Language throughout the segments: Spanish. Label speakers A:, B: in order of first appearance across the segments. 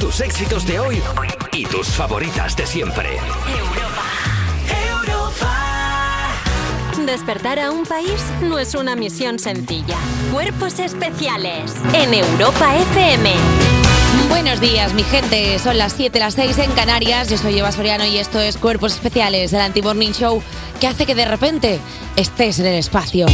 A: favoritos de hoy y tus favoritas de siempre.
B: Despertar a un país no es una misión sencilla. Cuerpos especiales en Europa FM.
C: Buenos días, mi gente. Son las 7, las 6 en Canarias. Yo soy Eva Soriano y esto es Cuerpos Especiales, el Anti-Morning Show que hace que de repente estés en el espacio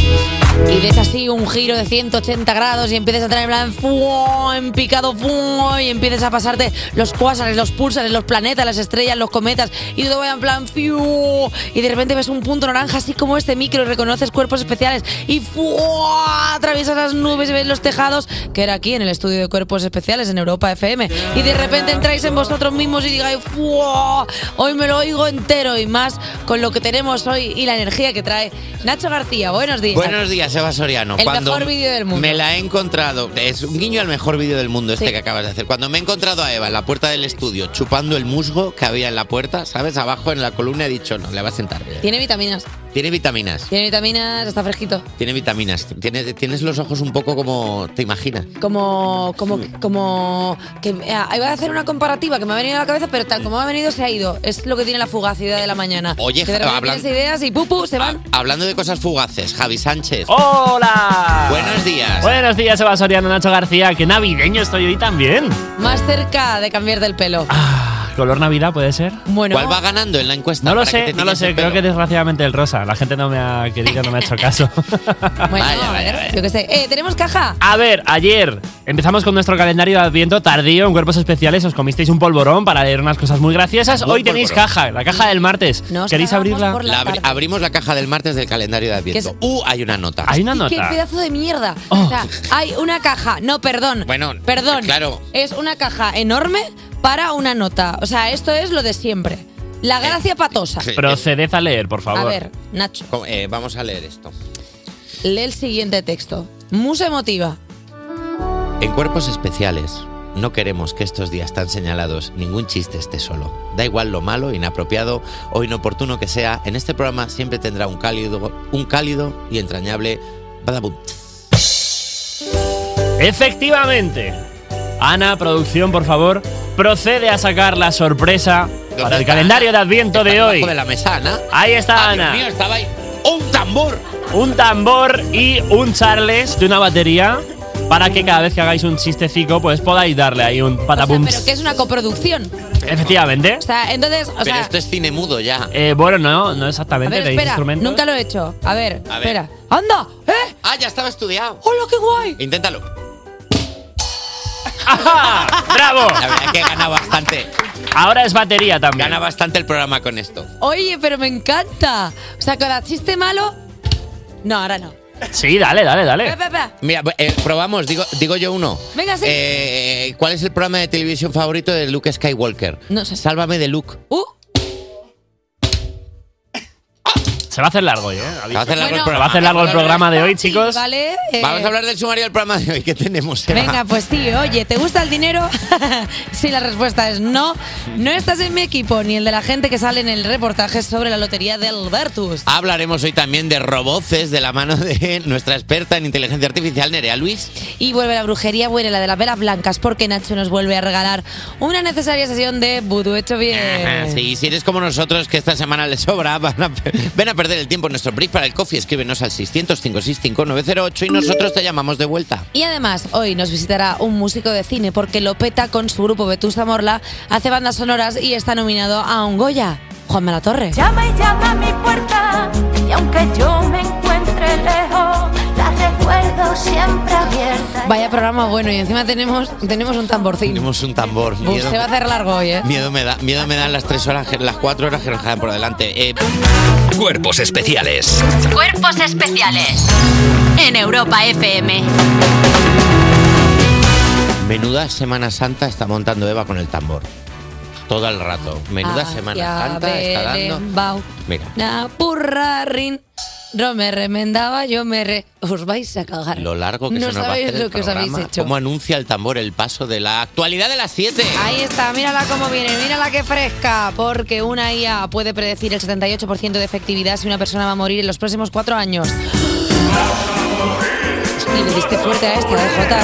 C: y des así un giro de 180 grados y empieces a tener en plan ¡fua! en picado ¡fua! y empieces a pasarte los cuásares, los pulsares, los planetas, las estrellas, los cometas y todo va en plan ¡fiu! y de repente ves un punto naranja así como este micro y reconoces cuerpos especiales y ¡fua! atraviesas las nubes y ves los tejados que era aquí en el estudio de cuerpos especiales en Europa FM y de repente entráis en vosotros mismos y digáis ¡fua! hoy me lo oigo entero y más con lo que tenemos hoy y la energía que trae Nacho García, buenos días.
D: Buenos días, Eva Soriano.
C: El mejor vídeo del mundo.
D: Me la he encontrado. Es un guiño al mejor vídeo del mundo este
C: Sí.
D: que acabas de hacer. Cuando me he encontrado a Eva en la puerta del estudio, chupando el musgo que había en la puerta, ¿sabes? Abajo en la columna he dicho, no, le va a sentar.
C: Tiene vitaminas.
D: Tiene vitaminas.
C: Tiene vitaminas, está fresquito.
D: Tiene vitaminas. Tienes, tienes los ojos un poco como te imaginas.
C: Como, como, como que eh, ahí voy a hacer una comparativa que me ha venido a la cabeza, pero tal como me ha venido se ha ido. Es lo que tiene la fugacidad de la mañana.
D: Oye,
C: que de repente
D: hablan-
C: tienes ideas y pu, pu, se van.
D: Hablando de cosas fugaces, Javi Sánchez.
E: ¡Hola!
D: Buenos días.
E: Buenos días, Eva Soriano, Nacho García. Qué navideño estoy hoy también. Ah,
C: Más cerca de cambiarte el pelo.
D: Ah,
E: ¿Color Navidad puede ser?
C: Bueno.
D: ¿Cuál va ganando en la encuesta?
E: No lo
D: para que te
E: sé, no lo
D: tiñas
E: sé.
D: el
E: Creo
D: pelo?
E: que desgraciadamente el rosa. La gente no me ha querido, no me ha hecho caso.
C: Bueno, a ver, yo qué sé. Eh, tenemos caja.
E: A ver, ayer empezamos con nuestro calendario de Adviento tardío en cuerpos especiales. Os comisteis un polvorón para leer unas cosas muy graciosas.
D: Buen
E: Hoy tenéis
D: polvorón.
E: caja, la caja del martes.
C: Nos
E: ¿Queréis
C: cagamos
E: abrirla?
C: por la
D: La abri-
C: tarde.
D: abrimos la caja del martes del calendario de Adviento.
C: Que es-
D: ¡Uh! Hay una nota. Oh.
E: Hay una
C: Y Qué
E: nota.
C: pedazo de mierda. O sea, hay una caja. No, perdón.
D: Bueno,
C: perdón.
D: claro.
C: Es una caja enorme para una nota. O sea, esto es lo de siempre. La gracia patosa.
D: sí. Eh,
E: Proceded a leer, por favor.
C: A ver, Nacho,
D: Co- eh, vamos a leer esto.
C: lee el siguiente texto. Musa emotiva.
D: En cuerpos especiales, no queremos que estos días tan señalados ningún chiste esté solo. Da igual lo malo, inapropiado o inoportuno que sea, en este programa siempre tendrá un cálido, un cálido y entrañable badabum.
E: Efectivamente. Ana, producción, por favor, procede a sacar la sorpresa para el
D: está?
E: calendario de Adviento de
D: Está
E: hoy.
D: debajo de la mesa, Ana.
E: Ahí está
D: Ah, Dios
E: Ana.
D: mío, estaba ahí. ¡Oh, ¡Un tambor!
E: Un tambor y un charles de una batería para que cada vez que hagáis un chistecico, pues podáis darle ahí un
C: O sea,
E: patapum.
C: pero que es una coproducción.
E: Efectivamente.
C: O sea, entonces, o
D: Pero
C: sea,
D: esto es cine mudo ya.
E: Eh, bueno, no, no
C: a
E: exactamente.
C: ver,
E: tenéis
C: espera,
E: instrumentos.
C: nunca lo he hecho. A ver,
D: A ver.
C: espera. ¡Anda! ¡Eh!
D: Ah, ya estaba estudiado.
C: ¡Hola, qué guay!
D: Inténtalo.
E: ¡Ajá! Ah, ¡Bravo!
D: La verdad es que gana bastante.
E: Ahora es batería también.
D: Gana bastante el programa con esto.
C: Oye, pero me encanta. O sea, cada chiste malo. No, ahora no.
E: Sí, dale, dale, dale.
C: Espera, espera, espera.
D: Mira, eh, probamos, digo, digo yo uno.
C: Venga, sí.
D: Eh, ¿Cuál es el programa de televisión favorito de Luke Skywalker?
C: No sé.
D: Sálvame de Luke.
C: Uh,
E: Se va a hacer largo, ¿eh?
D: Se va a hacer largo el
C: Bueno.
E: Se
D: programa.
E: va a hacer largo el
C: pero
E: programa de
C: está
E: hoy,
C: fácil,
E: chicos.
C: Vale. Eh,
D: Vamos a hablar del sumario del programa de hoy que tenemos. Eva?
C: Venga, pues sí, oye, ¿te gusta el dinero? si la respuesta es no, no estás en mi equipo ni el de la gente que sale en el reportaje sobre la lotería del Vertus.
D: Hablaremos hoy también de roboces de la mano de nuestra experta en inteligencia artificial, Nerea Luis.
C: Y vuelve la brujería, vuelve la de las velas blancas, porque Nacho nos vuelve a regalar una necesaria sesión de vudú hecho bien.
D: Ajá, sí, y si eres como nosotros, que esta semana les sobra, van a pe- ven a perder el tiempo en nuestro break para el coffee. Escríbenos al 600 565 y nosotros te llamamos de vuelta.
C: Y además, hoy nos visitará un músico de cine porque lo peta con su grupo Vetusta Morla, hace bandas sonoras y está nominado a un Goya, Juan Malatorre.
F: Llama y llama a mi puerta, y aunque yo me encuentre lejos, la recuerdo siempre abierta.
C: Vaya programa bueno, y encima tenemos, tenemos un tamborcín.
D: Tenemos un tambor.
C: Uf,
D: miedo.
C: se va a hacer largo hoy, ¿eh?
D: Miedo me da, miedo me dan las tres horas, que- las cuatro horas que nos quedan por delante. Eh,
A: Cuerpos especiales
B: Cuerpos especiales en Europa FM.
D: menuda Semana Santa está montando Eva con el tambor. Todo el rato. Menuda
C: Hacia
D: Semana Santa está dando.
C: Berenbau,
D: Mira.
C: na purrarrin. No me remendaba, yo me re... Os vais a cagar.
D: Lo largo que
C: no
D: se nos va a
C: sabéis
D: hacer el
C: lo que os habéis
D: programa.
C: hecho.
D: Cómo anuncia el tambor el paso de la actualidad de las 7.
C: Ahí está, mírala cómo viene, mírala que fresca, porque una IA puede predecir el 78% de efectividad si una persona va a morir en los próximos cuatro años. Y le diste fuerte a esto, ¿eh, Jota?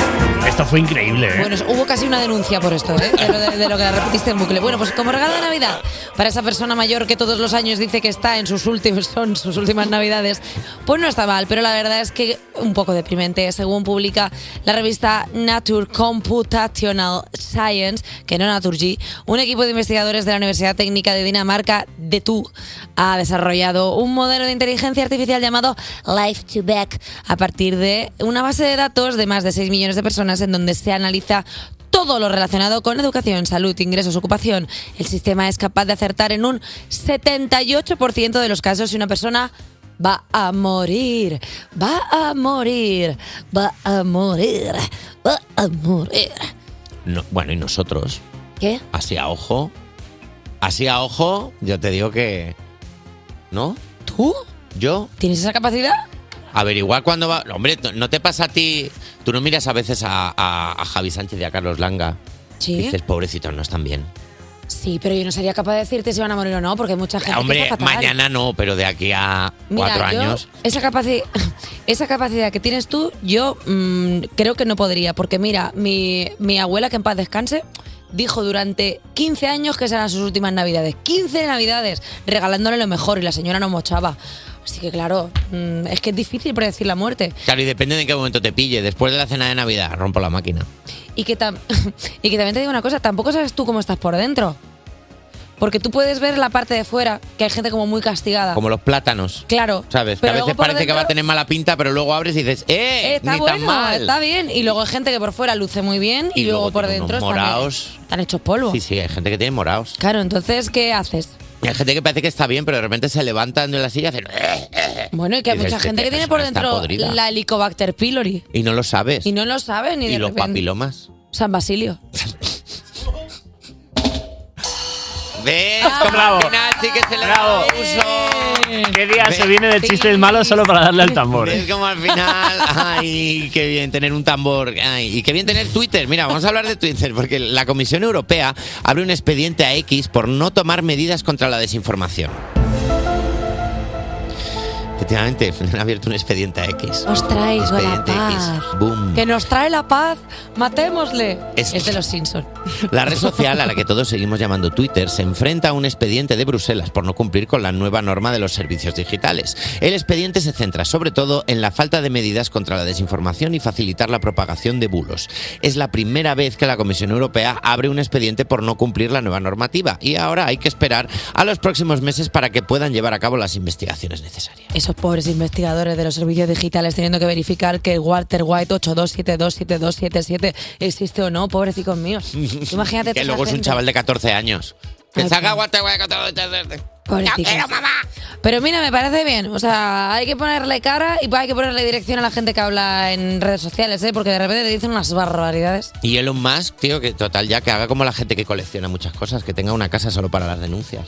E: Esto fue increíble, ¿eh?
C: Bueno, hubo casi una denuncia por esto, ¿eh? De lo, de- de lo que repetiste en bucle. Bueno, pues como regalo de Navidad, para esa persona mayor que todos los años dice que está en sus últimos, son sus últimas Navidades, pues no está mal, pero la verdad es que un poco deprimente. Según publica la revista Nature Computational Science, que no Naturgy, un equipo de investigadores de la Universidad Técnica de Dinamarca, de TU, ha desarrollado un modelo de inteligencia artificial llamado Life to Back a partir de una base de datos de más de 6 millones de personas en donde se analiza todo lo relacionado con educación, salud, ingresos, ocupación. El sistema es capaz de acertar en un 78% de los casos si una persona va a morir, va a morir, va a morir, va a morir.
D: No, bueno, y nosotros,
C: ¿Qué?
D: así a ojo, así a ojo, yo te digo que... ¿No?
C: ¿Tú?
D: ¿Yo?
C: ¿Tienes esa capacidad?
D: Averiguar cuándo va... No, Hombre, no- ¿no te pasa a ti? Tú no miras a veces a, a- a Javi Sánchez y a Carlos Langa.
C: Sí.
D: Y dices, pobrecitos, no están bien.
C: Sí, pero yo no sería capaz de decirte si van a morir o no, porque hay mucha gente que
D: Ah, Hombre,
C: está fatal.
D: mañana no, pero de aquí a
C: Mira,
D: cuatro
C: yo,
D: años...
C: Esa, capaci- esa capacidad que tienes tú, yo mm, creo que no podría, porque mira, mi, mi abuela, que en paz descanse, dijo durante 15 años que serán sus últimas navidades. 15 navidades, regalándole lo mejor y la señora no mochaba. Así que claro, mm, es que es difícil predecir la muerte.
D: Claro, y depende de en qué momento te pille. Después de la cena de Navidad, rompo la máquina.
C: Y que, tam- y que también te digo una cosa, tampoco sabes tú cómo estás por dentro. Porque tú puedes ver la parte de fuera, que hay gente como muy castigada.
D: Como los plátanos.
C: Claro.
D: ¿Sabes?
C: Pero
D: que a
C: luego
D: veces
C: por
D: parece que va a
C: dentro-
D: tener mala pinta, pero luego abres y dices, ¡eh!
C: Eh, está
D: ni
C: bueno,
D: tan mal.
C: está bien. Y luego hay gente que por fuera luce muy bien y,
D: Y
C: luego,
D: luego
C: por
D: tiene unos
C: dentro están,
D: moraos.
C: están hechos polvo.
D: Sí, sí, hay gente que tiene moraos.
C: Claro, entonces, ¿qué haces?
D: Y hay gente que parece que está bien, pero de repente se levantan de la silla y hacen, "Eh",
C: Bueno, y que hay
D: Dices,
C: mucha
D: "Esta
C: gente que tiene por
D: persona está
C: dentro
D: podrida".
C: la Helicobacter pylori
D: Y no lo sabes.
C: y no lo saben ni
D: Y
C: de
D: los
C: repente.
D: papilomas.
C: San Basilio.
D: ¿Ves?
E: Ah,
D: Como al
E: bravo.
D: final sí que se le
E: Bravo.
D: da uso.
E: ¿Qué día se
D: Ve-
E: viene de chistes malos solo para darle al tambor?
D: Es
E: eh?
D: como al final, ay, qué bien tener un tambor, ay, y qué bien tener Twitter. Mira, vamos a hablar de Twitter, porque la Comisión Europea abre un expediente a X por no tomar medidas contra la desinformación. Efectivamente, le han abierto un expediente a X.
C: Os traigo la
D: Expediente X.
C: paz.
D: Boom.
C: Que nos trae la paz. Matémosle.
D: Es-
C: Es, de los Simpsons.
D: La red social a la que todos seguimos llamando Twitter se enfrenta a un expediente de Bruselas por no cumplir con la nueva norma de los servicios digitales. El expediente se centra sobre todo en la falta de medidas contra la desinformación y facilitar la propagación de bulos. Es la primera vez que la Comisión Europea abre un expediente por no cumplir la nueva normativa y ahora hay que esperar a los próximos meses para que puedan llevar a cabo las investigaciones necesarias.
C: Esos pobres investigadores de los servicios digitales teniendo que verificar que Walter White 82727277 existe o no, pobrecitos míos. Imagínate
D: que
C: toda
D: luego es
C: esa
D: un
C: gente.
D: chaval de 14 años. Que
C: Ay,
D: saca
C: pobre.
D: guate, guate, guate, guate.
C: Pobrecitos. Pero mira, me parece bien. O sea, hay que ponerle cara y hay que ponerle dirección a la gente que habla en redes sociales, ¿eh? Porque de repente le dicen unas barbaridades.
D: Y Elon Musk, tío, que total, ya que haga como la gente que colecciona muchas cosas, que tenga una casa solo para las denuncias.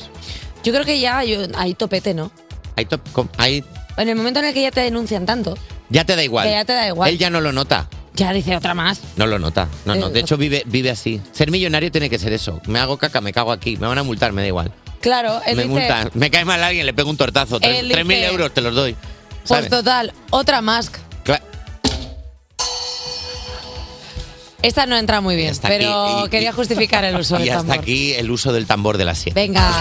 C: Yo creo que ya hay, un- hay topete, ¿no?
D: Ahí, to- com- ahí
C: En el momento en el que ya te denuncian tanto,
D: ya te da igual.
C: Que ya te da igual.
D: Él ya no lo nota.
C: ya dice otra más.
D: No lo nota. No, no.
C: Eh,
D: De hecho, vive, vive así. Ser millonario tiene que ser eso. Me hago caca, me cago aquí. Me van a multar, me da igual.
C: Claro, él
D: me
C: dice,
D: multan. Me cae mal alguien, le pego un tortazo. Tres
C: Él
D: tres mil
C: dice-
D: euros te los doy.
C: pues
D: ¿sabes?
C: total, otra más.
D: Cla-
C: Esta no entra muy bien,
D: hasta aquí,
C: pero
D: y-
C: quería
D: y-
C: justificar el uso
D: Y
C: del
D: hasta
C: tambor.
D: aquí el uso del tambor de la siete.
C: Venga.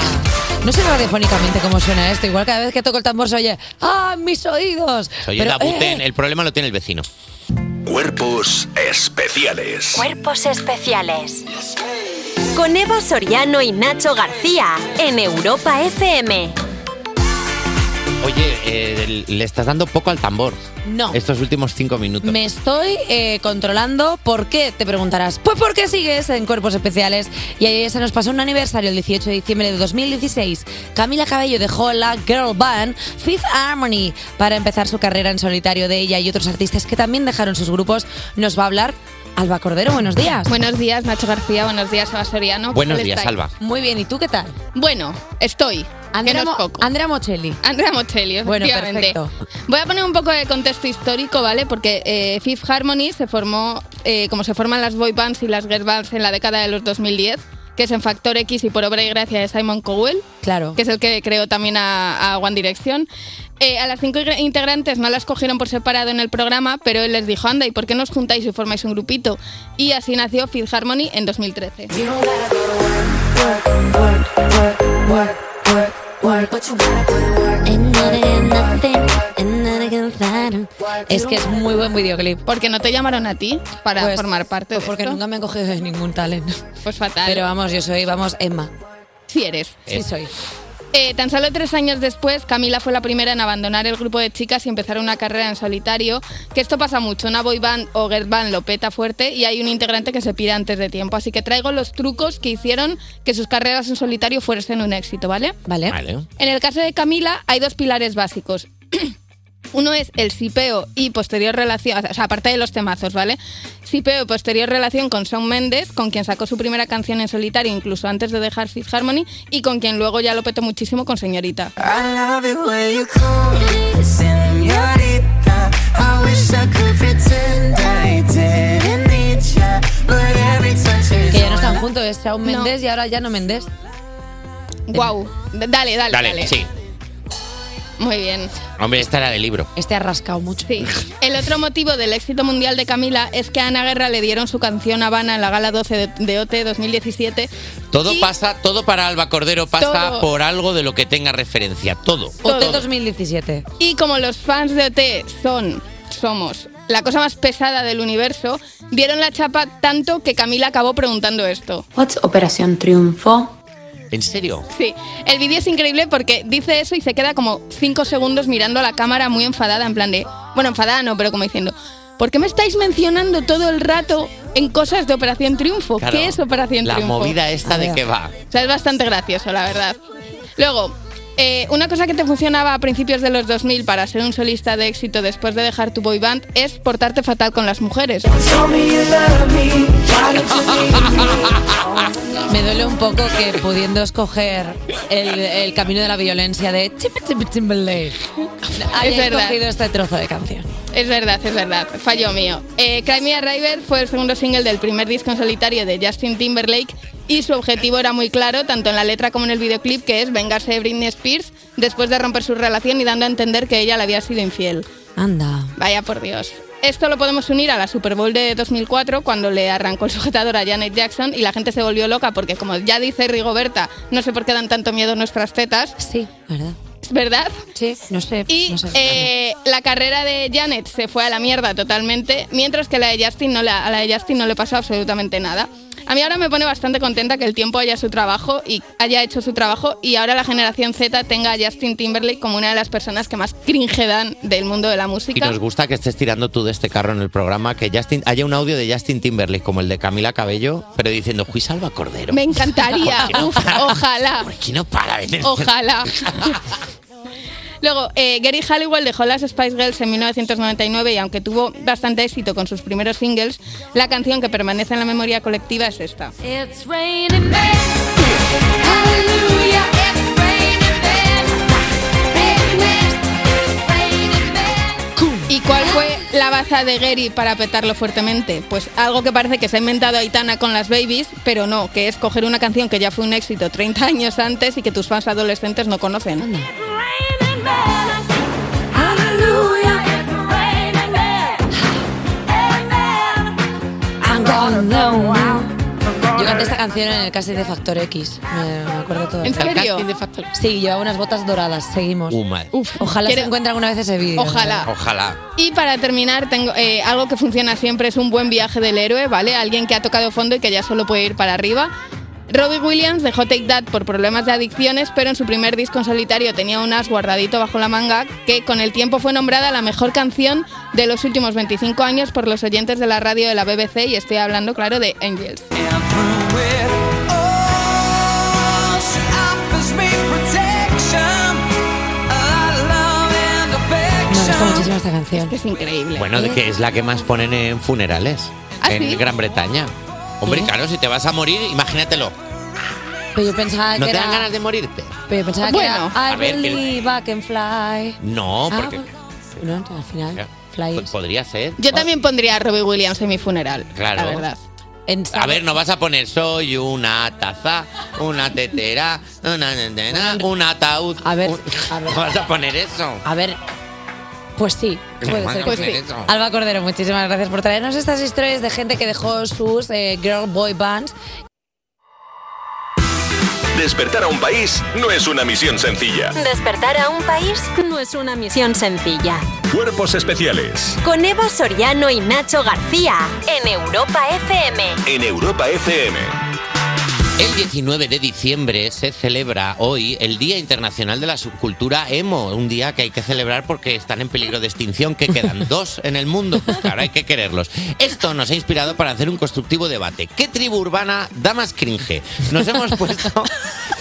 C: No sé radiofónicamente cómo suena esto. Igual cada vez que toco el tambor se oye ¡Ah, mis oídos!
D: Soy
C: Pero,
D: el Dabuten,
C: eh,
D: El problema lo tiene el vecino.
G: Cuerpos especiales.
B: Cuerpos especiales. Con Eva Soriano y Nacho García en Europa FM.
D: Oye, eh, le estás dando poco al tambor.
C: No.
D: Estos últimos cinco minutos.
C: Me estoy eh, controlando. ¿Por qué? Te preguntarás. Pues porque sigues en Cuerpos Especiales. Y ayer se nos pasó un aniversario, el 18 de diciembre de 2016. Camila Cabello dejó la girl band Fifth Harmony para empezar su carrera en solitario de ella y otros artistas que también dejaron sus grupos. Nos va a hablar Alba Cordero. Buenos días.
H: Buenos días, Nacho García. Buenos días, Eva Soriano. ¿Qué
D: Buenos
H: tal
D: días,
H: estáis?
D: Alba.
C: Muy bien. ¿Y tú qué tal?
H: Bueno, estoy.
C: Andrea,
H: que no es
C: Mo-
H: poco.
C: Andrea Mocelli.
H: Andrea Mocelli,
C: Bueno,
H: efectivamente.
C: perfecto.
H: Voy a poner un poco de contexto histórico, ¿vale? Porque eh, Fifth Harmony se formó, eh, como se forman las boy bands y las girl bands en la década de los 2010, que es en Factor X y por obra y gracia de Simon Cowell,
C: Claro.
H: que es el que creó también a, a One Direction. Eh, a las cinco ingre- integrantes no las cogieron por separado en el programa, pero él les dijo, anda, ¿y por qué no os juntáis y formáis un grupito? Y así nació Fifth Harmony en 2013.
C: Es que es muy buen videoclip.
H: ¿Por qué no te llamaron a ti para
C: Pues,
H: formar parte
C: pues
H: de
C: porque
H: esto?
C: nunca me han cogido de ningún talento.
H: Pues fatal.
C: Pero vamos, yo soy, vamos, Emma.
H: si eres.
C: Sí soy.
H: Eh, tan solo tres años después, Camila fue la primera en abandonar el grupo de chicas y empezar una carrera en solitario, que esto pasa mucho, una boy band o girl band lo peta fuerte y hay un integrante que se pira antes de tiempo, así que traigo los trucos que hicieron que sus carreras en solitario fuesen un éxito, ¿vale?
C: Vale.
D: Vale.
H: En el caso de Camila hay dos pilares básicos. Uno es el sipeo y posterior relación, o sea, aparte de los temazos, ¿vale? Sipeo y posterior relación con Shawn Mendes, con quien sacó su primera canción en solitario incluso antes de dejar Fifth Harmony y con quien luego ya lo petó muchísimo con Señorita.
C: Que ya no están juntos, es Shawn Mendes y ahora ya no Mendes.
H: Wow, dale, dale, dale.
D: Dale, sí.
H: Muy bien.
D: Hombre, esta era de libro.
C: Este ha rascado mucho.
H: Sí. El otro motivo del éxito mundial de Camila es que a Ana Guerra le dieron su canción Habana en la gala 12 de, de OT 2017.
D: Todo
H: Y-
D: pasa, todo para Alba Cordero pasa
H: Todo.
D: por algo de lo que tenga referencia. Todo.
C: OT 2017.
H: Y como los fans de OT son, somos, la cosa más pesada del universo, dieron la chapa tanto que Camila acabó preguntando esto.
I: What's Operación Triunfo?
D: ¿En serio?
H: Sí, el vídeo es increíble porque dice eso y se queda como cinco segundos mirando a la cámara muy enfadada, en plan de, bueno, enfadada no, pero como diciendo, ¿por qué me estáis mencionando todo el rato en cosas de Operación Triunfo?
D: Claro,
H: ¿Qué es Operación
D: La
H: Triunfo?
D: movida esta
C: A
D: de
C: ver.
D: que va.
H: O sea, es bastante gracioso, la verdad. Luego, eh, una cosa que te funcionaba a principios de los 2000 para ser un solista de éxito después de dejar tu boy band es portarte fatal con las mujeres.
C: Me duele un poco que pudiendo escoger el, el camino de la violencia de Chip Chip Timberlake hayáis
H: verdad.
C: cogido este trozo de canción.
H: Es verdad, es verdad, fallo mío. Eh, Cry Me a River fue el segundo single del primer disco en solitario de Justin Timberlake y su objetivo era muy claro, tanto en la letra como en el videoclip, que es vengarse de Britney Spears después de romper su relación y dando a entender que ella le había sido infiel.
C: Anda.
H: Vaya por Dios. Esto lo podemos unir a la Super Bowl de 2004 cuando le arrancó el sujetador a Janet Jackson y la gente se volvió loca porque como ya dice Rigoberta, no sé por qué dan tanto miedo nuestras tetas,
C: Sí, ¿verdad?
H: ¿verdad?
C: Sí, no sé.
H: Y
C: no sé.
H: eh, la carrera de Janet se fue a la mierda totalmente, mientras que la de Justin no le- a la de Justin no le pasó absolutamente nada. A mí ahora me pone bastante contenta que el tiempo haya su trabajo y haya hecho su trabajo y ahora la generación Z tenga a Justin Timberlake como una de las personas que más cringe dan del mundo de la
D: Y
H: música.
D: nos gusta que estés tirando tú de este carro en el programa, que Justin, haya un audio de Justin Timberlake como el de Camila Cabello, pero diciendo, juiz Alba Cordero.
H: Me encantaría. Uf, ojalá.
D: ¿Por qué no para de leer?
H: Ojalá. Luego, eh, Gary Halliwell dejó las Spice Girls en 1999 y aunque tuvo bastante éxito con sus primeros singles, la canción que permanece en la memoria colectiva es esta.
F: It's raining men. Hallelujah. It's raining men. Raining men. Raining men.
H: ¿Y cuál fue la baza de Gary para petarlo fuertemente? Pues algo que parece que se ha inventado Aitana con las babies, pero no, que es coger una canción que ya fue un éxito 30 años antes y que tus fans adolescentes no conocen.
F: It's raining men. Hallelujah. It's raining men. Amen.
C: Yo canté esta canción en el casting de Factor X. Me, me acuerdo todo.
H: ¿En serio?
C: Sí, llevaba unas botas doradas. Seguimos.
D: Uh, madre.
C: Uf, ojalá
H: Quiero-
C: se encuentre alguna vez ese vídeo.
H: Ojalá.
D: Ojalá.
H: Y para terminar, tengo eh, algo que funciona siempre, es un buen viaje del héroe, ¿vale? Alguien que ha tocado fondo y que ya solo puede ir para arriba. Robbie Williams dejó Take That por problemas de adicciones, pero en su primer disco en solitario tenía un as guardadito bajo la manga que con el tiempo fue nombrada la mejor canción de los últimos 25 años por los oyentes de la radio de la BBC y estoy hablando, claro, de Angels.
J: Oh,
C: Me gusta muchísimo esta canción. Eh,
H: Es increíble.
D: Bueno, de que es la que más ponen en funerales.
H: ¿Ah,
D: en
H: sí?
D: Gran Bretaña. Hombre,
C: ¿Sí?
D: claro, si te vas a morir, imagínatelo.
C: Pero yo pensaba
D: ¿No
C: que
D: te
C: era.
D: dan ganas de morirte?
C: Pero yo pensaba
H: Bueno.
C: que era.
D: A
C: I
D: ver, que-
C: believe I can fly.
D: No,
C: Ah,
D: porque...
C: No, al final.
D: Claro,
C: Fly.
D: po- Podría ser.
H: Yo también pondría a Robbie Williams en mi funeral,
D: Claro.
H: la verdad.
C: en
D: A ver, no vas a poner soy una taza, una tetera, una nena, un ataúd.
C: A ver,
D: No vas a poner eso.
C: A ver. Pues sí, puede
D: Bueno,
C: ser.
D: pues
C: que
D: sí.
C: sí. Alba Cordero, muchísimas gracias por traernos estas historias de gente que dejó sus eh, girl boy bands.
G: Despertar a un país no es una misión sencilla.
B: Despertar a un país no es una misión sencilla.
G: Cuerpos especiales
B: Con Eva Soriano y Nacho García en Europa FM.
G: en Europa FM.
D: El 19 de diciembre se celebra hoy el Día Internacional de la Subcultura Emo, un día que hay que celebrar porque están en peligro de extinción, que quedan dos en el mundo. Pues claro, hay que quererlos. Esto nos ha inspirado para hacer un constructivo debate. ¿Qué tribu urbana da más cringe? Nos hemos puesto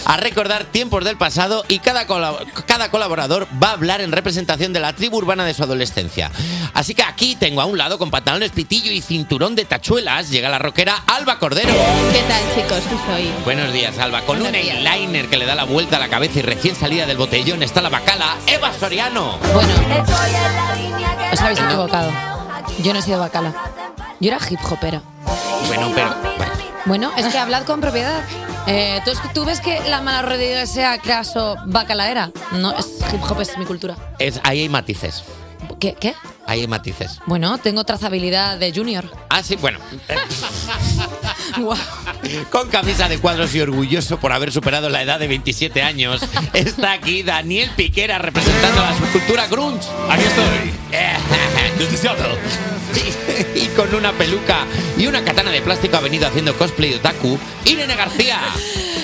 D: a recordar tiempos del pasado y cada, colab- cada colaborador va a hablar en representación de la tribu urbana de su adolescencia. Así que aquí tengo a un lado con pantalones pitillo y cinturón de tachuelas, llega la rockera Alba Cordero.
H: ¿Qué tal, chicos? Sí soy.
D: Buenos días, Alba. Con un eyeliner que le da la vuelta a la cabeza y recién salida del botellón está la bacala, Eva Soriano.
C: Bueno, os habéis equivocado. Yo no he sido bacala. Yo era hip hopera.
D: Bueno, pero.
C: Bueno, es que hablad con propiedad. Eh, ¿tú, es- tú ves que la mala rodilla sea acaso bacalaera? No, es hip hop es mi cultura.
D: Es, ahí hay matices.
C: ¿Qué? ¿Qué?
D: Ahí hay matices.
C: Bueno, tengo trazabilidad de junior.
D: Ah, sí, bueno. Con camisa de cuadros y orgulloso por haber superado la edad de 27 años, está aquí Daniel Piquera representando a la subcultura grunge.
K: Aquí estoy. Desde Seattle.
D: Y con una peluca y una katana de plástico ha venido haciendo cosplay otaku, Irene García.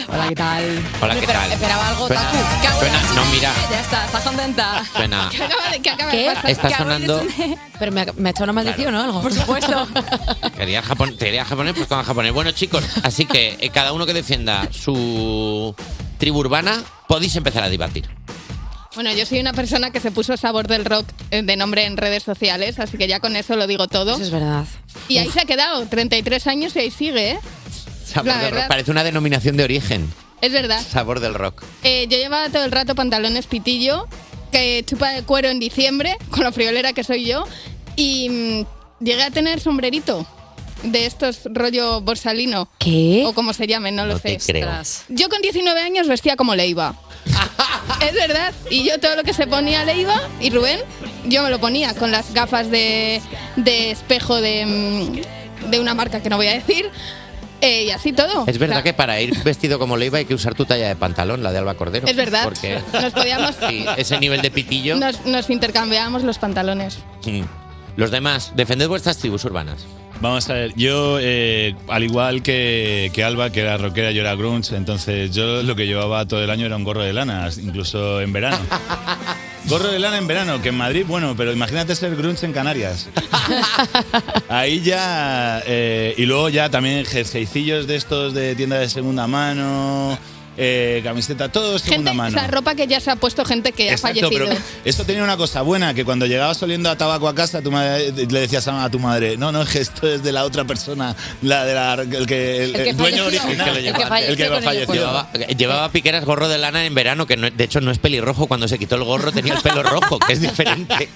L: Hola, ¿qué tal?
D: Hola, ¿qué
L: Espera-
D: tal?
L: Esperaba algo
D: Suena-
L: taku. Cago en la
D: suena- no, mira.
L: Ya está, ¿estás contenta?
D: Suena-
L: ¿Qué acaba de, qué acaba
C: ¿Qué?
L: de pasar?
D: Está
L: Cago en
D: sonando-
L: el-
C: Pero me ha, me ha echado una maldición o algo.
L: Por supuesto.
D: Quería Japón, te diría japonés, pues con japonés. Bueno, chicos, así que eh, cada uno que defienda su tribu urbana, podéis empezar a debatir.
H: Bueno, yo soy una persona que se puso sabor del rock eh, de nombre en redes sociales, así que ya con eso lo digo todo.
C: Eso es verdad.
H: Y ahí se ha quedado, 33 años y ahí sigue, ¿eh?
D: Sabor
H: La
D: del
H: verdad. Ah.
D: rock. Parece una denominación de origen.
H: Es verdad.
D: Sabor del rock.
H: Eh, yo llevaba todo el rato pantalones pitillo, que chupa de cuero en diciembre, con la friolera que soy yo, y mm, llegué a tener sombrerito de estos rollo borsalino.
C: ¿Qué?
H: O como se llamen, no, lo
D: No
H: sé.
D: te creo.
H: Yo con 19 años vestía como Leiva. es verdad. Y yo todo lo que se ponía Leiva y Rubén, yo me lo ponía con las gafas de, de espejo de, mm, de una marca que no voy a decir. eh, y así todo.
D: Es verdad
H: O sea,
D: que para ir vestido como Leiva hay que usar tu talla de pantalón, la de Alba Cordero.
H: Es verdad.
D: Porque
H: Nos podíamos-
D: Sí, ese nivel de pitillo.
H: Nos, nos intercambiábamos los pantalones.
D: Mm. Los demás, defended vuestras tribus urbanas.
K: Vamos a ver, yo, eh, al igual que, que Alba, que era rockera, yo era grunge, entonces yo lo que llevaba todo el año era un gorro de lana, incluso en verano. Gorro de lana en verano, que en Madrid, bueno, pero imagínate ser grunge en Canarias. Ahí ya. eh, y luego ya también jerseycillos de estos de tienda de segunda mano, eh, camiseta, todo segunda
H: Gente, o
K: mano.
H: sea, ropa que ya se ha puesto gente que ha
K: Exacto,
H: fallecido.
K: pero esto tenía una cosa buena, que cuando llegabas oliendo a tabaco a casa, tu madre- le decías a a tu madre, no, no, es que esto es de la otra persona, la de la, el que el,
C: El que
K: el dueño
C: falleció.
K: original,
C: El que
K: llevaba-
C: falleció
K: el que
C: con el
K: falleció.
C: acuerdo.
D: Llevaba, llevaba piqueras gorro de lana en verano, que no- de hecho no es pelirrojo. Cuando se quitó el gorro tenía el pelo rojo, que es diferente.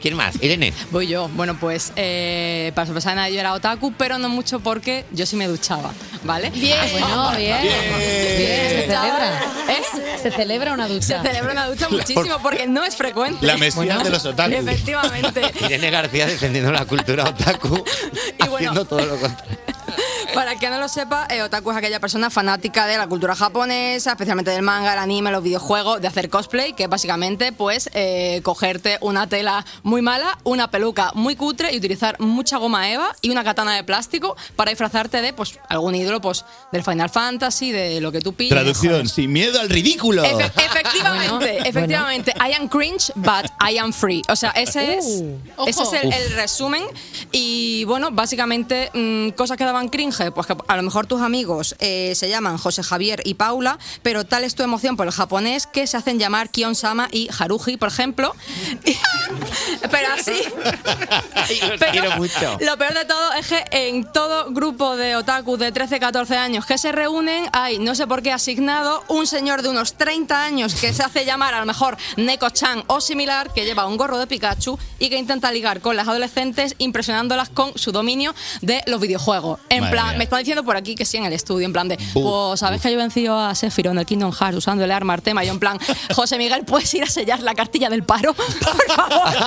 D: ¿Quién más? Irene.
L: Voy yo. Bueno, pues eh, para sorpresa de nadie, yo era otaku, pero no mucho porque yo sí me duchaba, ¿vale?
H: Bien.
C: Bueno, bien. Bien, se celebra.
L: Es-
C: Se celebra una
L: Se
C: ducha.
L: celebra una ducha muchísimo porque no es frecuente.
K: La mesía
L: Bueno.
K: de los otakus.
L: Efectivamente.
D: Irene García defendiendo la cultura otaku,
L: Y bueno.
D: haciendo todo lo contrario.
L: Para el que no lo sepa, eh, otaku es aquella persona fanática de la cultura japonesa, especialmente del manga, el anime, los videojuegos, de hacer cosplay, que es básicamente pues eh, cogerte una tela muy mala, una peluca muy cutre y utilizar mucha goma eva y una katana de plástico para disfrazarte de pues algún ídolo pues del Final Fantasy, de lo que tú pillas.
K: Traducción, sin miedo al ridículo.
L: Efe- efectivamente,
C: Bueno,
L: efectivamente. I am cringe, but I am free. O sea, ese es,
H: ojo.
L: ese es el, el resumen. Y bueno, básicamente, mm, cosas que daban cringe, pues que a lo mejor tus amigos eh, se llaman José Javier y Paula, pero tal es tu emoción por el japonés que se hacen llamar Kion-sama y Haruji, por ejemplo. pero así.
D: Los
L: Pero
D: quiero mucho.
L: Lo peor de todo es que en todo grupo de otakus de 13, 14 años que se reúnen hay, no sé por qué asignado, un señor de unos 30 años que se hace llamar a lo mejor Neko-chan o similar, que lleva un gorro de Pikachu y que intenta ligar con las adolescentes impresionándolas con su dominio de los videojuegos. En
M: Madre
L: plan,
M: mía.
L: me están diciendo por aquí que sí en el estudio, en plan de, pues, ¿sabes que yo he vencido a Sephiroth en el Kingdom Hearts usando el arma Artema? Y yo en plan, José Miguel, ¿puedes ir a sellar la cartilla del paro? Por favor.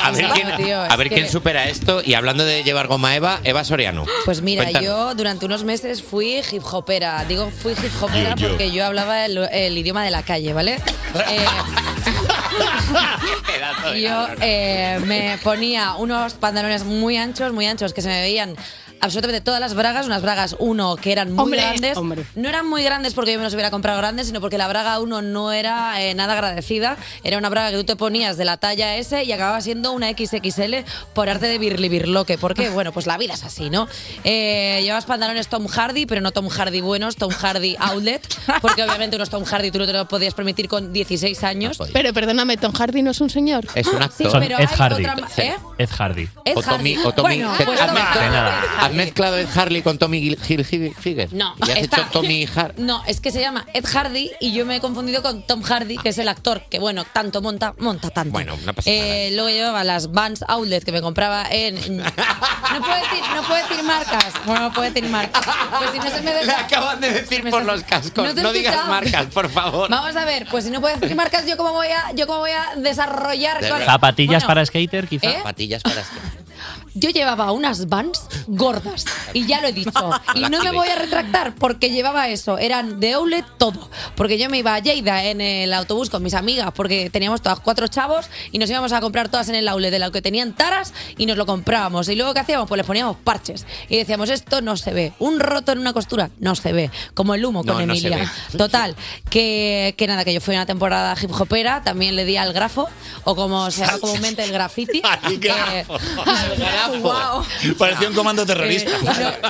D: A ver quién,
C: tío, es
D: a ver
C: que-
D: quién supera esto. Y hablando de llevar goma Eva, Eva Soriano.
C: Pues mira,
D: Cuéntanos.
C: yo durante unos meses fui hip hopera. Digo fui hip hopera
D: Yo, yo.
C: porque yo hablaba el, el idioma de la calle, ¿vale? Eh, yo eh, me ponía unos pantalones muy anchos, muy anchos, que se me veían absolutamente todas las bragas, unas bragas uno que eran muy
H: Hombre,
C: grandes.
H: hombre.
C: No eran muy grandes porque yo me los hubiera comprado grandes, sino porque la braga uno no era eh, nada agradecida. Era una braga que tú te ponías de la talla S y acababa siendo una XXL por arte de birli birloque. ¿Por qué? Bueno, pues la vida es así, ¿no? Eh, llevas pantalones Tom Hardy, pero no Tom Hardy buenos, Tom Hardy outlet, porque obviamente unos Tom Hardy tú no te los podías permitir con 16 años.
H: Pero perdóname, Tom Hardy no es un señor.
D: Es un
C: Ah, Sí,
D: actor.
C: pero hay otra ma- ¿eh?
E: Ed Hardy.
C: Ed
D: o Tommy,
C: Hardy.
D: o Tommy-
C: Bueno,
D: que-
C: pues
D: has,
C: Tommy
D: mezclado,
C: Hardy.
D: has mezclado Ed Harley con Tommy Gil- Gil- Gil- Hilfiger.
C: No,
D: Y has
C: está.
D: hecho Tommy Har-
C: No, es que se llama Ed Hardy y yo me he confundido con Tom Hardy, que es el actor que, bueno, tanto monta, monta tanto.
D: Bueno, no pasa nada.
C: Eh, luego llevaba las Vans Outlet que me compraba en. No puedo decir, no puedo decir marcas. Bueno, no puedo decir marcas. Pues si no se me
D: Le
C: deja.
D: acaban de decir por los cascos.
C: No
D: No,
C: te he
D: digas
C: escuchado.
D: marcas, por favor.
C: Vamos a ver, pues si no puedo decir marcas, yo cómo voy a, yo cómo voy a desarrollar. con-
E: Zapatillas
C: Bueno,
E: para skater, quizá.
C: ¿Eh?
D: Zapatillas para skater.
C: Yo llevaba unas vans gordas y ya lo he dicho. Y no me voy a retractar porque llevaba eso. Eran de outlet todo. Porque yo me iba a Lleida en el autobús con mis amigas porque teníamos todas cuatro chavos y nos íbamos a comprar todas en el outlet de lo que tenían taras y nos lo comprábamos. Y luego ¿qué hacíamos? Pues les poníamos parches y decíamos esto no se ve. Un roto en una costura no se ve. Como el humo
N: No,
C: con
N: no se
C: Emilia.
N: ve.
C: Total, que, que nada, que yo fui una temporada hip hopera, también le di al grafo, o como se llama comúnmente el graffiti. Eh, Guau.
D: Parecía un comando terrorista.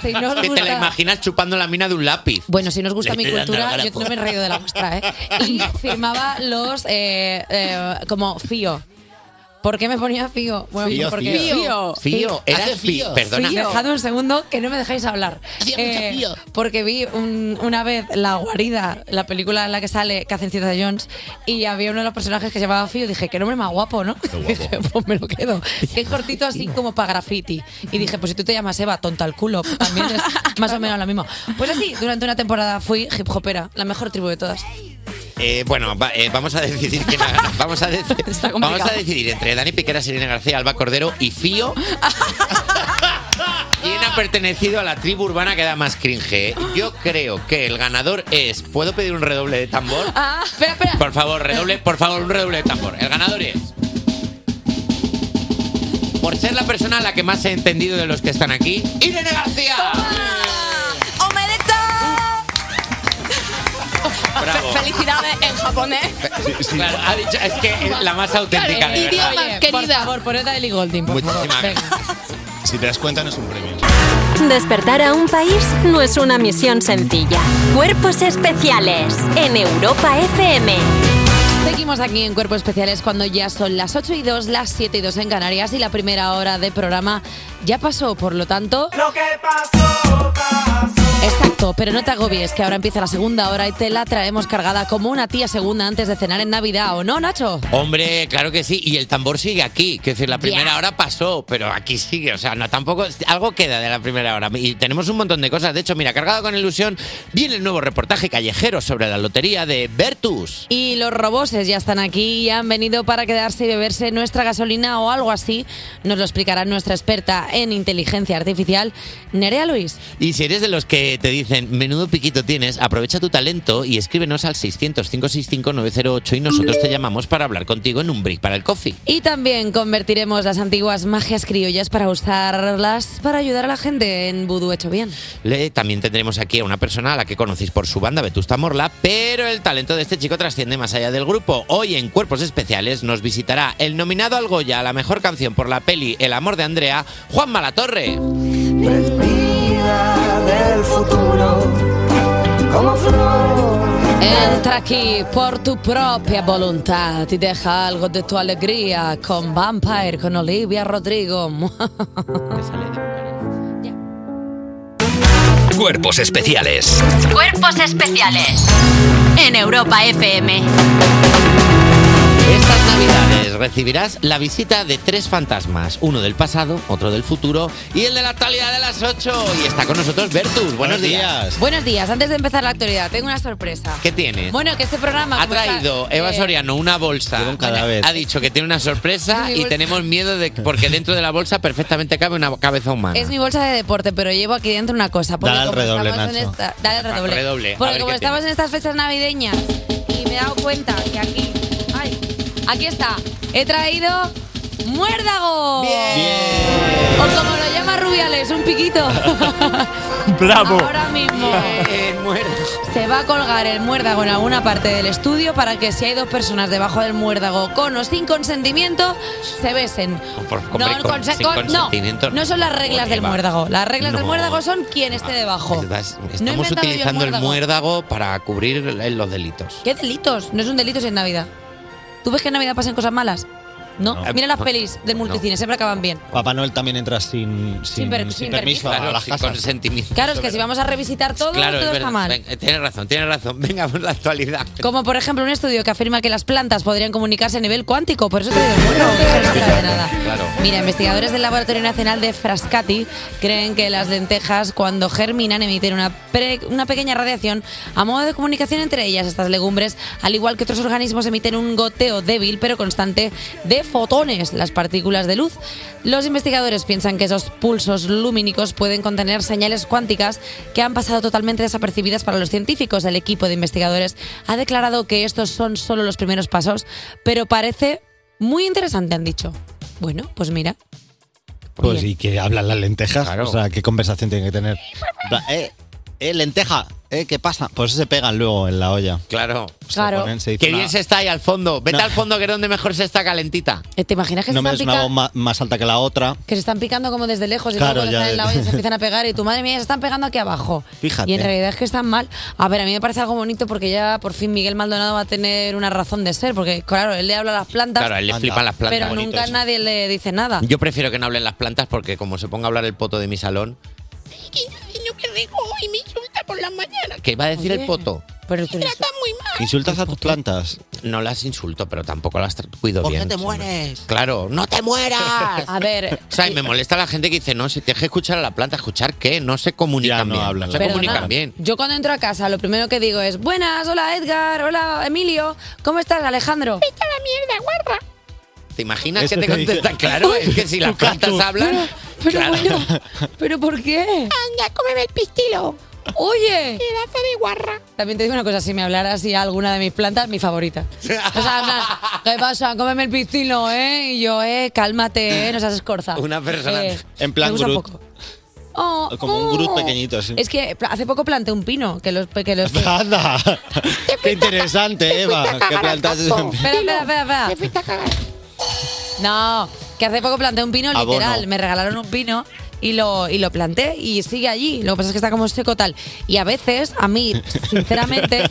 C: si Eh, no os
D: que te
C: gusta-
D: la imaginas chupando la mina de un lápiz.
C: Bueno, si no os gusta
D: Le
C: mi
D: estoy dando la
C: cultura,
D: cara,
C: yo
D: po.
C: no me he reído de la muestra, ¿eh? Y firmaba los eh, eh, como fío. ¿Por qué me ponía fío? Bueno,
D: Fío,
C: porque
D: fío. Fío. Fío, eras Hace fío. fío. Perdona.
C: Fío. Dejad un segundo que no me dejáis hablar. Eh,
N: mucho fío.
C: Porque vi un- una vez La Guarida, la película en la que sale que hacen Cita Jones, y había uno de los personajes que se llamaba Fío. Dije, qué nombre más guapo, ¿no? Dije, pues me lo quedo. Que es cortito así como para graffiti. Y dije, pues si tú te llamas Eva, tonta al culo, pues también es más o menos lo mismo. Pues así, durante una temporada fui hip hopera, la mejor tribu de todas.
D: Eh, bueno, va- eh, vamos a decidir quién ha ganado. Vamos a, dec- vamos a decidir entre Dani Piquera, Serena García, Alba Cordero y Fío. ¿Quién ha pertenecido a la tribu urbana que da más cringe? Yo creo que el ganador es. ¿Puedo pedir un redoble de tambor?
C: Ah, espera, espera.
D: Por favor, redoble, por favor, un redoble de tambor. El ganador es. Por ser la persona a la que más he entendido de los que están aquí, Irene García. Bravo.
L: Felicidades en japonés.
D: Claro, ha dicho, es que es la más auténtica de verdad.
C: querida. Por favor, poned a Ellie Golding, por
K: Muchísimas
C: favor. Venga.
K: Si te das cuenta, no es un premio.
B: Despertar a un país no es una misión sencilla. Cuerpos especiales en Europa FM.
C: Seguimos aquí en Cuerpos Especiales cuando ya son las 8 y 2, las 7 y 2 en Canarias y la primera hora de programa ya pasó, por lo tanto... Lo que Exacto, pero no te agobies, que ahora empieza la segunda hora y te la traemos cargada como una tía segunda antes de cenar en Navidad, ¿o no, Nacho?
D: Hombre, claro que sí. Y el tambor sigue aquí. Que decir, la primera
C: Ya.
D: hora pasó, pero aquí sigue. O sea, no, tampoco. Algo queda de la primera hora. Y tenemos un montón de cosas. De hecho, mira, cargado con ilusión, viene el nuevo reportaje callejero sobre la lotería de Vertus.
C: Y los roboses ya están aquí y han venido para quedarse y beberse nuestra gasolina o algo así. Nos lo explicará nuestra experta en inteligencia artificial, Nerea Luis.
D: Y si eres de los que te dicen, menudo piquito tienes, aprovecha tu talento y escríbenos al 600-565-908 y nosotros te llamamos para hablar contigo en un brick para el coffee.
C: Y también convertiremos las antiguas magias criollas para usarlas para ayudar a la gente en vudú hecho bien.
D: Le- también tendremos aquí a una persona a la que conocéis por su banda, Vetusta Morla, pero el talento de este chico trasciende más allá del grupo. Hoy en Cuerpos Especiales nos visitará el nominado al Goya a la mejor canción por la peli El amor de Andrea, Juan Malatorre.
N: del futuro, como flor.
C: Entra aquí por tu propia voluntad y deja algo de tu alegría con Vampire, con Olivia Rodrigo.
A: Cuerpos especiales.
B: Cuerpos especiales en Europa FM.
D: Estas navidades recibirás la visita de tres fantasmas, uno del pasado, otro del futuro y el de la actualidad de las 8. Y está con nosotros Bertus. Buenos, días.
C: Buenos días, antes de empezar la actualidad, tengo una sorpresa.
D: ¿Qué tienes?
C: Bueno, que este programa...
D: ha
C: como está-
D: traído Eva
C: eh,
D: Soriano una bolsa. Ha dicho que tiene una sorpresa
C: Mi
D: y
C: bolsa.
D: tenemos miedo de que- porque dentro de la bolsa perfectamente cabe una cabeza humana.
C: Es mi bolsa de deporte, pero llevo aquí dentro una cosa. porque
D: Dale al
C: como
D: redoble,
C: estamos en
D: Nacho.
C: esta- dale al redoble.
D: Redoble, a
C: Porque
D: ver
C: como
D: qué
C: estamos
D: tiene.
C: en estas fechas navideñas y me he dado cuenta que aquí. ay, aquí está. He traído muérdago. O como lo llama Rubiales, un piquito.
E: ¡Bravo!
C: Ahora mismo. Se va a colgar el muérdago en alguna parte del estudio para que si hay dos personas debajo del muérdago con o sin consentimiento, se besen.
D: Por-
C: No,
D: hombre, con-
C: con-
D: sin
C: con- no,
D: consentimiento,
C: no son las reglas del
D: Eva.
C: muérdago. Las reglas del
D: No. Ah,
C: muérdago son quién esté debajo.
D: Estás-
C: No he
D: Estamos
C: inventado yo el
D: utilizando el
C: muérdago.
D: muérdago para cubrir eh, los delitos.
C: ¿Qué delitos? No es un delito si es Navidad. ¿Tú ves que en Navidad pasan cosas malas? No.
M: No.
C: Mira las
M: No.
C: pelis del
M: No.
C: multicine, siempre acaban bien.
M: Papá Noel también entra sin, sin,
C: per-
M: sin
C: sin
M: permiso,
C: permiso.
M: a las
D: Claro, sin
M: casas.
D: consentimiento.
C: Claro, es que si vamos a revisitar todo,
D: Claro, es
C: todo
D: verdad.
C: está mal.
D: Venga, tienes razón, tienes razón. Venga, por la actualidad.
C: Como por ejemplo un estudio que afirma que las plantas podrían comunicarse a nivel cuántico, por eso te digo, bueno, no se sabe nada.
D: Claro.
C: Mira, investigadores del Laboratorio Nacional de Frascati creen que las lentejas cuando germinan emiten una, pre- una pequeña radiación a modo de comunicación entre ellas. Estas legumbres, al igual que otros organismos, emiten un goteo débil pero constante de fotones, las partículas de luz. Los investigadores piensan que esos pulsos lumínicos pueden contener señales cuánticas que han pasado totalmente desapercibidas para los científicos. El equipo de investigadores ha declarado que estos son solo los primeros pasos, pero parece muy interesante, han dicho. Bueno, pues mira.
M: Pues y que hablan las lentejas. O sea, qué conversación tienen que tener. En plan, Eh, eh, lenteja, eh, ¿qué pasa? Pues se pegan luego en la olla.
D: Claro.
C: Claro.
M: ponen, se "Ah, dice
D: Qué
M: una-
D: bien se está ahí al fondo. Vete
M: No.
D: al fondo que es donde mejor se está calentita.
C: Eh, ¿Te imaginas que,
M: No
C: se
M: me
C: están
M: des una
C: pica-
M: bomba más alta que la otra.
C: que se están picando como desde lejos y
M: Claro,
C: luego cuando
M: ya
C: están en la
M: de-
C: olla se empiezan a pegar y tu madre mía, se están pegando aquí abajo?
M: Fíjate.
C: Y en realidad es que están mal. A ver, a mí me parece algo bonito porque ya por fin Miguel Maldonado va a tener una razón de ser, porque claro, él le habla a las plantas.
D: Claro, a él le flipan las plantas.
C: Pero
D: Bonito
C: nunca
D: eso.
C: nadie le dice nada.
D: Yo prefiero que no hablen las plantas porque como se ponga a hablar el poto de mi salón,
N: y me insulta por la mañana.
D: ¿qué va a decir el poto?
C: Pero
N: Trata muy mal.
D: ¿Insultas a tus plantas? Pues No las insulto, pero tampoco las tra- cuido
N: ¿Por qué
D: bien.
N: te mueres?
D: Claro, no te mueras.
C: Ah, A ver,
D: O sea, y me molesta la gente que dice, no, si te deja escuchar a la planta, ¿escuchar qué? No se comunican bien. No se
C: Perdona,
D: comunican bien.
C: Yo cuando entro a casa, lo primero que digo es: Buenas, hola Edgar, hola Emilio, ¿cómo estás, Alejandro? Vete la mierda, guarda.
D: ¿Te imaginas
N: Eso
D: que
N: te
D: te
N: dije.
D: contestan? Claro, es que si las plantas hablan...
C: Pero
D: claro.
C: bueno, ¿pero por qué? Anda, cómeme el pistilo. Oye. Pedazo de guarra. También te digo una cosa, si me hablaras y alguna de mis plantas, mi favorita. O sea, en plan, ¿qué pasa? Cómeme el pistilo, ¿eh? Y yo, eh, cálmate, ¿eh? no seas escorza.
D: Una persona...
C: Eh,
M: En plan
C: me gusta
M: Groot.
C: poco. Oh,
M: Como un Groot
C: oh.
M: pequeñito, así.
C: Es que pla- hace poco planté un pino, que los... Que los
M: ¡Anda! ¡Qué interesante, Eva!
C: fuiste a
M: ¿Qué
C: cagar al
M: plantas?
C: campo. Oh, Espera, espera, espera, espera. No, que hace poco planté un pino
M: Abono.
C: literal. Me regalaron un pino y lo, y lo planté y sigue allí. Lo que pasa es que está como seco tal. Y a veces, a mí, sinceramente,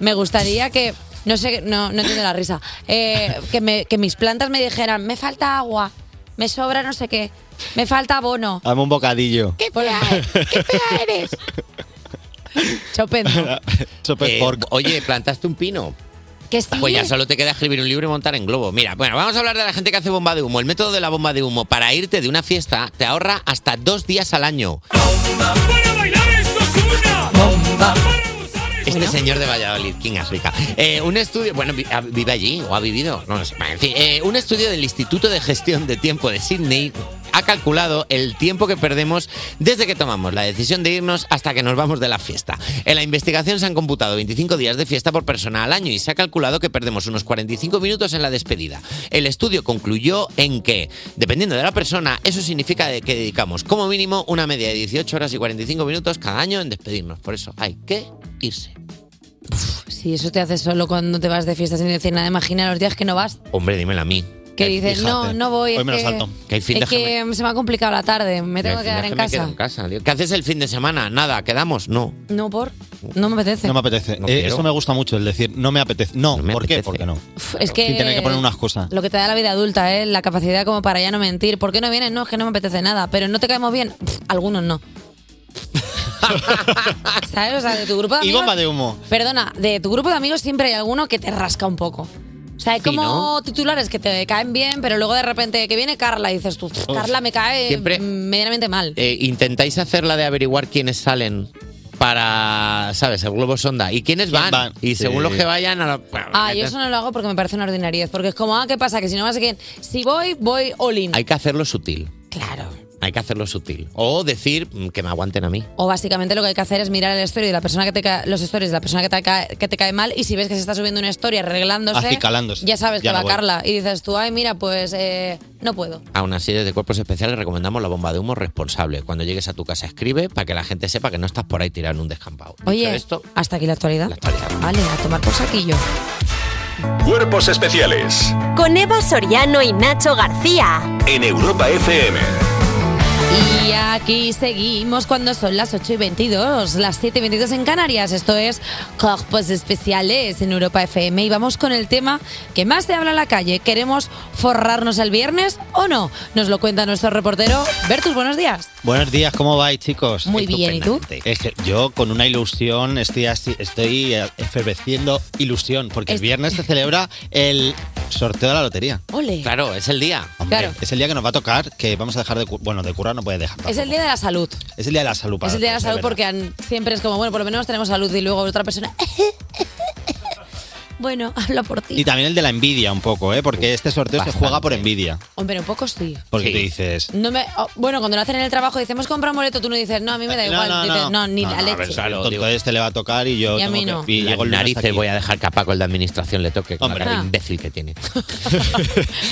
C: me gustaría que. No sé, no, no entiendo la risa. Eh, que, me- que mis plantas me dijeran, me falta agua, me sobra no sé qué, me falta abono.
M: Dame un bocadillo.
C: ¿Qué fea eres? Chopin.
D: Eh, Oye, plantaste un pino.
C: Que sí.
D: Pues ya solo te queda escribir un libro y montar en globo. Mira, bueno, vamos a hablar de la gente que hace bomba de humo. El método de la bomba de humo para irte de una fiesta te ahorra hasta dos días al año. Este señor de Valladolid, King África. Eh, un estudio, bueno, vi- ah, vive allí o ha vivido, no lo sé. En fin, eh, un estudio del Instituto de Gestión de Tiempo de Sydney ha calculado el tiempo que perdemos desde que tomamos la decisión de irnos hasta que nos vamos de la fiesta. En la investigación se han computado 25 días de fiesta por persona al año y se ha calculado que perdemos unos 45 minutos en la despedida. El estudio concluyó en que, dependiendo de la persona, eso significa de que dedicamos como mínimo una media de 18 horas y 45 minutos cada año en despedirnos. Por eso hay que irse.
C: Si eso te hace solo cuando te vas de fiesta sin decir nada, imagina los días que no vas.
D: Hombre, dímela a mí.
C: Que dices, no, no voy. es que-
D: Que hay fin de
C: es que se me ha complicado la tarde, me tengo que quedar en casa.
D: ¿Qué haces el fin de semana? Nada, ¿quedamos? No.
C: No, por. No me apetece.
M: No me apetece. Eh,
D: quiero.
M: eso me gusta mucho, el decir, no me apetece. No, ¿por qué? Porque no.
C: Uf, es que.
M: Y tener que poner una excusa.
C: Lo que te da la vida adulta, ¿eh? La capacidad como para ya no mentir. ¿Por qué no vienes? No, es que no me apetece nada. Pero no te caemos bien. Pff, algunos no. ¿Sabes? O sea, de tu grupo de
M: Y
C: amigos.
M: bomba de humo.
C: Perdona, de tu grupo de amigos siempre hay alguno que te rasca un poco. O sea, hay
D: Sí,
C: como
D: ¿no?
C: titulares que te caen bien, pero luego de repente que viene Carla y dices tú, "Pff, Carla me cae
D: Siempre-
C: medianamente mal.
D: Eh, intentáis hacerla de averiguar quiénes salen para, ¿sabes? El globo sonda. ¿Y quiénes van? Y según los que vayan a la-
C: Ah, yo eso no lo hago porque me parece una ordinariedad. Porque es como, ah, ¿qué pasa? Que si no vas a quién. Si voy, voy all in.
D: Hay que hacerlo sutil.
C: Claro.
D: Hay que hacerlo sutil. O decir mm, que me aguanten a mí.
C: O básicamente lo que hay que hacer es mirar el story de la persona que te ca- los stories de la persona que te, cae, que te cae mal y si ves que se está subiendo una story arreglándose,
D: Acicalándose.
C: ya sabes
D: Ya
C: que
D: no
C: va
D: voy.
C: Carla y dices tú, ay mira, pues eh, no puedo.
D: Aún así, desde Cuerpos Especiales recomendamos la bomba de humo responsable. Cuando llegues a tu casa, escribe para que la gente sepa que no estás por ahí tirando un descampado.
C: Oye, hasta aquí la actualidad. Vale, a tomar por saquillo.
G: Cuerpos especiales
B: Con Eva Soriano y Nacho García.
G: en Europa FM.
C: Y aquí seguimos cuando son las 8 y 22, las 7 y 22 en Canarias. Esto es Cuerpos Especiales en Europa FM. Y vamos con el tema que más se habla en la calle. ¿Queremos forrarnos el viernes o no? Nos lo cuenta nuestro reportero. Bertus, buenos días.
M: Buenos días, ¿cómo vais, chicos?
C: Muy bien, ¿y tú?
M: Es que yo con una ilusión estoy así, estoy eh, eferveciendo ilusión, porque el viernes se celebra el sorteo de la lotería.
C: Ole.
D: Claro, es el día.
C: Claro.
M: Es el día que nos va a tocar, que vamos a dejar de... cu- Bueno, de currar no puedes dejar.
C: Es el día de la salud.
M: Es el día de la salud. para
C: es el día de la
M: nosotros,
C: salud
M: es
C: porque an- siempre es como, bueno, por lo menos tenemos salud y luego otra persona. bueno, habla por ti.
M: verdad. Y también el de la envidia un poco, ¿eh? Porque este sorteo se juega por envidia.
C: Hombre, un poco sí.
M: Porque te dices...
C: No me, oh, bueno, cuando lo hacen en el trabajo dicen, hemos comprado un boleto, tú no dices, no, a mí me da igual. Dices, no, ni la
D: Ah,
M: a ver,
C: leche.
M: claro, el tonto este le va a tocar y yo
C: Y a
M: tengo
C: mí
M: que-
C: no.
M: y
D: Las
M: llego el lunes
D: narices
M: aquí.
D: voy a dejar que a Paco, el de administración, le toque. Con la
M: Hombre.
D: cara de
M: Ah.
D: imbécil que tiene.
M: No,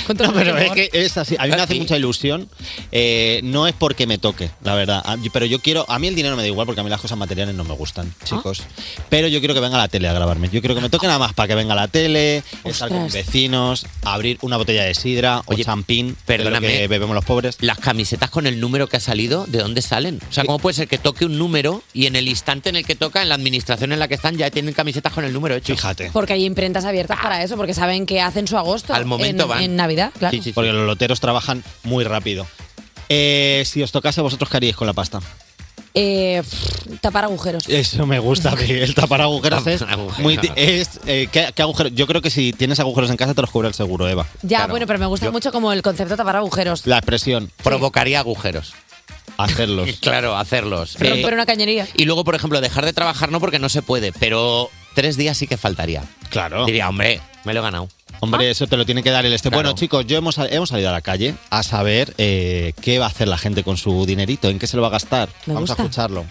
M: pero es
D: amor.
M: que es así. A mí me hace mucha ilusión. Eh, no es porque me toque, la verdad. A- yo- Pero yo quiero. A mí el dinero me da igual porque a mí las cosas materiales no me gustan,
C: Ah.
M: chicos. Pero yo quiero que venga la tele a grabarme. Yo quiero que me toque nada más para que venga la tele, estar con mis
D: Ostras.
M: vecinos, abrir una botella de sidra o champín.
D: Perdóname.
M: que bebemos los pobres.
D: Las camisetas con el número que ha salido, ¿de dónde salen? O sea, ¿cómo puede ser que toque un número y en el instante en el que toca, en la administración en la que están, ya tienen camisetas con el número hecho?
M: Fíjate.
C: Porque hay imprentas abiertas para eso, porque saben que hacen su agosto.
M: Ah. Al momento
C: en,
M: van.
C: En Navidad, claro.
M: Porque los loteros trabajan muy rápido. Eh, si os tocase, vosotros qué haríais con la pasta.
C: Eh, pff, tapar agujeros.
M: Eso me gusta, a mí, el tapar agujeros es muy ti- es, eh, ¿qué, qué agujero? Yo creo que si tienes agujeros en casa te los cubre el seguro, Eva.
C: Ya,
M: Claro.
C: bueno, pero me gusta
M: Yo-
C: mucho como el concepto de tapar agujeros.
M: La expresión.
D: Provocaría agujeros.
M: Hacerlos.
D: claro, hacerlos. Eh,
C: Romper una cañería.
D: Y luego, por ejemplo, dejar de trabajar no porque no se puede, pero tres días sí que faltaría.
M: Claro.
D: Diría, hombre, me lo he ganado. Ah.
M: Hombre, eso te lo tiene que dar el este. Bueno, chicos, yo hemos, hemos salido a la calle a saber eh, qué va a hacer la gente con su dinerito, en qué se lo va a gastar. Vamos
O: gusta.
M: a escucharlo.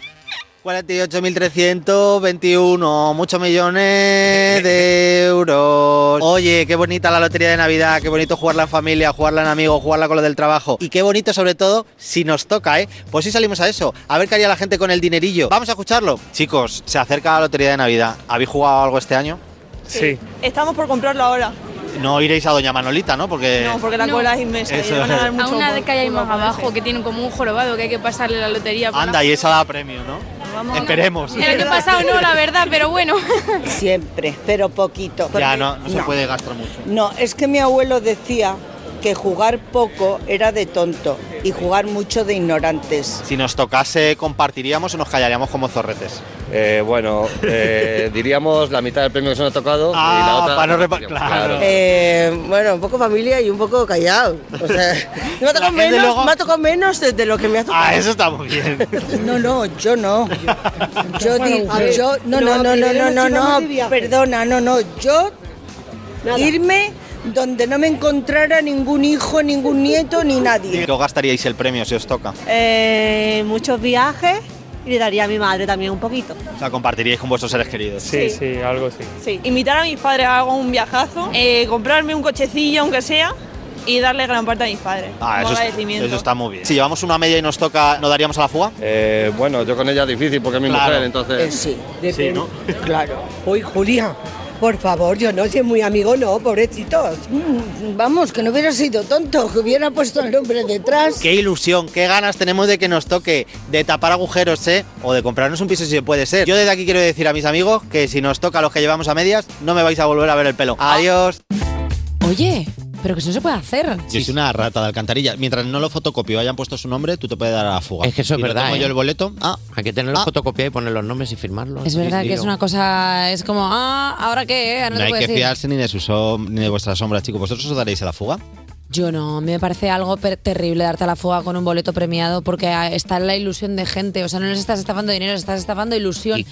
O: 48.321, muchos millones de euros. Oye, qué bonita la lotería de Navidad, qué bonito jugarla en familia, jugarla en amigos, jugarla con lo del trabajo. Y qué bonito sobre todo si nos toca, ¿eh? Pues sí salimos a eso, a ver qué haría la gente con el dinerillo. Vamos a escucharlo. Chicos, se acerca la lotería de Navidad. ¿Habéis jugado algo este año? Sí.
P: Estamos por comprarlo ahora.
O: No iréis a Doña Manolita, ¿no? Porque...
P: No, porque la cola es inmensa. y le van a dar mucho
Q: una de
P: por-
Q: calle ahí
P: por
Q: más
P: ponerse.
Q: abajo que tiene como un jorobado que hay que pasarle la lotería. por la-
O: Anda, y esa da premio, ¿no?
Q: Vamos.
O: Esperemos.
Q: El año pasado no, la verdad, pero bueno.
P: Siempre, pero poquito.
O: Ya,
P: Porque-
O: no, no se puede gastar mucho.
P: No, es que mi abuelo decía que jugar poco era de tonto y jugar mucho de ignorantes.
O: Si nos tocase, compartiríamos o nos callaríamos como zorretes. Eh,
R: bueno, Eh, diríamos la mitad del premio que se nos ha tocado
O: Ah,
R: y la otra.
O: para no repa- claro.
P: Eh, bueno, un poco familia y un poco callado. O sea, me ha
O: La
P: tocado
O: gente
P: menos,
O: luego-
P: me ha tocado menos de, de lo que me ha tocado.
O: Ah, eso está muy bien.
P: No, no, yo no. Yo,
O: Bueno,
P: di-
O: a ver,
P: yo no, no,
O: no,
P: no, no, no,
O: primero
P: no,
O: nos íbamos de
P: no, perdona, no, no, yo irme donde no me encontrara ningún hijo, ningún nieto, ni nadie.
O: ¿Qué os gastaríais el premio si os toca?
P: Eh, muchos viajes y le daría a mi madre también un poquito.
O: O sea, compartiríais con vuestros seres queridos.
P: Sí, Sí.
O: algo sí.
P: Sí, invitar a mis padres a algún viajazo, Eh, comprarme un cochecillo aunque sea y darle gran parte a mis padres.
O: Ah, eso, es- eso está muy bien. Si llevamos una media y nos toca, ¿no daríamos a la fuga? Eh, bueno, yo con ella difícil porque es
R: mi mujer, entonces- Eh, sí,
P: depende. Claro. Uy, Julia, por favor, yo no soy muy amigo, no, pobrecitos. Mm, vamos, que no hubiera sido tonto, que hubiera puesto el nombre detrás.
O: Qué ilusión, qué ganas tenemos de que nos toque, de tapar agujeros, ¿eh? O de comprarnos un piso si se puede ser. Yo desde aquí quiero decir a mis amigos
M: Ah.
O: que si nos toca los que llevamos a medias, no me vais a volver a ver el pelo. Adiós.
C: Oye, Pero que eso se puede hacer.
M: Yo soy una rata de alcantarilla. Mientras no lo fotocopio y hayan puesto su nombre, tú te puedes dar a la fuga. Es que
D: eso es verdad,
M: Tengo
D: ¿eh?
M: yo el boleto. Ah,
D: Hay que tenerlo fotocopiado y poner los nombres y firmarlos.
C: Es verdad
D: Sí,
C: que es
D: digo.
C: una cosa, es como, ah, ¿ahora qué? eh? Ahora
M: no,
C: No, te
M: hay que
C: puedo decir.
M: fiarse ni de, sus som- ni de vuestras sombras, chicos. ¿Vosotros os daréis a la fuga?
C: Yo no, me parece algo per- terrible darte a la fuga con un boleto premiado porque ah, está la ilusión de gente, o sea, no les estás estafando dinero, les estás estafando ilusión.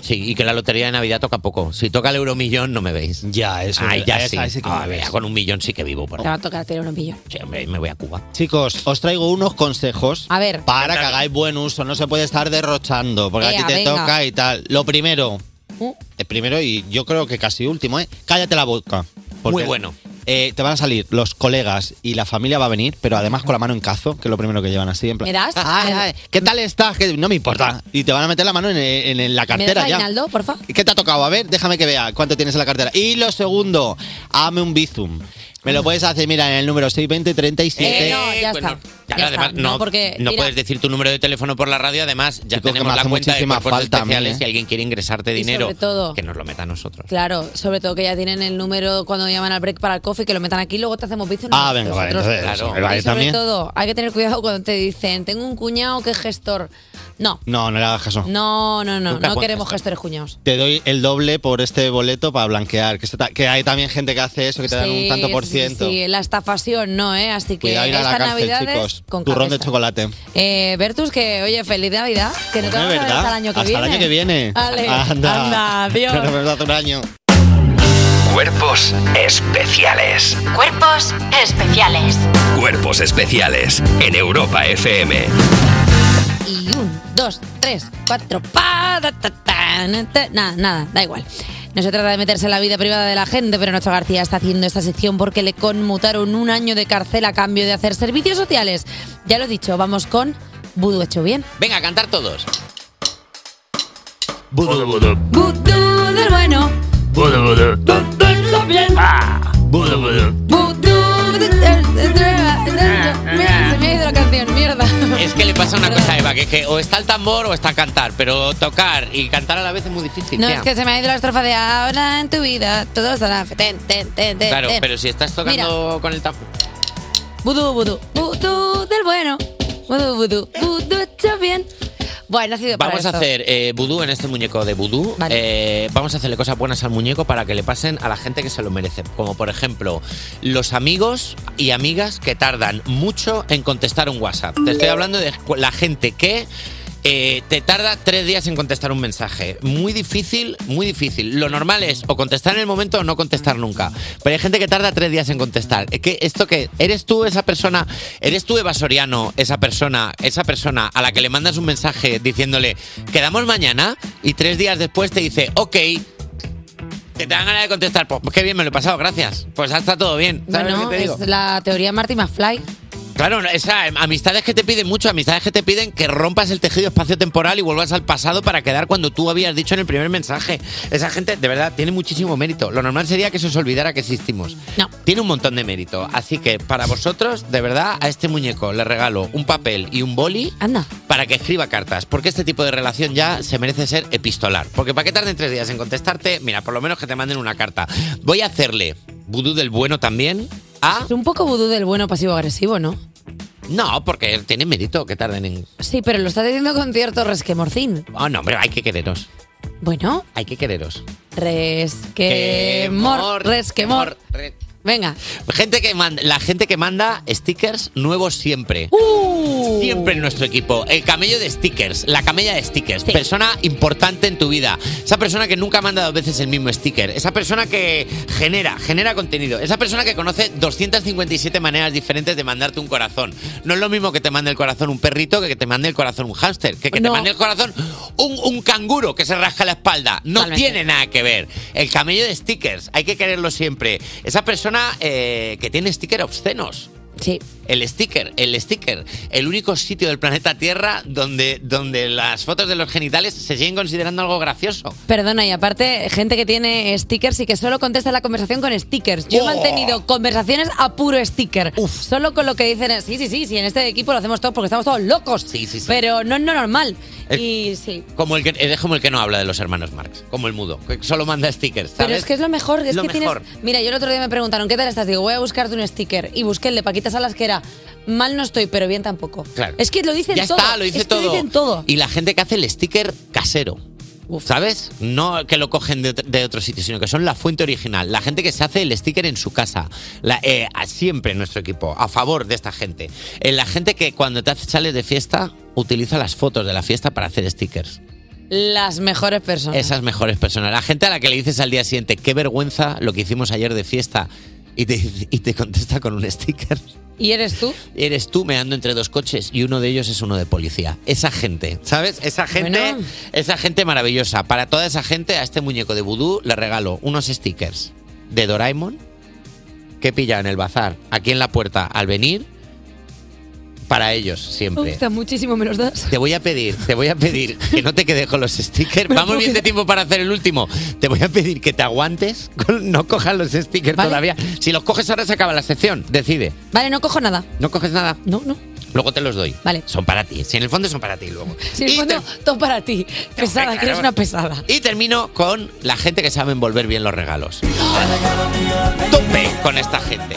D: Sí, y que la lotería de Navidad toca poco. Si toca el euromillón, no me veis.
M: Ya, eso.
D: Ay, ya
M: a esa-
D: sí.
M: a ese que
D: Ah,
M: me
D: vea,
M: ves.
D: con un millón sí que vivo. Por
C: Te va a tocar tener un millón.
D: Sí, hombre, me voy a Cuba.
M: Chicos, os traigo unos consejos
C: A ver.
M: para que hagáis buen uso. No se puede estar derrochando, porque
C: Ea,
M: a ti te
C: venga.
M: toca y tal. Lo primero,
C: Uh.
M: el primero y yo creo que casi último, ¿eh? Cállate la boca.
D: Muy bueno.
M: eh, te van a salir los colegas y la familia va a venir, pero además con la mano en cazo, que es lo primero que llevan así. En plan,
C: ¿Me das?
M: "Ay, ay, ¿Qué tal estás? Que no me importa. Y te van a meter la mano en, en- en la
C: ¿Me das
M: cartera ya.
C: aguinaldo, porfa?
M: ¿Qué te ha tocado? A ver, déjame que vea cuánto tienes en la cartera. Y lo segundo, hazme un bizum. Me lo puedes hacer, mira, en el número 62037.
C: Eh, no, ya
M: Pues
C: está.
D: Ya,
C: Ya
D: además,
C: está.
D: no,
C: No, porque,
D: no
C: mira-
D: puedes decir tu número de teléfono por la radio. Además, ya
M: Chicos, que
D: tenemos
M: me
D: la
M: hace
D: cuenta de
M: muchísima
D: cuerpos
M: falta a mí,
D: especiales.
M: ¿eh?
D: Si alguien quiere ingresarte
C: Y
D: dinero,
C: sobre todo-
D: que nos lo meta a nosotros.
C: Claro, sobre todo que ya tienen el número cuando llaman al break para el coffee, que lo metan aquí, luego te hacemos bizum.
M: Ah, venga, vale,
D: Nosotros-
M: entonces,
D: Claro.
M: me vale
C: Y sobre
M: también.
C: todo, hay que tener cuidado cuando te dicen, tengo un cuñado que es gestor. No,
M: No, no le hagas caso.
C: no, no, no,
M: Nunca
C: no
M: buen
C: queremos gestores cuñados.
M: Te doy el doble por este boleto para blanquear. Que, esto ta- que hay también gente que hace eso, que te dan un
C: Sí,
M: tanto por
C: sí, sí,
M: ciento.
C: sí, la estafasión no, ¿eh? Así que
M: Cuidado ir a la
C: esta
M: cárcel,
C: Navidad
M: chicos.
C: con
M: Turrón de
C: cabeza.
M: chocolate.
C: Eh, Bertus, que oye, feliz Navidad. Que no
M: Bueno,
C: te vamos
M: es
C: a ver hasta el
M: verdad.
C: año que
M: Hasta
C: viene.
M: el año que viene.
C: Vale.
M: Anda.
C: Anda, adiós.
M: Nos vemos hace un año.
A: Cuerpos especiales.
B: Cuerpos especiales.
A: Cuerpos especiales en Europa FM.
C: Y un, dos, tres, cuatro, pa, da, ta, ta, na, ta. nada, nada, da igual. No se trata de meterse en la vida privada de la gente, pero Nacho García está haciendo esta sección porque le conmutaron un año de cárcel a cambio de hacer servicios sociales. Ya lo he dicho, vamos con Vudú Hecho Bien.
D: Venga, a cantar todos.
S: Budu, budu.
C: Vudú del bueno,
S: Budu, budu.
C: vudú hecho bien.
S: Budu, budu.
C: Vudú del- del- del- del- Mira, se me ha ido la canción, mierda.
D: Es que le pasa una cosa a Eva, que, es que o está el tambor o está a cantar, pero tocar y cantar a la vez es muy difícil.
C: No,
D: tía.
C: es que se me ha ido la estrofa de ahora en tu vida, todos será ten, ten, ten, ten,
D: Claro,
C: ten".
D: pero si estás tocando con el tambor.
C: Vudú, vudú, vudú del bueno. Vudú, vudú, vudú hecho bien. Bueno, ha sido para
D: Vamos a
C: esto.
D: hacer eh, vudú en este muñeco de vudú. Eh, vamos a hacerle cosas buenas al muñeco para que le pasen a la gente que se lo merece. Como por ejemplo, los amigos y amigas que tardan mucho en contestar un WhatsApp. Te estoy hablando de cu- la gente que. eh, te tarda tres días en contestar un mensaje. Muy difícil, muy difícil. Lo normal es o contestar en el momento o no contestar nunca. Pero hay gente que tarda tres días en contestar. Es que ¿Esto que ¿Eres tú esa persona? ¿Eres tú Eva Soriano, esa persona, esa persona a la que le mandas un mensaje diciéndole, quedamos mañana? Y tres días después te dice, ok. Que te dan ganas de contestar, pues qué bien me lo he pasado, gracias. Pues hasta todo bien. ¿Sabes lo
C: Bueno,
D: que te digo?
C: es la teoría Marty McFly.
D: Claro, no, esa, em, amistades que te piden mucho, amistades que te piden que rompas el tejido espacio-temporal y vuelvas al pasado para quedar cuando tú habías dicho en el primer mensaje. Esa gente, de verdad, tiene muchísimo mérito. Lo normal sería que se os olvidara que existimos.
C: No.
D: Tiene un montón de mérito. Así que para vosotros, de verdad, a este muñeco le regalo un papel y un boli
C: Anda.
D: para que escriba cartas. Porque este tipo de relación ya se merece ser epistolar. Porque para que tarden tres días en contestarte, mira, por lo menos que te manden una carta. Voy a hacerle vudú del bueno también a...
C: Es un poco vudú del bueno pasivo-agresivo, ¿no?
D: No, porque tiene mérito que tarden en.
C: Sí, pero lo está diciendo con cierto resquemorcín.
D: Ah, no, hombre, hay que quereros.
C: Bueno,
D: Hay que quereros.
C: resquemor, resquemor. Venga.
D: Gente que manda, la gente que manda stickers nuevos siempre.
C: ¡Uh!
D: Siempre en nuestro equipo. El camello de stickers, la camella de stickers. Persona importante en tu vida. Esa persona que nunca manda dos veces el mismo sticker. Esa persona que genera, genera contenido. Esa persona que conoce 257 maneras diferentes de mandarte un corazón. No es lo mismo que te mande el corazón un perrito que que te mande el corazón un hámster. Que, que te
C: No.
D: mande el corazón un, un canguro que se rasca la espalda. No
C: Totalmente.
D: tiene nada que ver. El camello de stickers, hay que quererlo siempre. Esa persona eh, que tiene stickers obscenos.
C: Sí.
D: El sticker, el sticker. El único sitio del planeta Tierra donde, donde las fotos de los genitales se siguen considerando algo gracioso.
C: Perdona, y aparte, gente que tiene stickers y que solo contesta la conversación con stickers. Yo he
D: Oh.
C: mantenido conversaciones a puro sticker. Solo con lo que dicen, es, sí, sí, sí, sí, en este equipo lo hacemos todos porque estamos todos locos. Pero no es no normal.
D: Es-
C: y sí.
D: Como el que, es como el que no habla de los hermanos Marx, como el mudo, que solo manda stickers. ¿sabes?
C: Pero es que es lo mejor, es
D: Lo
C: que
D: mejor.
C: tienes. Mira, yo el otro día me preguntaron, ¿qué tal estás? Digo, voy a buscarte un sticker. Y busqué el de Paquita Salas que era mal no estoy, pero bien tampoco.
D: Claro.
C: Es que lo dicen
D: ya
C: todo.
D: está, lo dice
C: es que
D: todo.
C: dicen todo.
D: Y la gente que hace el sticker casero. ¿Sabes? No que lo cogen de, ot- de otro sitio, sino que son la fuente original. La gente que se hace el sticker en su casa. La, eh, a- siempre en nuestro equipo, a favor de esta gente. Eh, la gente que cuando te hace, sales de fiesta, utiliza las fotos de la fiesta para hacer stickers.
C: Las mejores personas.
D: Esas mejores personas. La gente a la que le dices al día siguiente, qué vergüenza lo que hicimos ayer de fiesta. Y te, dice- y te contesta con un sticker.
C: ¿Y eres tú?
D: Eres tú me ando entre dos coches y uno de ellos es uno de policía. Esa gente, ¿sabes? Esa gente,
C: Bueno.
D: esa gente maravillosa. Para toda esa gente, a este muñeco de vudú le regalo unos stickers de Doraemon que he pillado en el bazar, aquí en la puerta, al venir, para ellos
C: Me
D: siempre.
C: gusta muchísimo, me los das.
D: Te voy a pedir, te voy a pedir que no te quedes con los stickers.
C: Me lo
D: Vamos
C: puedo
D: bien de
C: quedar.
D: tiempo para hacer el último. Te voy a pedir que te aguantes, no cojas los stickers todavía. Si los coges ahora se acaba la sección, decide.
C: Vale, no cojo nada.
D: ¿No coges nada?
C: No, no.
D: Luego te los doy.
C: Vale.
D: Son para ti. Si en el fondo son para ti luego.
C: Si el fondo, todo para ti. Pesada, que eres
D: claro.
C: una pesada.
D: Y termino con la gente que sabe envolver bien los regalos. Tope con esta gente.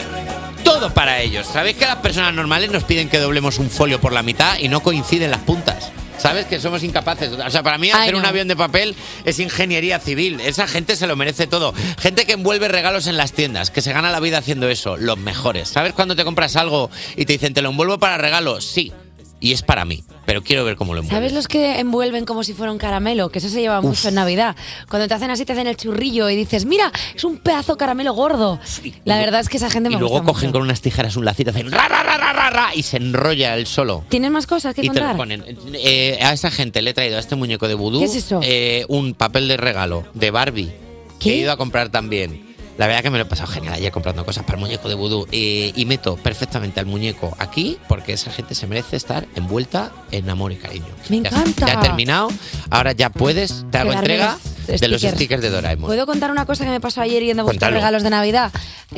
D: Todo para ellos. Sabéis que las personas normales nos piden que doblemos un folio por la mitad y no coinciden las puntas. ¿Sabes? Que somos incapaces. O sea, para mí hacer un avión de papel es ingeniería civil. Esa gente se lo merece todo. Gente que envuelve regalos en las tiendas, que se gana la vida haciendo eso. Los mejores. ¿Sabes cuando te compras algo y te dicen, te lo envuelvo para regalo? Sí. Y es para mí. Pero quiero ver cómo lo envuelvo.
C: ¿Sabes los que envuelven como si fuera un caramelo? Que eso se lleva mucho en Navidad. Cuando te hacen así, te hacen el churrillo y dices, mira, es un pedazo de caramelo gordo. La verdad es que esa gente
D: Y
C: me
D: luego
C: gusta mucho.
D: cogen con unas tijeras un lacito, hacen ra, ra, ra, ra, ra, ra, y se enrolla el solo.
C: ¿Tienes más cosas que
D: Y te lo
C: contar?
D: ponen. Eh, a esa gente le he traído a este muñeco de vudú
C: ¿Qué es eso?
D: eh, un papel de regalo de Barbie que he ido a comprar también. La verdad que me lo he pasado genial ayer comprando cosas para el muñeco de vudú eh, y meto perfectamente al muñeco aquí porque esa gente se merece estar envuelta en amor y cariño.
C: Me
D: Ya-
C: encanta.
D: Ya, he terminado. Ahora ya puedes, te hago
C: Quedarme
D: entrega
C: los
D: de los
C: stickers.
D: stickers de Doraemon.
C: ¿Puedo contar una cosa que me pasó ayer yendo a buscar
D: Cuéntalo.
C: regalos de Navidad?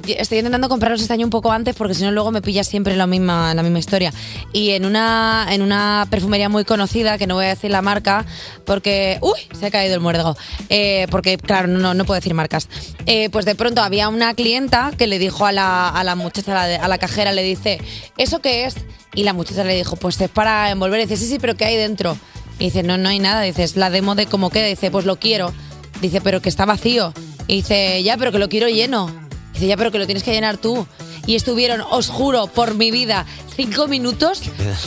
C: Estoy intentando comprarlos este año un poco antes porque si no luego me pilla siempre la misma, la misma historia. Y en una, en una perfumería muy conocida, que no voy a decir la marca, porque... ¡Uy! Se ha caído el muérdago. Eh, porque, claro, no, no puedo decir marcas. Eh, pues de pronto había una clienta que le dijo a la, a la muchacha, a la, de- a la cajera, le dice, ¿eso qué es? Y la muchacha le dijo, pues es para envolver. Y dice, sí, sí, pero ¿qué hay dentro? Y dice, no, no hay nada. Dice, es la demo de cómo queda. Dice, pues lo quiero. Dice, pero que está vacío. Y dice, ya, pero que lo quiero lleno. Dice, ya, pero que lo tienes que llenar tú. Y estuvieron, os juro, por mi vida, cinco minutos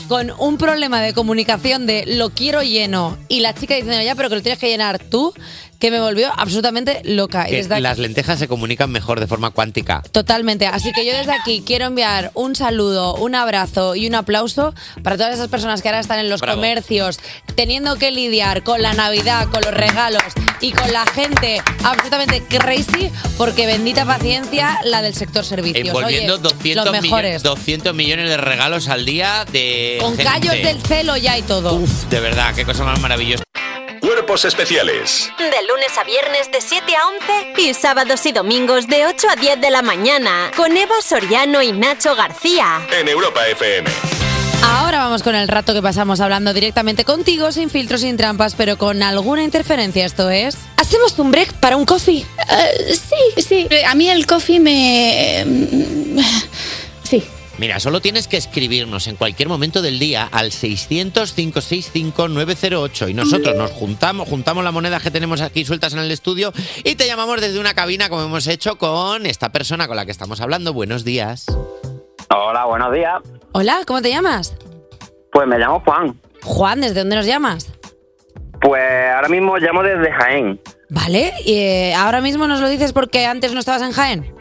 C: con un problema de comunicación de lo quiero lleno. Y la chica diciendo, ya, pero que lo tienes que llenar tú, que me volvió absolutamente loca. Y
D: Que
C: desde aquí-
D: las lentejas se comunican mejor de forma cuántica.
C: Totalmente. Así que yo desde aquí quiero enviar un saludo, un abrazo y un aplauso para todas esas personas que ahora están en los
D: Bravo.
C: comercios, teniendo que lidiar con la Navidad, con los regalos y con la gente absolutamente crazy, porque bendita paciencia la del sector
D: Eh,
C: servicios.
D: Envolviendo
C: Oye,
D: 200,
C: los
D: millones-
C: mejores.
D: 200 millones de regalos al día de.
C: Con
D: gente.
C: callos del celo ya y todo.
D: De verdad, qué cosa más maravillosa.
G: Cuerpos especiales
B: De lunes a viernes de 7 a 11 y sábados y domingos de 8 a 10 de la mañana con Eva Soriano y Nacho García.
G: en Europa FM.
C: Ahora vamos con el rato que pasamos hablando directamente contigo, sin filtros, sin trampas, pero con alguna interferencia. Esto es. ¿Hacemos un break para un coffee?
T: Eh, sí, sí. A mí el coffee me... Sí.
D: Mira, solo tienes que escribirnos en cualquier momento del día al 600-565-908 y nosotros nos juntamos, juntamos las monedas que tenemos aquí sueltas en el estudio y te llamamos desde una cabina como hemos hecho con esta persona con la que estamos hablando. Buenos días.
U: Hola, buenos días.
C: Hola, ¿cómo te llamas?
U: Pues me llamo Juan.
C: Juan, ¿desde dónde nos llamas?
U: Pues ahora mismo llamo desde Jaén.
C: Vale, y, eh, ahora mismo nos lo dices porque antes no estabas en Jaén.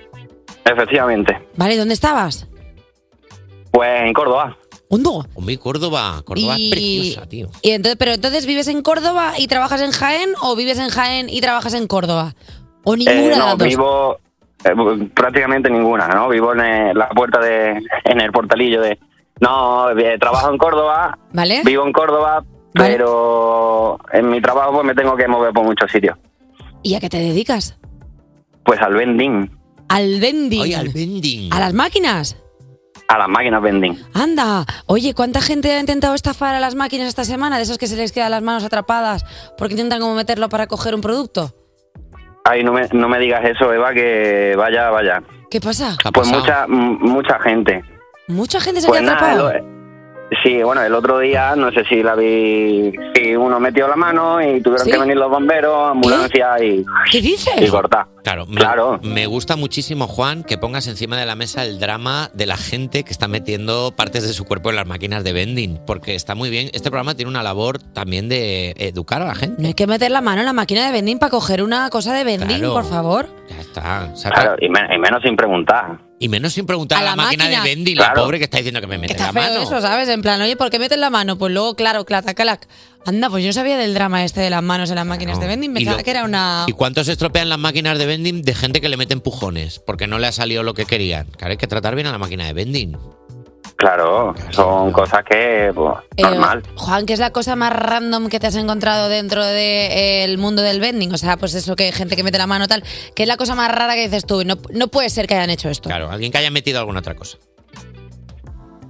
U: Efectivamente.
C: Vale, ¿dónde estabas?
U: Pues en Córdoba.
C: ¿Hondo?
D: Hombre, Córdoba. Córdoba
C: Y-
D: es preciosa, tío.
C: Y entonces, pero entonces vives en Córdoba y trabajas en Jaén o vives en Jaén y trabajas en Córdoba. O ninguna
U: Eh,
C: de
U: no,
C: las dos.
U: vivo, eh, bu- prácticamente ninguna, ¿no? Vivo en eh, la puerta de, en el portalillo de, no, eh, trabajo en Córdoba,
C: ¿Vale?
U: vivo en Córdoba, pero en mi trabajo pues me tengo que mover por muchos sitios.
C: ¿Y a qué te dedicas?
U: Pues al vending,
C: Al vending.
U: Oye, al
C: vending. A las máquinas.
U: a las máquinas vending.
C: Anda, oye, ¿cuánta gente ha intentado estafar a las máquinas esta semana? De esos que se les quedan las manos atrapadas porque intentan como meterlo para coger un producto.
U: Ay, no me, no me digas eso, Eva, que vaya, vaya.
C: ¿Qué pasa?
U: Pues mucha, m- mucha gente.
C: Mucha gente se
U: Pues
C: queda
U: nada,
C: atrapada.
U: el o- sí, bueno, el otro día, no sé si la vi, si uno metió la mano y tuvieron
D: ¿Sí?
U: que venir los bomberos, ambulancia y...
C: ¿Qué dices?
U: Y cortar.
D: Claro, me, me gusta muchísimo, Juan, que pongas encima de la mesa el drama de la gente que está metiendo partes de su cuerpo en las máquinas de vending, porque está muy bien. Este programa tiene una labor también de educar a la gente.
C: No hay que meter la mano en la máquina de vending para coger una cosa de vending,
D: Claro.
C: por favor.
D: Ya está. saca-
U: Claro, y, men- y menos sin preguntar.
D: Y menos sin preguntar a,
C: la
D: la máquina,
C: máquina.
D: de vending,
U: Claro.
D: la pobre que está diciendo que me mete la
C: Está feo
D: mano.
C: eso, ¿sabes? En plan, oye, ¿por qué metes la mano? Pues luego, claro, clata, clac. Anda, pues yo no sabía del drama este de las manos en las máquinas de vending.
D: Y
C: Pensaba
D: lo-
C: que era una.
D: ¿Y cuántos se estropean las máquinas de vending de gente que le mete empujones porque no le ha salido lo que querían? Claro, hay que tratar bien a la máquina de vending.
U: Claro, son cosas que, pues,
C: Eh,
U: normal.
C: Juan, ¿qué es la cosa más random que te has encontrado dentro del mundo del vending? O sea, pues eso que gente que mete la mano tal. ¿Qué es la cosa más rara que dices tú? No, no puede ser que hayan hecho esto.
D: Claro, alguien que haya metido alguna otra cosa.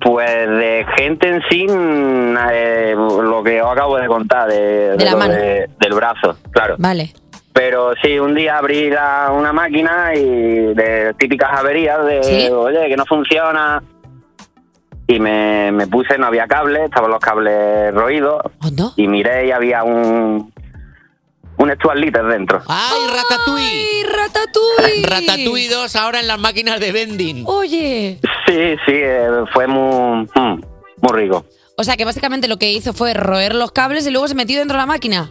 U: Pues de gente en sí, mm, eh, lo que os acabo de contar, de, de lo de- del brazo, claro.
C: Vale.
U: Pero sí, un día abrí la- una máquina y de típicas averías de, oye, que no funciona. Y me, me puse, no había cable, estaban los cables roídos. Y miré y había un, un estuarliter dentro.
C: Ah.
D: ¡Ay, Ratatouille!
C: Ratatouille!
D: Ratatouille 2 ahora en las máquinas de vending.
C: Oye.
U: Sí, sí, eh, fue muy, mm, muy rico.
C: O sea, que básicamente lo que hizo fue roer los cables y luego se metió dentro de la máquina.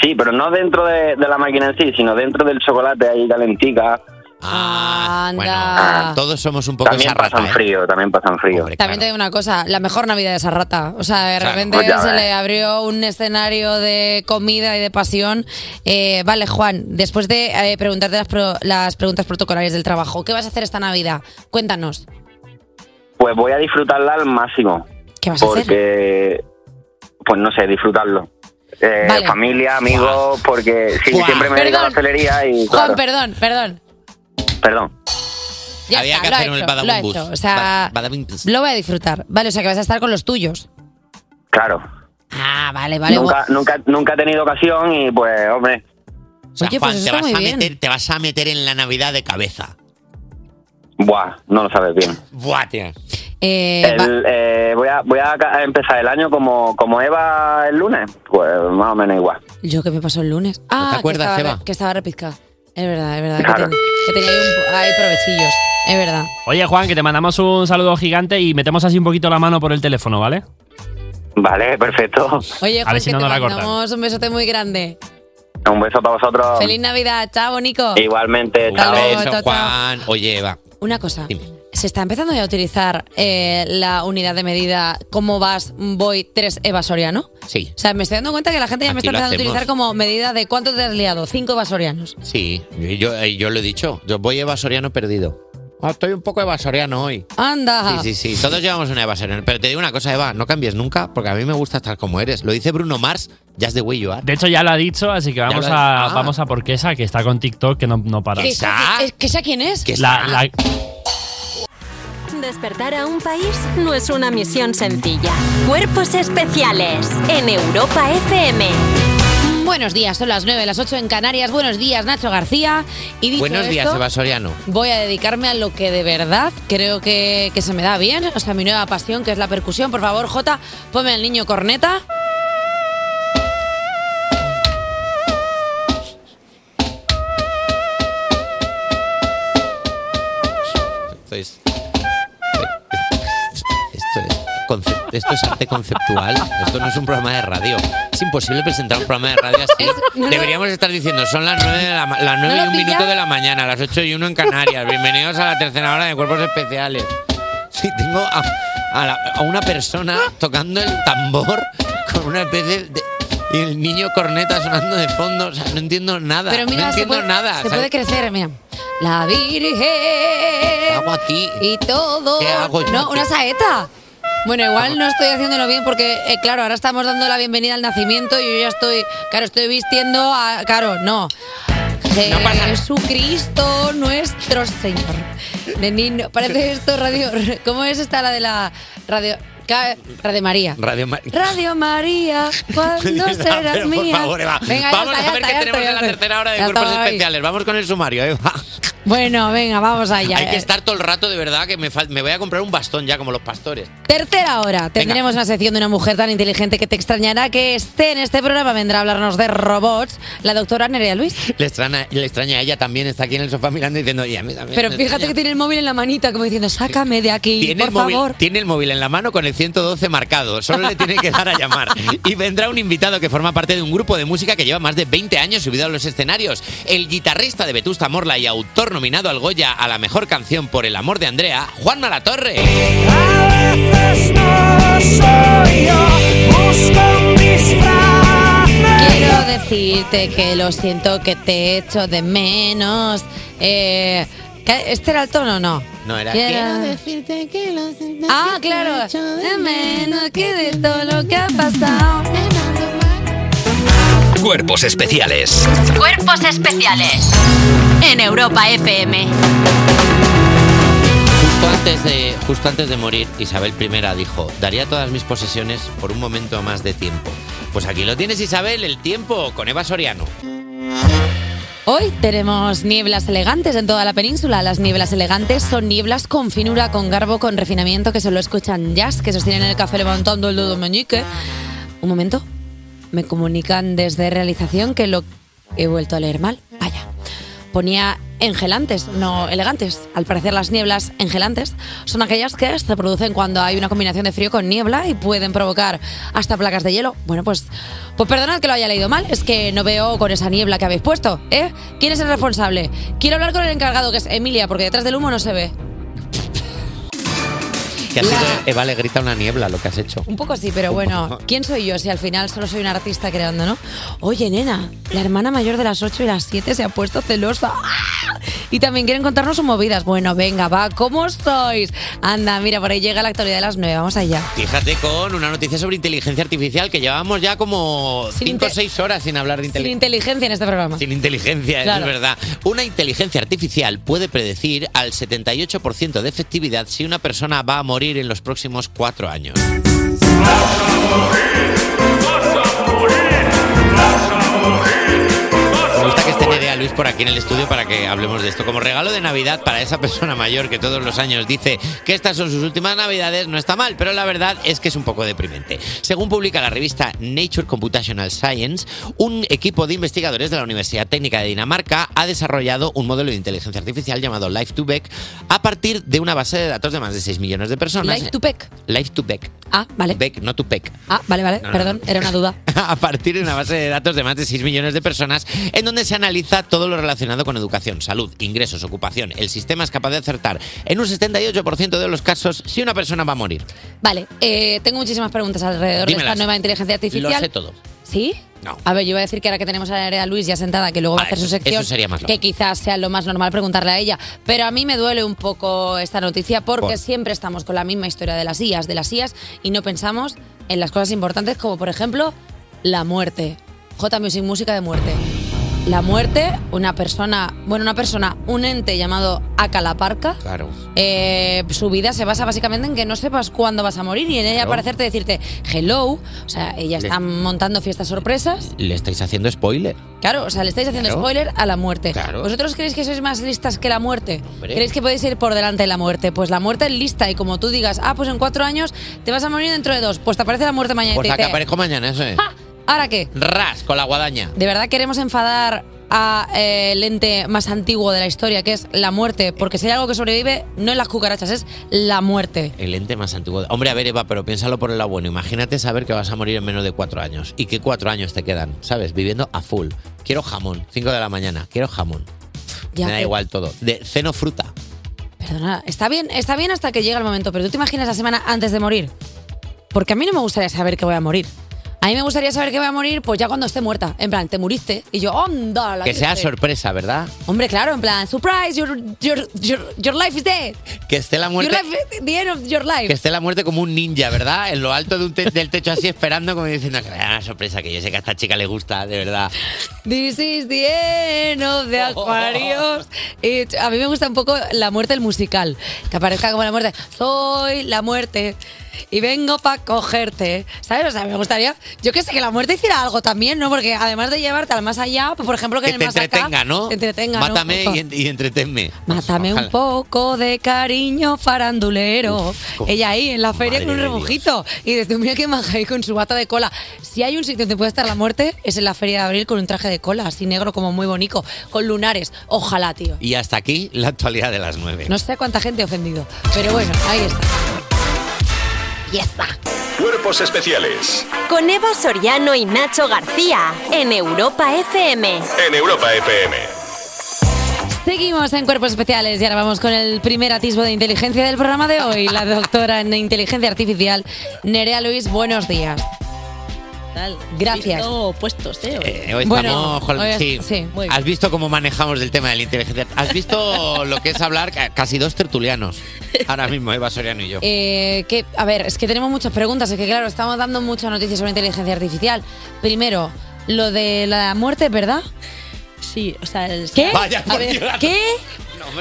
U: Sí, pero no dentro de, de la máquina en sí, sino dentro del chocolate ahí calentica.
C: Ah,
U: Ah,
C: Anda.
D: Todos somos un poco
U: también
D: esa rata,
U: pasan
D: ¿eh?
U: frío, también pasan frío.
C: También te digo una cosa, la mejor Navidad de esa rata. O sea, de
U: Claro.
C: repente
U: Pues ya
C: se
U: ves.
C: le abrió un escenario de comida y de pasión. Eh, vale, Juan, después de eh, preguntarte las, pro- las preguntas protocolarias del trabajo, ¿qué vas a hacer esta Navidad? Cuéntanos.
U: Pues voy a disfrutarla al máximo.
C: ¿Qué vas
U: porque, pues no sé, disfrutarlo. Eh,
C: Vale.
U: Familia, amigos, porque sí,
C: Buah.
U: siempre me dedico a la
C: Perdón.
U: hostelería
C: Juan,
U: y. claro,
C: perdón, perdón.
U: perdón.
C: Ya
D: Había
C: está,
D: que
C: lo ha
D: hacer un
C: hecho,
D: Badabun
C: lo ha
D: Bus.
C: hecho. O sea,
D: Ba- Badabun Bus.
C: lo voy a disfrutar. Vale, o sea, que vas a estar con los tuyos.
U: Claro.
C: Ah, vale, vale.
U: nunca, nunca, nunca he tenido ocasión y, pues, hombre.
D: O sea,
C: Oye, pues
D: Juan,
C: eso
D: te,
C: está
D: vas
C: muy
D: a
C: bien.
D: meter, te vas a meter en la Navidad de cabeza.
U: Buah, no lo sabes bien.
D: Buah, tío.
C: Eh, va-
U: El, eh, voy a, voy a ca- empezar el año como, como Eva el lunes. Pues más o menos igual.
C: Yo que me pasó el lunes. Ah,
U: acuerdas,
C: que estaba,
U: Eva?
C: que estaba repizca. Es verdad, es verdad. que
E: Claro.
C: ten- Que, tenía ahí, un- ahí provechillos. Es verdad.
E: Oye, Juan, que te mandamos un saludo gigante y metemos así un poquito la mano por el teléfono, ¿vale?
U: Vale, perfecto.
C: Oye,
E: a
C: Juan,
E: ver si
C: que
E: no
C: te
E: nos la cortan.
C: mandamos un besote muy grande.
U: Un beso para vosotros.
C: Feliz Navidad. Chao, Nico.
U: Ah. Igualmente,
D: Un
C: Hasta luego,
D: beso,
C: chao, chao.
D: Juan. Oye, Eva.
C: Una cosa. Se está empezando ya a utilizar eh, la unidad de medida cómo vas, voy, tres Eva Soriano.
D: Sí.
C: O sea, me estoy dando cuenta que la gente ya me
D: Aquí
C: está
D: lo
C: empezando a
D: hacemos.
C: utilizar como medida de cuánto te has liado. Cinco Eva Sorianos.
D: Sí, yo, eh, yo lo he dicho. Yo voy evasoriano perdido. Ah, estoy un poco evasoriano hoy.
C: Anda.
D: Sí, sí, sí. Todos llevamos una Eva Soriano. Pero te digo una cosa, Eva, no cambies nunca, porque a mí me gusta estar como eres. Lo dice Bruno Mars, ya es de way you are.
E: De hecho, ya lo ha dicho, así que vamos
D: Ya lo ha
E: a,
D: dicho. Ah.
E: vamos a por Kesa, que está con TikTok, que no, no para.
B: ¿Qué está?
C: ¿Es que esa quién es?
E: La, la-
B: Despertar a un país no es una misión sencilla. Cuerpos especiales en Europa FM.
C: Buenos días, son las 9, las 8 en Canarias. Buenos días, Nacho García. Y dicho
D: Buenos días,
C: esto,
D: Eva Soriano.
C: Voy a dedicarme a lo que de verdad creo que, que se me da bien, o sea, mi nueva pasión, que es la percusión. Por favor, Jota, ponme al niño corneta.
D: Esto es. Esto es, conce- esto es arte conceptual. Esto no es un programa de radio. Es imposible presentar un programa de radio así.
C: no lo-
D: Deberíamos estar diciendo, son las 9, de la, ma- las
C: ¿No
D: 9
C: lo
D: y un
C: pilla?
D: minuto de la mañana, las 8 y 1 en Canarias. Bienvenidos a la tercera hora de Cuerpos Especiales. Sí, tengo a, a la- a una persona tocando el tambor con una especie de... Y el niño corneta sonando de fondo. O sea, no entiendo nada.
C: Pero mira,
D: no
C: se
D: entiendo
C: puede,
D: nada.
C: se
D: ¿sabes?
C: puede crecer, mira. La Virgen.
D: hago aquí?
C: Y todo.
D: ¿Qué hago yo
C: No,
D: aquí?
C: una saeta. Bueno, igual no estoy haciéndolo bien porque, eh, claro, ahora estamos dando la bienvenida al nacimiento y yo ya estoy, claro, estoy vistiendo a, claro, no. Jesucristo nuestro Señor. Nenino, parece esto radio, ¿cómo es esta la de la radio? Ca- Radio María.
D: Radio Mar-
C: Radio María, ¿cuándo
D: Elena,
C: serás
D: pero
C: mía?
D: Por favor, Eva.
C: Venga, ya
D: Vamos
C: está,
D: a
C: ya
D: ver
C: está,
D: qué
C: ya
D: tenemos
C: está, ya
D: en la
C: está.
D: tercera hora de
C: Ya
D: cuerpos
C: estamos ahí. Eh.
D: especiales. Vamos con el sumario, Eva.
C: Bueno, venga, vamos allá.
D: Hay que
C: Eh,
D: estar todo el rato, de verdad, que me, fal- me voy a comprar un bastón ya como los pastores.
C: Tercera hora. Tendremos una sección de una mujer tan inteligente que te extrañará que esté en este programa. Vendrá a hablarnos de robots, la doctora Nerea Luis.
D: Le extraña, le extraña a ella también, está aquí en el sofá mirando y diciendo, "Y a mí también
C: Pero
D: me
C: fíjate que tiene el móvil en la manita, como diciendo, sácame de aquí,
D: Eh, Tiene
C: por
D: el, móvil,
C: favor.
D: tiene el móvil en la mano con el 112 marcado. Solo le tiene que dar a llamar. Y vendrá un invitado que forma parte de un grupo de música que lleva más de 20 años subido a los escenarios. El guitarrista de Vetusta Morla y autor nominado al Goya a la mejor canción por El amor de Andrea, Juan Malatorre.
C: Quiero decirte que lo siento, que te echo de menos. Eh, ¿qué- ¿Este era el tono o no?
D: No era.
C: Quiero
N: decirte que lo siento.
C: Ah, claro. De menos que de todo lo que ha pasado.
A: Cuerpos especiales.
B: Cuerpos especiales en Europa FM.
D: Justo antes, de, justo antes de morir, Isabel I dijo, daría todas mis posesiones por un momento más de tiempo. Pues aquí lo tienes Isabel, el tiempo con Eva Soriano.
C: Hoy tenemos nieblas elegantes en toda la península. Las nieblas elegantes son nieblas con finura, con garbo, con refinamiento, que solo escuchan jazz, que sostienen el café levantando el dedo meñique. Un momento, me comunican desde realización que lo he vuelto a leer mal. Vaya. Ponía engelantes, no elegantes. Al parecer las nieblas engelantes son aquellas que se producen cuando hay una combinación de frío con niebla y pueden provocar hasta placas de hielo. Bueno, pues, pues perdonad que lo haya leído mal, es que no veo con esa niebla que habéis puesto. ¿eh? ¿Quién es el responsable? Quiero hablar con el encargado, que es Emilia, porque detrás del humo no se ve.
D: Que ha sido Eva le grita una niebla lo que has hecho.
C: Un poco sí, pero bueno, ¿quién soy yo si al final solo soy una artista creando, no? Oye, nena, la hermana mayor de las 8 y las 7 se ha puesto celosa. ¡Ah! Y también quieren contarnos sus movidas. Bueno, venga, va, ¿cómo sois? Anda, mira, por ahí llega la actualidad de las 9, vamos allá.
D: Fíjate con una noticia sobre inteligencia artificial que llevábamos ya como
C: Sin
D: 5 o
C: inte-
D: 6 horas sin hablar de
C: Sin
D: inteligencia.
C: inteligencia en este programa.
D: Sin inteligencia,
C: Claro.
D: es verdad. Una inteligencia artificial puede predecir al 78% de efectividad si una persona va a morir en los próximos 4 años. Me gusta que esté Nerea Luis por aquí en el estudio para que hablemos de esto. Como regalo de Navidad para esa persona mayor que todos los años dice que estas son sus últimas Navidades, no está mal, pero la verdad es que es un poco deprimente. Según publica la revista Nature Computational Science, un equipo de investigadores de la Universidad Técnica de Dinamarca ha desarrollado un modelo de inteligencia artificial llamado Life to Beck a partir de una base de datos de más de 6 millones de personas.
C: Life to Peck.
D: Life to Beck.
C: Ah, vale.
D: Beck, no to Peck
C: Ah, vale, vale,
D: No, no,
C: perdón, era una duda.
D: a partir de una base de datos de más de 6 millones de personas, en donde se analiza todo lo relacionado con educación, salud, ingresos, ocupación. El sistema es capaz de acertar en un 78% de los casos si una persona va a morir.
C: Vale, eh, tengo muchísimas preguntas alrededor de esta
D: Dímelas.
C: nueva inteligencia artificial.
D: Lo sé todo.
C: ¿Sí?
D: No. Ah,
C: A ver, yo iba a decir que ahora que tenemos a la Nerea Luis ya sentada, que luego va a hacer su
D: eso-
C: sección,
D: eso sería más
C: que
D: lógico.
C: quizás sea lo más normal preguntarle a ella. Pero a mí me duele un poco esta noticia porque
D: Por-
C: siempre estamos con la misma historia de las IAS, de las IAS, y no pensamos en las cosas importantes como, por ejemplo, la muerte. J Music, música de muerte. La muerte, una persona, bueno, una persona, un ente llamado Acalaparca,
D: Claro.
C: eh, su vida se basa básicamente en que no sepas cuándo vas a morir y en ella
D: Claro.
C: aparecerte decirte hello. O sea, ella
D: Le-
C: está montando fiestas sorpresas.
D: Le estáis haciendo spoiler.
C: Claro, o sea, le estáis haciendo
D: Claro.
C: spoiler a la muerte.
D: Claro.
C: ¿Vosotros creéis que sois más listas que la muerte?
D: Hombre.
C: ¿Creéis que podéis ir por delante de la muerte? Pues la muerte es lista y como tú digas, ah, pues en cuatro años te vas a morir dentro de dos, pues te aparece la muerte mañana
D: Pues
C: y te
D: acá
C: dice,
D: aparezco mañana, eso es.
C: ¿ahora qué?
D: Ras, con la guadaña.
C: ¿De verdad queremos enfadar a eh, el ente más antiguo de la historia, que es la muerte? Porque si hay algo que sobrevive, no es las cucarachas, es la muerte.
D: El ente más antiguo. Hombre, a ver, Eva, pero piénsalo por el lado bueno. Imagínate saber que vas a morir en menos de cuatro años. Y que cuatro años te quedan, ¿sabes? Viviendo a full. Quiero jamón. 5 de la mañana. Quiero jamón.
C: Ya, eh.
D: Me da
C: pero-
D: igual todo. De, ceno fruta.
C: Perdona, está bien, está bien hasta que llega el momento, pero tú te imaginas la semana antes de morir. Porque a mí no me gustaría saber que voy a morir. A mí me gustaría saber que voy a morir, pues ya cuando esté muerta. En plan, te muriste. Y yo, onda, la
D: Que sea
C: leche".
D: sorpresa, ¿verdad?
C: Hombre, claro, en plan, surprise, your, your, your, your life is dead.
D: Que esté la
C: Your
D: muerte.
C: life is the end of your life.
D: Que esté la muerte como un ninja, ¿verdad? En lo alto de un te- del techo así esperando, como diciendo, que me da una sorpresa, que yo sé que a esta chica le gusta, de verdad.
C: This is the end of the
D: Oh.
C: Aquarius. Y a mí me gusta un poco la muerte del musical, que aparezca como la muerte. Soy la muerte y vengo para cogerte. ¿Sabes? O sea, me gustaría, yo que sé, que la muerte hiciera algo también, ¿no? Porque además de llevarte al más allá, pues, por ejemplo, que,
D: Que
C: en
D: te
C: el más acá,
D: entretenga, ¿no?
C: Te entretenga, ¿no?
D: Mátame
C: Ojo.
D: y, en- y entretenme.
C: Mátame un
D: Ojalá.
C: poco de cariño farandulero.
D: co-
C: Ella ahí en la feria
D: Madre
C: con un
D: de Dios.
C: rebujito. Y dices, tú, mira qué maja ahí con su bata de cola. Si hay un sitio donde puede estar la muerte, es en la feria de abril con un traje de cola, así negro como muy bonito, con lunares. Ojalá, tío.
D: Y hasta aquí la actualidad de las nueve.
C: No sé cuánta gente he ofendido, pero bueno, ahí está.
G: Cuerpos especiales
B: Con Eva Soriano y Nacho García en Europa FM.
G: en Europa FM.
C: Seguimos en Cuerpos Especiales y ahora vamos con el primer atisbo de inteligencia del programa de hoy. La doctora en inteligencia artificial, Nerea Luis, buenos días.
V: tal?
C: Gracias.
V: Visto opuestos, ¿eh?
D: Eh, hoy
C: Bueno,
D: estamos con-
C: hoy es-
D: sí.
C: sí. Muy bien.
D: ¿Has visto cómo manejamos el tema de la inteligencia? ¿Has visto lo que es hablar ca- casi dos tertulianos? Ahora mismo, Eva Soriano y yo.
C: Eh, que, a ver, es que tenemos muchas preguntas. Es que, claro, estamos dando muchas noticias sobre inteligencia artificial. Primero, lo de la muerte, ¿verdad?
V: Sí, o sea... el-
C: ¿Qué?
V: Vaya, por
C: a ver,
V: Dios.
C: ¿Qué?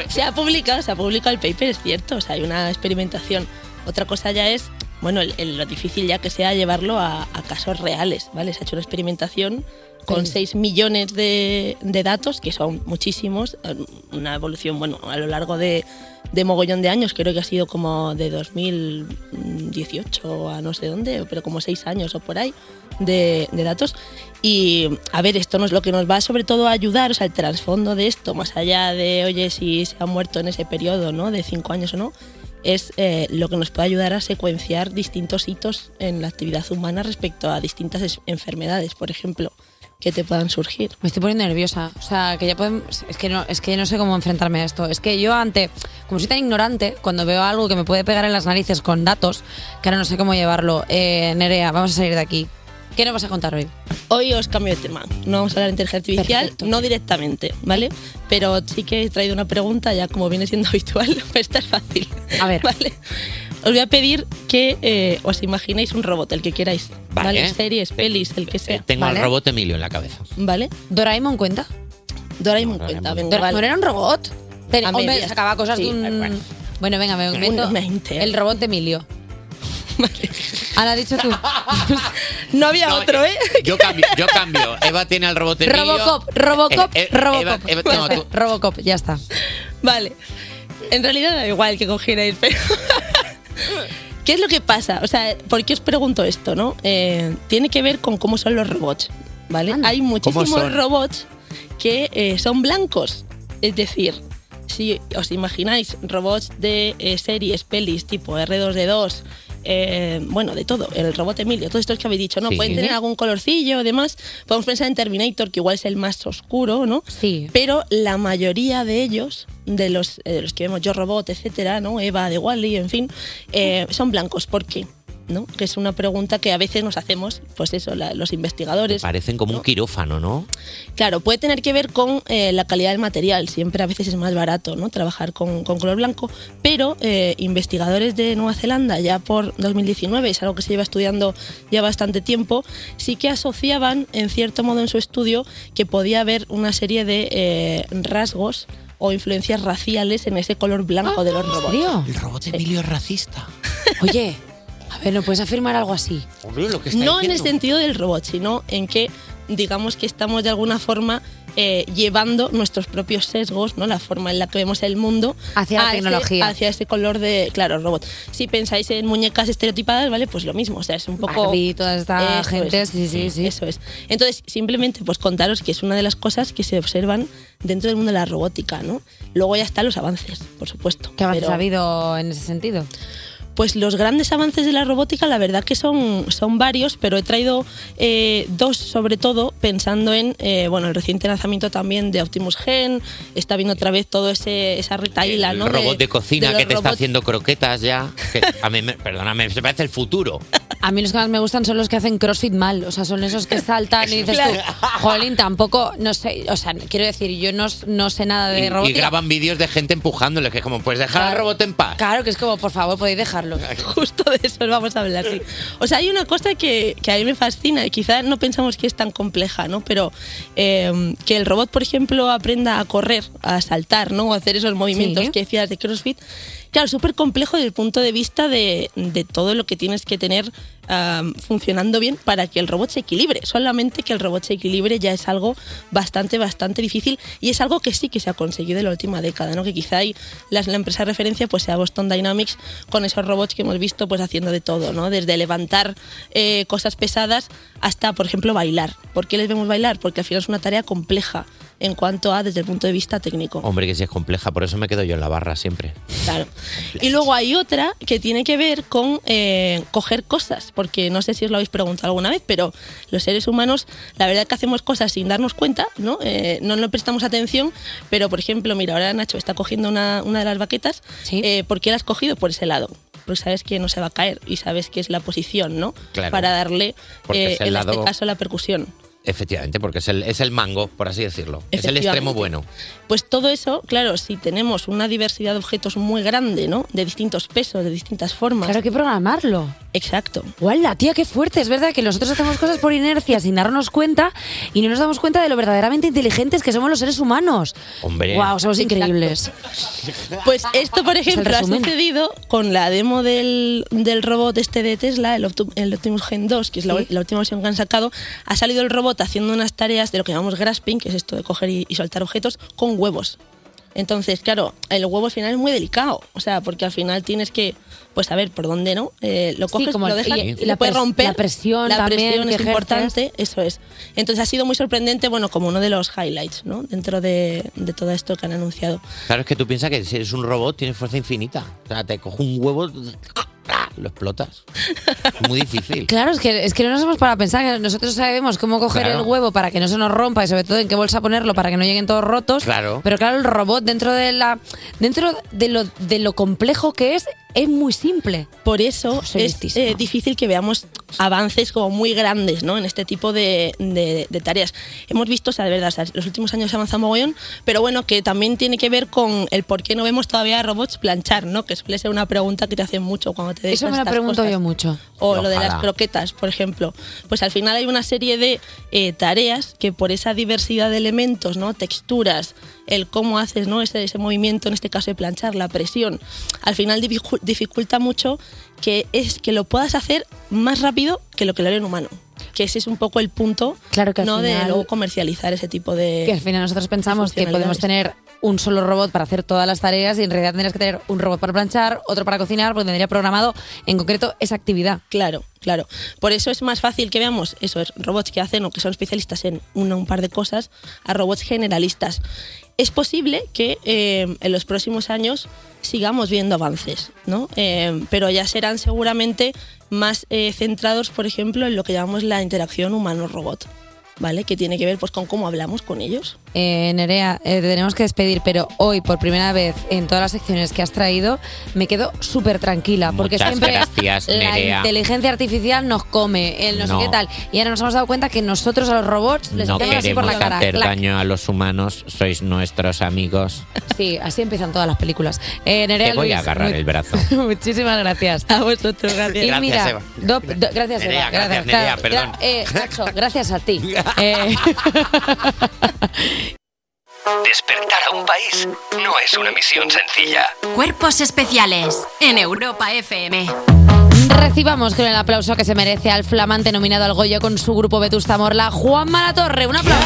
V: Se ha publicado, se ha publicado el paper, es cierto, o sea, hay una experimentación. Otra cosa ya es, bueno, el- el- lo difícil ya que sea llevarlo a, a casos reales, ¿vale? Se ha hecho una experimentación con
C: Sí.
V: 6 millones de, de datos, que son muchísimos, eh, una evolución, bueno, a lo largo de, de mogollón de años, creo que ha sido como de 2018 a no sé dónde, pero como 6 años o por ahí, de, de datos. Y a ver, esto nos, lo que nos va sobre todo a ayudar, o sea, el trasfondo de esto, más allá de, oye, si se ha muerto en ese periodo, ¿no? De 5 años o no, es eh, lo que nos puede ayudar a secuenciar distintos hitos en la actividad humana respecto a distintas es- enfermedades, por ejemplo, que te puedan surgir.
C: Me estoy poniendo nerviosa. O sea, que ya podemos. Es que, no, es que no sé cómo enfrentarme a esto. Es que yo, ante. Como soy tan ignorante, cuando veo algo que me puede pegar en las narices con datos, que ahora no sé cómo llevarlo. Eh, Nerea, vamos a salir de aquí. ¿Qué nos vas a contar hoy?
V: Hoy os cambio de tema. No vamos a hablar de inteligencia artificial, no directamente, ¿vale? Pero sí que he traído una pregunta, ya como viene siendo habitual, pero esta es fácil.
C: A ver.
V: ¿Vale? Os voy a pedir que eh, os imaginéis un robot, el que queráis.
D: Vale. eh,
V: Series, pelis, el que sea.
D: Tengo
V: ¿vale?
D: al robot Emilio en la cabeza.
V: ¿Vale?
C: ¿Doraemon cuenta?
V: Doraemon cuenta, venga.
C: Dora- ¿No era un robot? Ten-
V: A
C: hombre,
V: medias.
C: sacaba cosas
V: Sí,
C: de un- Bueno. venga, me invento
V: me
C: El robot de Emilio. Ahora has dicho tú.
V: no había
D: No,
V: otro, ¿eh?
D: Yo cambio, yo cambio. Eva tiene al robot Emilio.
C: Robocop, Robocop,
D: Eh, eh, Eva-
C: Robocop.
D: Eva- no, tú-
C: Robocop, ya está.
V: Vale. En realidad da igual que cogierais, pero. ¿Qué es lo que pasa? O sea, ¿por qué os pregunto esto, no? Eh, tiene que ver con cómo son los robots, ¿vale? Hay muchísimos
J: son?
V: robots que eh, son blancos. Es decir, si os imagináis robots de eh, series, pelis, tipo R2D2, eh, bueno, de todo, el robot Emilio, todos estos que habéis dicho, ¿no?
J: Sí.
V: Pueden tener algún colorcillo, además. Podemos pensar en Terminator, que igual es el más oscuro, ¿no?
C: Sí.
V: Pero la mayoría de ellos, de los, eh, de los que vemos Yo Robot, etcétera, ¿no? Eva de Wally, en fin, eh, son blancos. ¿Por qué? ¿No? Que es una pregunta que a veces nos hacemos, pues eso, la- los investigadores.
D: Parecen como un quirófano, ¿no?
V: Claro, puede tener que ver con eh, la calidad del material. Siempre a veces es más barato ¿no? trabajar con, con color blanco, pero eh, investigadores de Nueva Zelanda ya por 2019, es algo que se lleva estudiando ya bastante tiempo, sí que asociaban en cierto modo en su estudio que podía haber una serie de eh, rasgos o influencias raciales en ese color blanco de los robots.
C: El
D: robot Emilio es racista.
C: Ah, Oye, a ver, ¿no puedes afirmar algo así?
V: no en el sentido del robot, sino en que digamos que estamos de alguna forma eh, llevando nuestros propios sesgos, ¿no? la forma en la que vemos el mundo
C: Hacia la
V: a ese-
C: tecnología.
V: hacia ese color de, claro, robot. Si pensáis en muñecas estereotipadas, ¿vale? Pues lo mismo, o sea, es un poco...
C: Barbie, toda esta
V: Eso
C: gente,
V: es,
C: sí, sí, sí.
V: Eso es. Entonces, simplemente pues contaros que es una de las cosas que se observan dentro del mundo de la robótica, ¿no? Luego ya están los avances, por supuesto.
C: ¿Qué avances
V: pero-
C: ha habido en ese sentido?
V: Pues los grandes avances de la robótica, la verdad que son, son varios, pero he traído eh, dos sobre todo pensando en eh, bueno el reciente lanzamiento también de Optimus Gen, está viendo otra vez todo ese esa retaíla,
D: El
V: ¿no?
D: robot de cocina que
V: de los
D: te está
V: robots.
D: haciendo croquetas ya. que a mí, me- perdóname, se parece el futuro.
C: A mí los que más me gustan son los que hacen crossfit mal, o sea, son esos que saltan y dices tú, jolín, tampoco, no sé, o sea, quiero decir, yo no, no sé nada
D: Y,
C: de
D: y
C: robótica.
D: graban vídeos de gente empujándole, que es como, pues dejar al
C: Claro.
D: robot en paz.
V: Claro, que es como, por favor, podéis dejarlo. Justo de eso vamos a hablar. sí. O sea, hay una cosa que, que a mí me fascina y quizás no pensamos que es tan compleja, ¿no? Pero eh, que el robot, por ejemplo, aprenda a correr, a saltar, ¿no? O a hacer esos movimientos que decías de CrossFit. Claro, súper complejo desde el punto de vista de, de todo lo que tienes que tener am, funcionando bien para que el robot se equilibre. Solamente que el robot se equilibre ya es algo bastante, bastante difícil y es algo que sí que se ha conseguido en la última década, ¿no? Que quizá hay las- la empresa de referencia pues sea Boston Dynamics con esos robots que hemos visto pues haciendo de todo, ¿no? Desde levantar eh, cosas pesadas hasta, por ejemplo, bailar. ¿Por qué les vemos bailar? Porque al final es una tarea compleja en cuanto a desde el punto de vista técnico.
D: Hombre, que si es compleja, por eso me quedo yo en la barra siempre.
V: Claro. Y luego hay otra que tiene que ver con eh, coger cosas, porque no sé si os lo habéis preguntado alguna vez, pero los seres humanos, la verdad es que hacemos cosas sin darnos cuenta, ¿no? Eh, no le prestamos atención, pero por ejemplo, mira, ahora Nacho está cogiendo una, una de las baquetas, eh, ¿por qué la has cogido? Por ese lado. Porque sabes que no se va a caer y sabes que es la posición, ¿no?
D: Claro.
V: Para darle,
D: Porque
V: eh,
D: es el
V: en
D: lado-
V: este caso, la percusión.
D: Efectivamente, porque es el, es el mango, por así decirlo. Es el
V: Efectivamente.
D: extremo bueno.
V: Pues todo eso, claro, si tenemos una diversidad de objetos muy grande, ¿no? De distintos pesos, de distintas formas. Claro,
C: hay que programarlo.
V: Exacto.
C: ¡Wala, tía, qué fuerte! Es verdad que nosotros hacemos cosas por inercia sin darnos cuenta y no nos damos cuenta de lo verdaderamente inteligentes que somos los seres humanos.
D: Hombre.
C: ¡Wow! Somos increíbles.
V: Pues esto, por
C: Es el
V: ejemplo, ha
C: resumen.
V: sucedido con la demo del, del robot este de Tesla, el, Optu- el Optimus Gen 2, que es la,
C: Sí.
V: la última versión que han sacado. Ha salido el robot haciendo unas tareas de lo que llamamos grasping, que es esto de coger y, y soltar objetos, con huevos. Entonces, claro, el huevo al final es muy delicado, o sea, porque al final tienes que, pues saber por dónde, ¿no? Eh, lo coges,
C: como
V: lo
C: el-
V: dejas,
C: y- y
V: lo
C: la
V: puedes
C: pres-
V: romper.
C: la presión
V: la
C: también
V: presión
C: que
V: es
C: ejerces.
V: importante, eso es. Entonces ha sido muy sorprendente, bueno, como uno de los highlights, ¿no? Dentro de- de todo esto que han anunciado.
D: Claro, es que tú piensas que si eres un robot, tienes fuerza infinita. O sea, te coge un huevo, ¡ah! lo explotas. Es Muy difícil.
C: Claro, es que, es que no nos hemos para pensar que nosotros sabemos cómo coger
D: Claro.
C: el huevo para que no se nos rompa y sobre todo en qué bolsa ponerlo para que no lleguen todos rotos.
D: Claro.
C: Pero claro, el robot dentro de la dentro de lo de lo complejo que es es muy simple.
V: Por eso es eh, difícil que veamos avances como muy grandes ¿no? en este tipo de, de- de tareas. Hemos visto, o sea, de verdad, o sea, los últimos años se ha avanzado mogollón, pero bueno, que también tiene que ver con el por qué no vemos todavía robots planchar, ¿no? que suele ser una pregunta que te hacen mucho cuando te
C: Eso
V: dedican
C: me
V: a
C: lo
V: estas
C: pregunto
V: cosas.
C: yo mucho.
V: O lo de
C: Ojalá.
V: las croquetas, por ejemplo. Pues al final hay una serie de eh, tareas que por esa diversidad de elementos, ¿no? Texturas, el cómo haces ¿no? ese, ese movimiento, en este caso de planchar, la presión, al final dificu- dificulta mucho que es que lo puedas hacer más rápido que lo que lo haría un humano. Que ese es un poco el punto
C: Claro que al
V: ¿no? de
C: final-
V: luego comercializar ese tipo de...
C: Que al final nosotros pensamos que podemos tener un solo robot para hacer todas las tareas y en realidad tendrías que tener un robot para planchar, otro para cocinar, porque tendría programado en concreto esa actividad.
V: Claro, claro. Por eso es más fácil que veamos esos robots que hacen o que son especialistas en una un par de cosas a robots generalistas. Es posible que eh, en los próximos años sigamos viendo avances, ¿no? Eh, pero ya serán seguramente más eh, centrados, por ejemplo, en lo que llamamos la interacción humano-robot, ¿vale? Que tiene que ver pues, con cómo hablamos con ellos.
C: Eh, Nerea, eh, te tenemos que despedir, pero hoy, por primera vez en todas las secciones que has traído, me quedo súper tranquila, porque
D: Muchas
C: siempre
D: gracias,
C: la
D: Nerea.
C: inteligencia artificial nos come, el no,
D: No.
C: sé qué tal. Y ahora nos hemos dado cuenta que nosotros a los robots les
D: No
C: hacemos así por
D: queremos
C: la cara.
D: hacer
C: clac.
D: daño a los humanos, sois nuestros amigos.
C: Sí, así empiezan todas las películas. Eh, Nerea,
D: Te voy a
C: Luis,
D: agarrar
C: mu-
D: el brazo.
C: Muchísimas gracias. A vosotros, gracias.
D: Gracias,
C: Y mira,
D: Eva.
C: do- do- gracias,
D: Nerea,
C: Eva.
D: gracias, Nerea,
C: Gra-
D: perdón.
C: eh, Nacho, gracias a ti. Eh,
A: Despertar a un país no es una misión sencilla.
B: Cuerpos especiales en Europa FM.
C: Recibamos con el aplauso que se merece al flamante nominado al Goya con su grupo Vetusta Morla, Juanma La Torre. Un aplauso.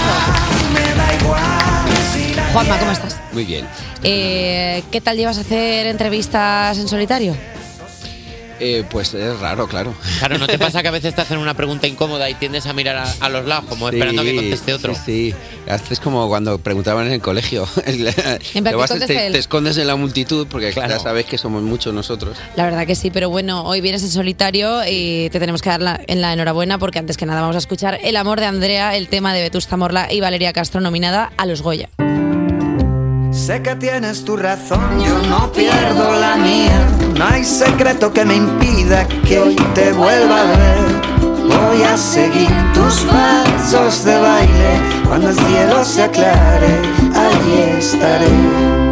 C: Juanma, ¿cómo estás?
I: Muy bien.
C: Eh, ¿Qué tal llevas a hacer entrevistas en solitario?
I: Eh, pues es raro, claro.
D: Claro, ¿no te pasa que a veces te hacen una pregunta incómoda y tiendes a mirar a, a los lados como esperando a que conteste otro?
I: Sí, sí. Haces como cuando preguntaban en el colegio.
C: plan,
I: Lo vas-
C: ¿qué
I: este, te,
C: contesta él?
I: te escondes en la multitud porque ya sabes que somos muchos nosotros.
C: La verdad que sí, pero bueno, hoy vienes en solitario y te tenemos que dar la, en la enhorabuena porque antes que nada vamos a escuchar El amor de Andrea, el tema de Vetusta Morla y Valeria Castro nominada a los Goya.
J: Sé que tienes tu razón, yo no pierdo la mía. No hay secreto que me impida que hoy te vuelva a ver. Voy a seguir tus pasos de baile. Cuando el cielo se aclare, allí estaré.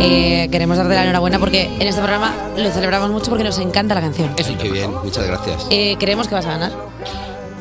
C: Eh, queremos darte la enhorabuena porque en este programa lo celebramos mucho porque nos encanta la canción.
I: Ay, qué bien, muchas gracias.
C: Eh, creemos que vas a ganar.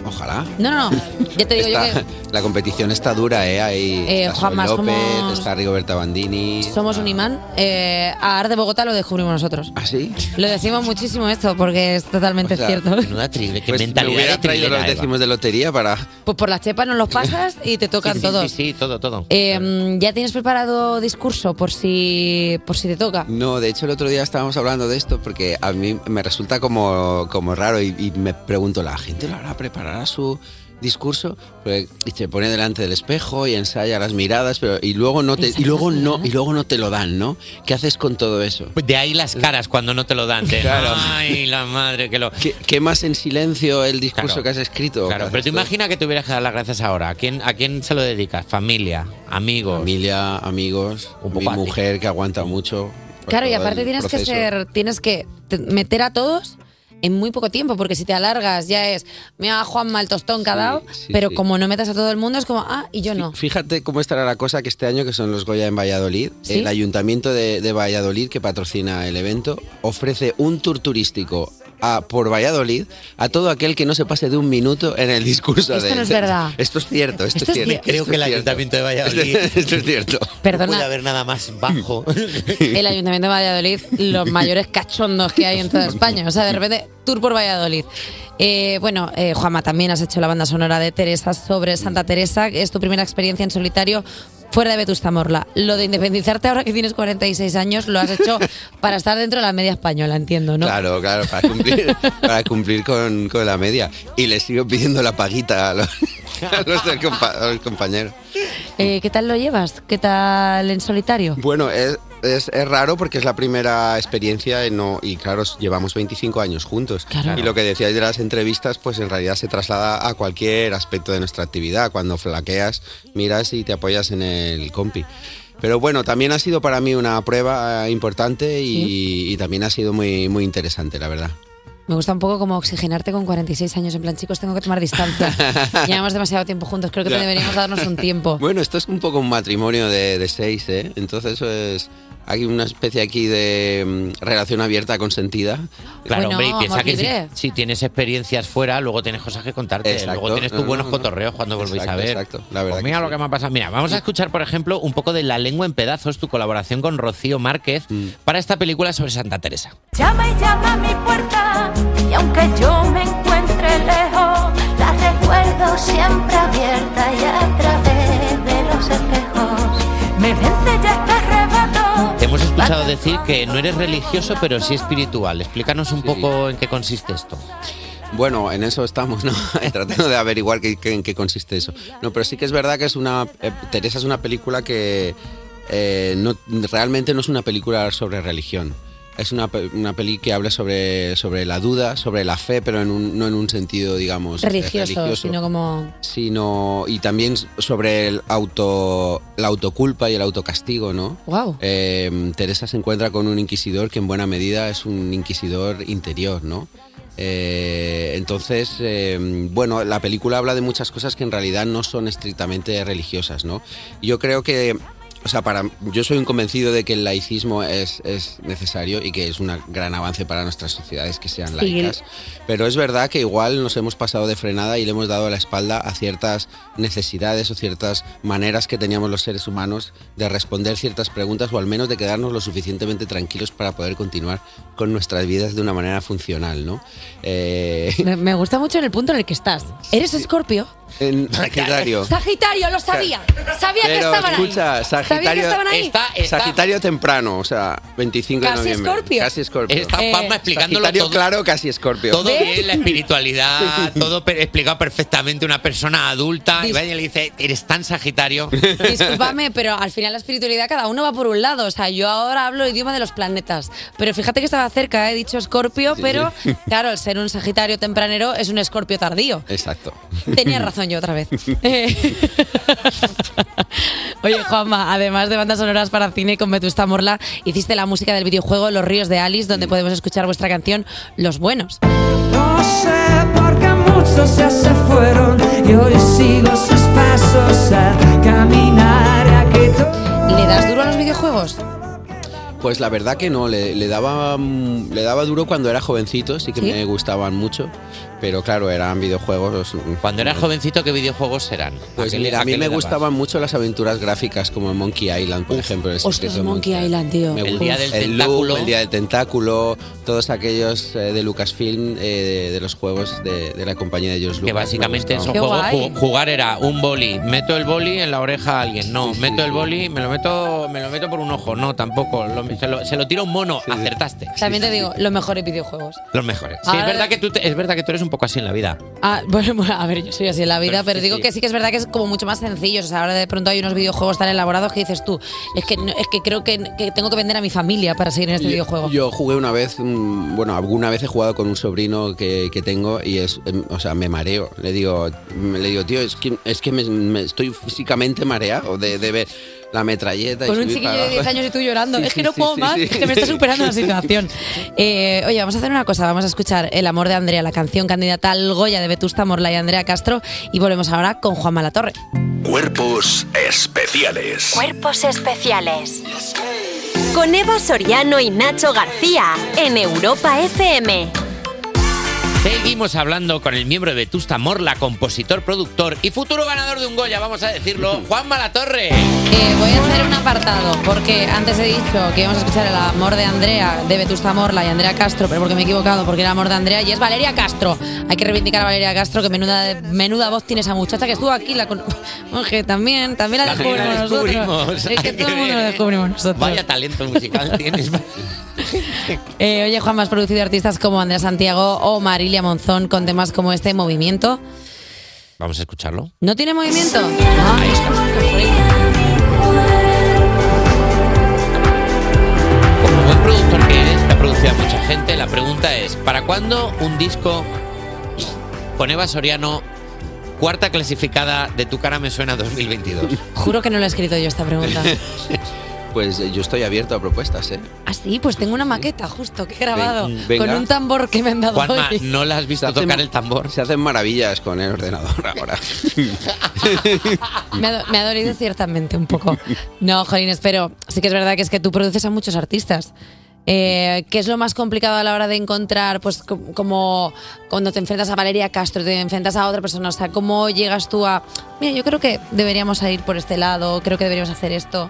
I: Ojalá.
C: No, no, no. Ya te digo yo
I: Está-
C: que
I: La competición está dura, ¿eh? Hay
C: Eh,
I: está
C: Juanma,
I: Sol López,
C: somos-
I: está Rigoberta Bandini.
C: somos un imán. Eh, a Ar de Bogotá lo descubrimos nosotros.
I: ¿Ah, sí?
C: Lo decimos muchísimo esto porque es totalmente cierto.
I: Pues
D: mentalidad
I: Me hubiera
D: de
I: traído
D: trilera,
I: los
D: Eva.
I: décimos de lotería para.
C: Pues por las chepas nos los pasas y te tocan todos.
D: Sí, sí, todo, todo.
C: Eh, ¿Ya tienes preparado discurso por si, por si te toca?
I: No, de hecho el otro día estábamos hablando de esto porque a mí me resulta como, como raro y, y me pregunto, ¿la gente lo hará? ¿Preparará su discurso? Porque- Pues, y se pone delante del espejo y ensaya las miradas pero y luego no te y luego no y luego no te lo dan no qué haces con todo eso
D: de ahí las caras cuando no te lo dan. te-
I: Claro.
D: Ay, la madre que lo.
I: ¿Qué, más en silencio el discurso
D: Claro.
I: que has escrito
D: Claro, pero tú imagina que tuvieras que dar las gracias ahora. ¿A quién, a quién se lo dedicas? Familia, amigos.
I: Familia, amigos, mi mujer que aguanta mucho por
C: Claro, y
I: todo el
C: aparte tienes que
I: proceso.
C: ser, tienes que te- meter a todos en muy poco tiempo, porque si te alargas ya es, mira Juanma el tostón que ha dado,
I: sí,
C: pero
I: sí.
C: como no metas a todo el mundo es como, ah, y yo no.
I: Fíjate cómo estará la cosa que este año, que son los Goya en Valladolid,
C: Sí.
I: el ayuntamiento de, de Valladolid, que patrocina el evento, ofrece un tour turístico a- por Valladolid a todo aquel que no se pase de un minuto en el discurso.
C: Esto
I: de-
C: no es verdad.
I: Esto es cierto, esto,
C: Esto es
I: es cierto.
C: cierto. Creo que el
D: Ayuntamiento de Valladolid-
I: Esto, esto Este es cierto.
C: Perdona. puede
D: haber nada más bajo.
C: El Ayuntamiento de Valladolid, los mayores cachondos que hay en toda España. O sea, de repente, tour por Valladolid. Eh, bueno, eh, Juanma, también has hecho la banda sonora de Teresa sobre Santa Teresa. Es tu primera experiencia en solitario fuera de Vetusta Morla. Lo de independizarte ahora que tienes 46 años lo has hecho para estar dentro de la media española, entiendo, ¿no?
I: Claro, claro, para cumplir, para cumplir con, con la media. Y le sigo pidiendo la paguita a los, a los del compa- a los compañeros.
C: Eh, ¿Qué tal lo llevas? ¿Qué tal en solitario?
I: Bueno, es, es- es raro porque es la primera experiencia y, no, y claro, llevamos 25 años juntos.
C: Claro.
I: Y lo que decíais de las entrevistas, pues en realidad se traslada a cualquier aspecto de nuestra actividad. Cuando flaqueas, miras y te apoyas en el compi. Pero bueno, también ha sido para mí una prueba eh, importante y, y también ha sido muy, muy interesante, la verdad.
C: Me gusta un poco como oxigenarte con 46 años. En plan, chicos, tengo que tomar distancia. Llevamos demasiado tiempo juntos. Creo que
I: Ya.
C: deberíamos darnos un tiempo.
I: Bueno, esto es un poco un matrimonio de, de seis, ¿eh? Entonces eso es... Hay una especie aquí de mm, relación abierta consentida.
D: Claro, hombre, y piensa que si, si tienes experiencias fuera, luego tienes cosas que contarte.
I: Exacto.
D: Luego tienes tus
I: No,
D: buenos
I: no, no.
D: cotorreos cuando volvéis a
I: Exacto,
D: ver.
I: exacto. La
D: Pues
I: verdad que
D: mira
I: sí.
D: lo que me ha pasado. Mira, vamos a escuchar, por ejemplo, un poco de La lengua en pedazos, tu colaboración con Rocío Márquez
I: Mm.
D: para esta película sobre Santa Teresa.
F: Llama y llama a mi puerta y aunque yo me encuentre lejos, la recuerdo siempre abierta y a través de los espejos. Me vence ya este arrebato.
D: Te hemos escuchado decir que no eres religioso, pero sí espiritual. Explícanos un poco en qué consiste esto.
I: Bueno, en eso estamos, ¿no? Tratando de averiguar qué, qué- en qué consiste eso. No, pero sí que es verdad que es una. eh, Teresa es una película que eh, no, realmente no es una película sobre religión. Es una, pe- una peli que habla sobre, sobre la duda, sobre la fe, pero en un- no en un sentido, digamos, eh,
C: religioso, sino como
I: sino y también sobre el auto la autoculpa y el autocastigo, ¿no?
C: Guau.
I: Eh, Teresa se encuentra con un inquisidor que en buena medida es un inquisidor interior, ¿no? Eh, entonces, eh, bueno, la película habla de muchas cosas que en realidad no son estrictamente religiosas, ¿no? Yo creo que, o sea, para, yo soy un convencido de que el laicismo es, es necesario y que es un gran avance para nuestras sociedades que sean
W: Sí, el-
I: laicas. Pero es verdad que igual nos hemos pasado de frenada y le hemos dado la espalda a ciertas necesidades o ciertas maneras que teníamos los seres humanos de responder ciertas preguntas o al menos de quedarnos lo suficientemente tranquilos para poder continuar con nuestras vidas de una manera funcional, ¿no? Eh,
C: Me, me gusta mucho en el punto en el que estás. ¿Eres escorpio?
I: En Sagitario.
C: Sagitario, lo sabía. Sabía que
I: Pero
C: estaban
I: escucha,
C: ahí. Sabía que
I: Sagitario,
C: estaban ahí.
I: Sagitario temprano, o sea, 25
C: Casi
I: de noviembre.
C: Escorpio.
I: Casi Scorpio.
D: Está Eh, Juanma explicándolo
I: Sagitario
D: todo.
I: claro, casi Escorpio.
D: Todo bien, la espiritualidad, todo per- explicado perfectamente. Una persona adulta y
C: Dis-
D: va y le dice, eres tan sagitario.
C: Disculpame, pero al final la espiritualidad cada uno va por un lado. O sea, yo ahora hablo el idioma de los planetas. Pero fíjate que estaba cerca, eh, he dicho escorpio, pero claro, el ser un sagitario tempranero es un escorpio tardío.
I: Exacto.
C: Tenía razón yo otra vez. Eh. Oye, Juanma, además de bandas sonoras para cine con Vetusta Morla, hiciste la música del videojuego Los Ríos de Alice,
I: Mm.
C: donde podemos escuchar vuestra canción Los Buenos.
J: No sé por qué muchos ya se fueron y hoy sigo sus pasos al caminar aquí
C: ¿Le das duro a los videojuegos?
I: Pues la verdad que no, le, le daba, mm, le daba duro cuando era jovencito, sí que
D: ¿Sí?
I: me gustaban mucho, pero claro, eran videojuegos. mm,
D: Cuando eras jovencito, ¿qué videojuegos eran?
I: Pues
D: ¿A qué le-
I: mira, a
D: a qué
I: mí
D: le
I: me
D: dabas?
I: gustaban mucho las aventuras gráficas como Monkey Island, por ejemplo. El
C: Ostras,
I: secreto de
C: Monkey Island, tío.
I: Me
D: El
I: gusta.
D: día del
I: el
D: tentáculo.
I: Loom, el día del tentáculo, todos aquellos eh, de Lucasfilm, eh, de, de los juegos de, de la compañía de George Lucas.
D: Que básicamente
I: me
D: son
I: gustaban.
D: juegos, ju- jugar era un boli, meto el boli en la oreja a alguien, no, meto el boli, me lo meto, me lo meto por un ojo, no, tampoco, lo- se, lo, se lo tiro un mono, acertaste.
C: También te digo, los mejores videojuegos.
D: Los mejores. Sí,
C: Ahora-
D: es verdad que tú te- es verdad que tú eres un poco así en la vida.
C: Ah, bueno, bueno, a ver, yo soy así en la vida, pero,
D: Pero sí,
C: digo
D: sí.
C: que sí que es verdad que es como mucho más sencillo. O sea, ahora de pronto hay unos videojuegos tan elaborados que dices tú, es que, no- es que creo que, que tengo que vender a mi familia para seguir en este
I: Yo-
C: videojuego.
I: Yo jugué una vez, mm, bueno, alguna vez he jugado con un sobrino que, que tengo y es, em, o sea, me mareo. Le digo, me- le digo, tío, es que, es que me, me estoy físicamente mareado de, de ver la metralleta. y
C: Con un
I: subir
C: chiquillo
I: para
C: de 10
I: abajo.
C: años y tú llorando.
I: Sí,
C: es que
I: sí,
C: no
I: sí,
C: puedo
I: sí,
C: más,
I: sí.
C: que me está superando la situación. Eh, oye, vamos a hacer una cosa. Vamos a escuchar El amor de Andrea, la canción candidata al Goya de Vetusta Morla y Andrea Castro. Y volvemos ahora con Juan Malatorre.
G: Cuerpos especiales.
B: Cuerpos especiales. Con Eva Soriano y Nacho García en Europa FM.
D: Seguimos hablando con el miembro de Vetusta Morla, compositor, productor y futuro ganador de un Goya, vamos a decirlo, Juan Malatorre.
C: Eh, voy a hacer un apartado, porque antes he dicho que íbamos a escuchar el amor de Andrea, de Vetusta Morla y Andrea Castro, pero porque me he equivocado, porque era amor de Andrea y es Valeria Castro. Hay que reivindicar a Valeria Castro, que menuda, menuda voz tiene esa muchacha que estuvo aquí. La con... Oje, también, también la
D: También
C: descubrimos
D: la
C: nosotros.
D: descubrimos,
C: Es que
D: hay que
C: todo el mundo la
D: ver.
C: descubrimos nosotros.
D: Vaya talento musical tienes.
C: Eh, oye, Juan, has producido artistas como Andrea Santiago o Marilia Monzón con temas como este movimiento.
D: Vamos a escucharlo.
C: ¿No tiene movimiento?
D: Como buen productor que eres, que ha producido a mucha gente, la pregunta es, ¿para cuándo un disco con Eva Soriano, cuarta clasificada de Tu cara me suena 2022?
C: Juro que no lo he escrito yo esta pregunta.
I: Pues eh, yo estoy abierto a propuestas, ¿eh?
C: Ah, sí, pues tengo una maqueta justo que he grabado
I: Ven- venga.
C: con un tambor que me han dado hoy.
D: ¿no la has visto
I: tocar
D: el tambor?
I: Se hacen maravillas con el ordenador ahora.
C: Me ha, do- me ha dolido ciertamente un poco. No, Jolines, pero sí que es verdad que es que tú produces a muchos artistas. Eh, ¿Qué es lo más complicado a la hora de encontrar, pues co- como cuando te enfrentas a Valeria Castro, te enfrentas a otra persona? O sea, ¿cómo llegas tú a, mira, yo creo que deberíamos ir por este lado, creo que deberíamos hacer esto?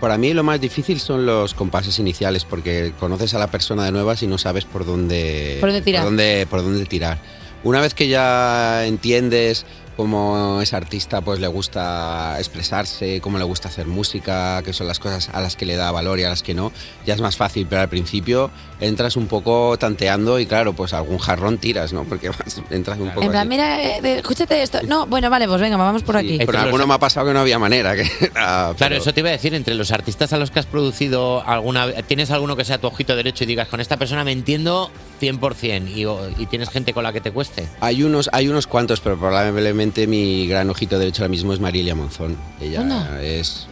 I: Para mí lo más difícil son los compases iniciales, porque conoces a la persona de nuevas y no sabes por dónde,
C: Por dónde tirar.
I: Por dónde, por dónde tirar. Una vez que ya entiendes cómo es artista, pues le gusta expresarse, cómo le gusta hacer música, que son las cosas a las que le da valor y a las que no, ya es más fácil, pero al principio entras un poco tanteando y claro, pues algún jarrón tiras, ¿no? Porque vas- entras un poco...
C: En plan,
I: Pues así.
C: mira, eh, de- escúchate esto. No, bueno, vale, pues venga, vamos por aquí.
I: Con alguno me ha pasado que no había manera. Que,
D: Claro, eso te iba a decir, entre los artistas a los que has producido alguna ¿tienes alguno que sea tu ojito derecho y digas, con esta persona me entiendo 100% y, o- y tienes gente con la que te cueste?
I: Hay unos, hay unos cuantos, pero probablemente mi gran ojito derecho ahora mismo es Marilia Monzón. Ella
D: Anda.
I: es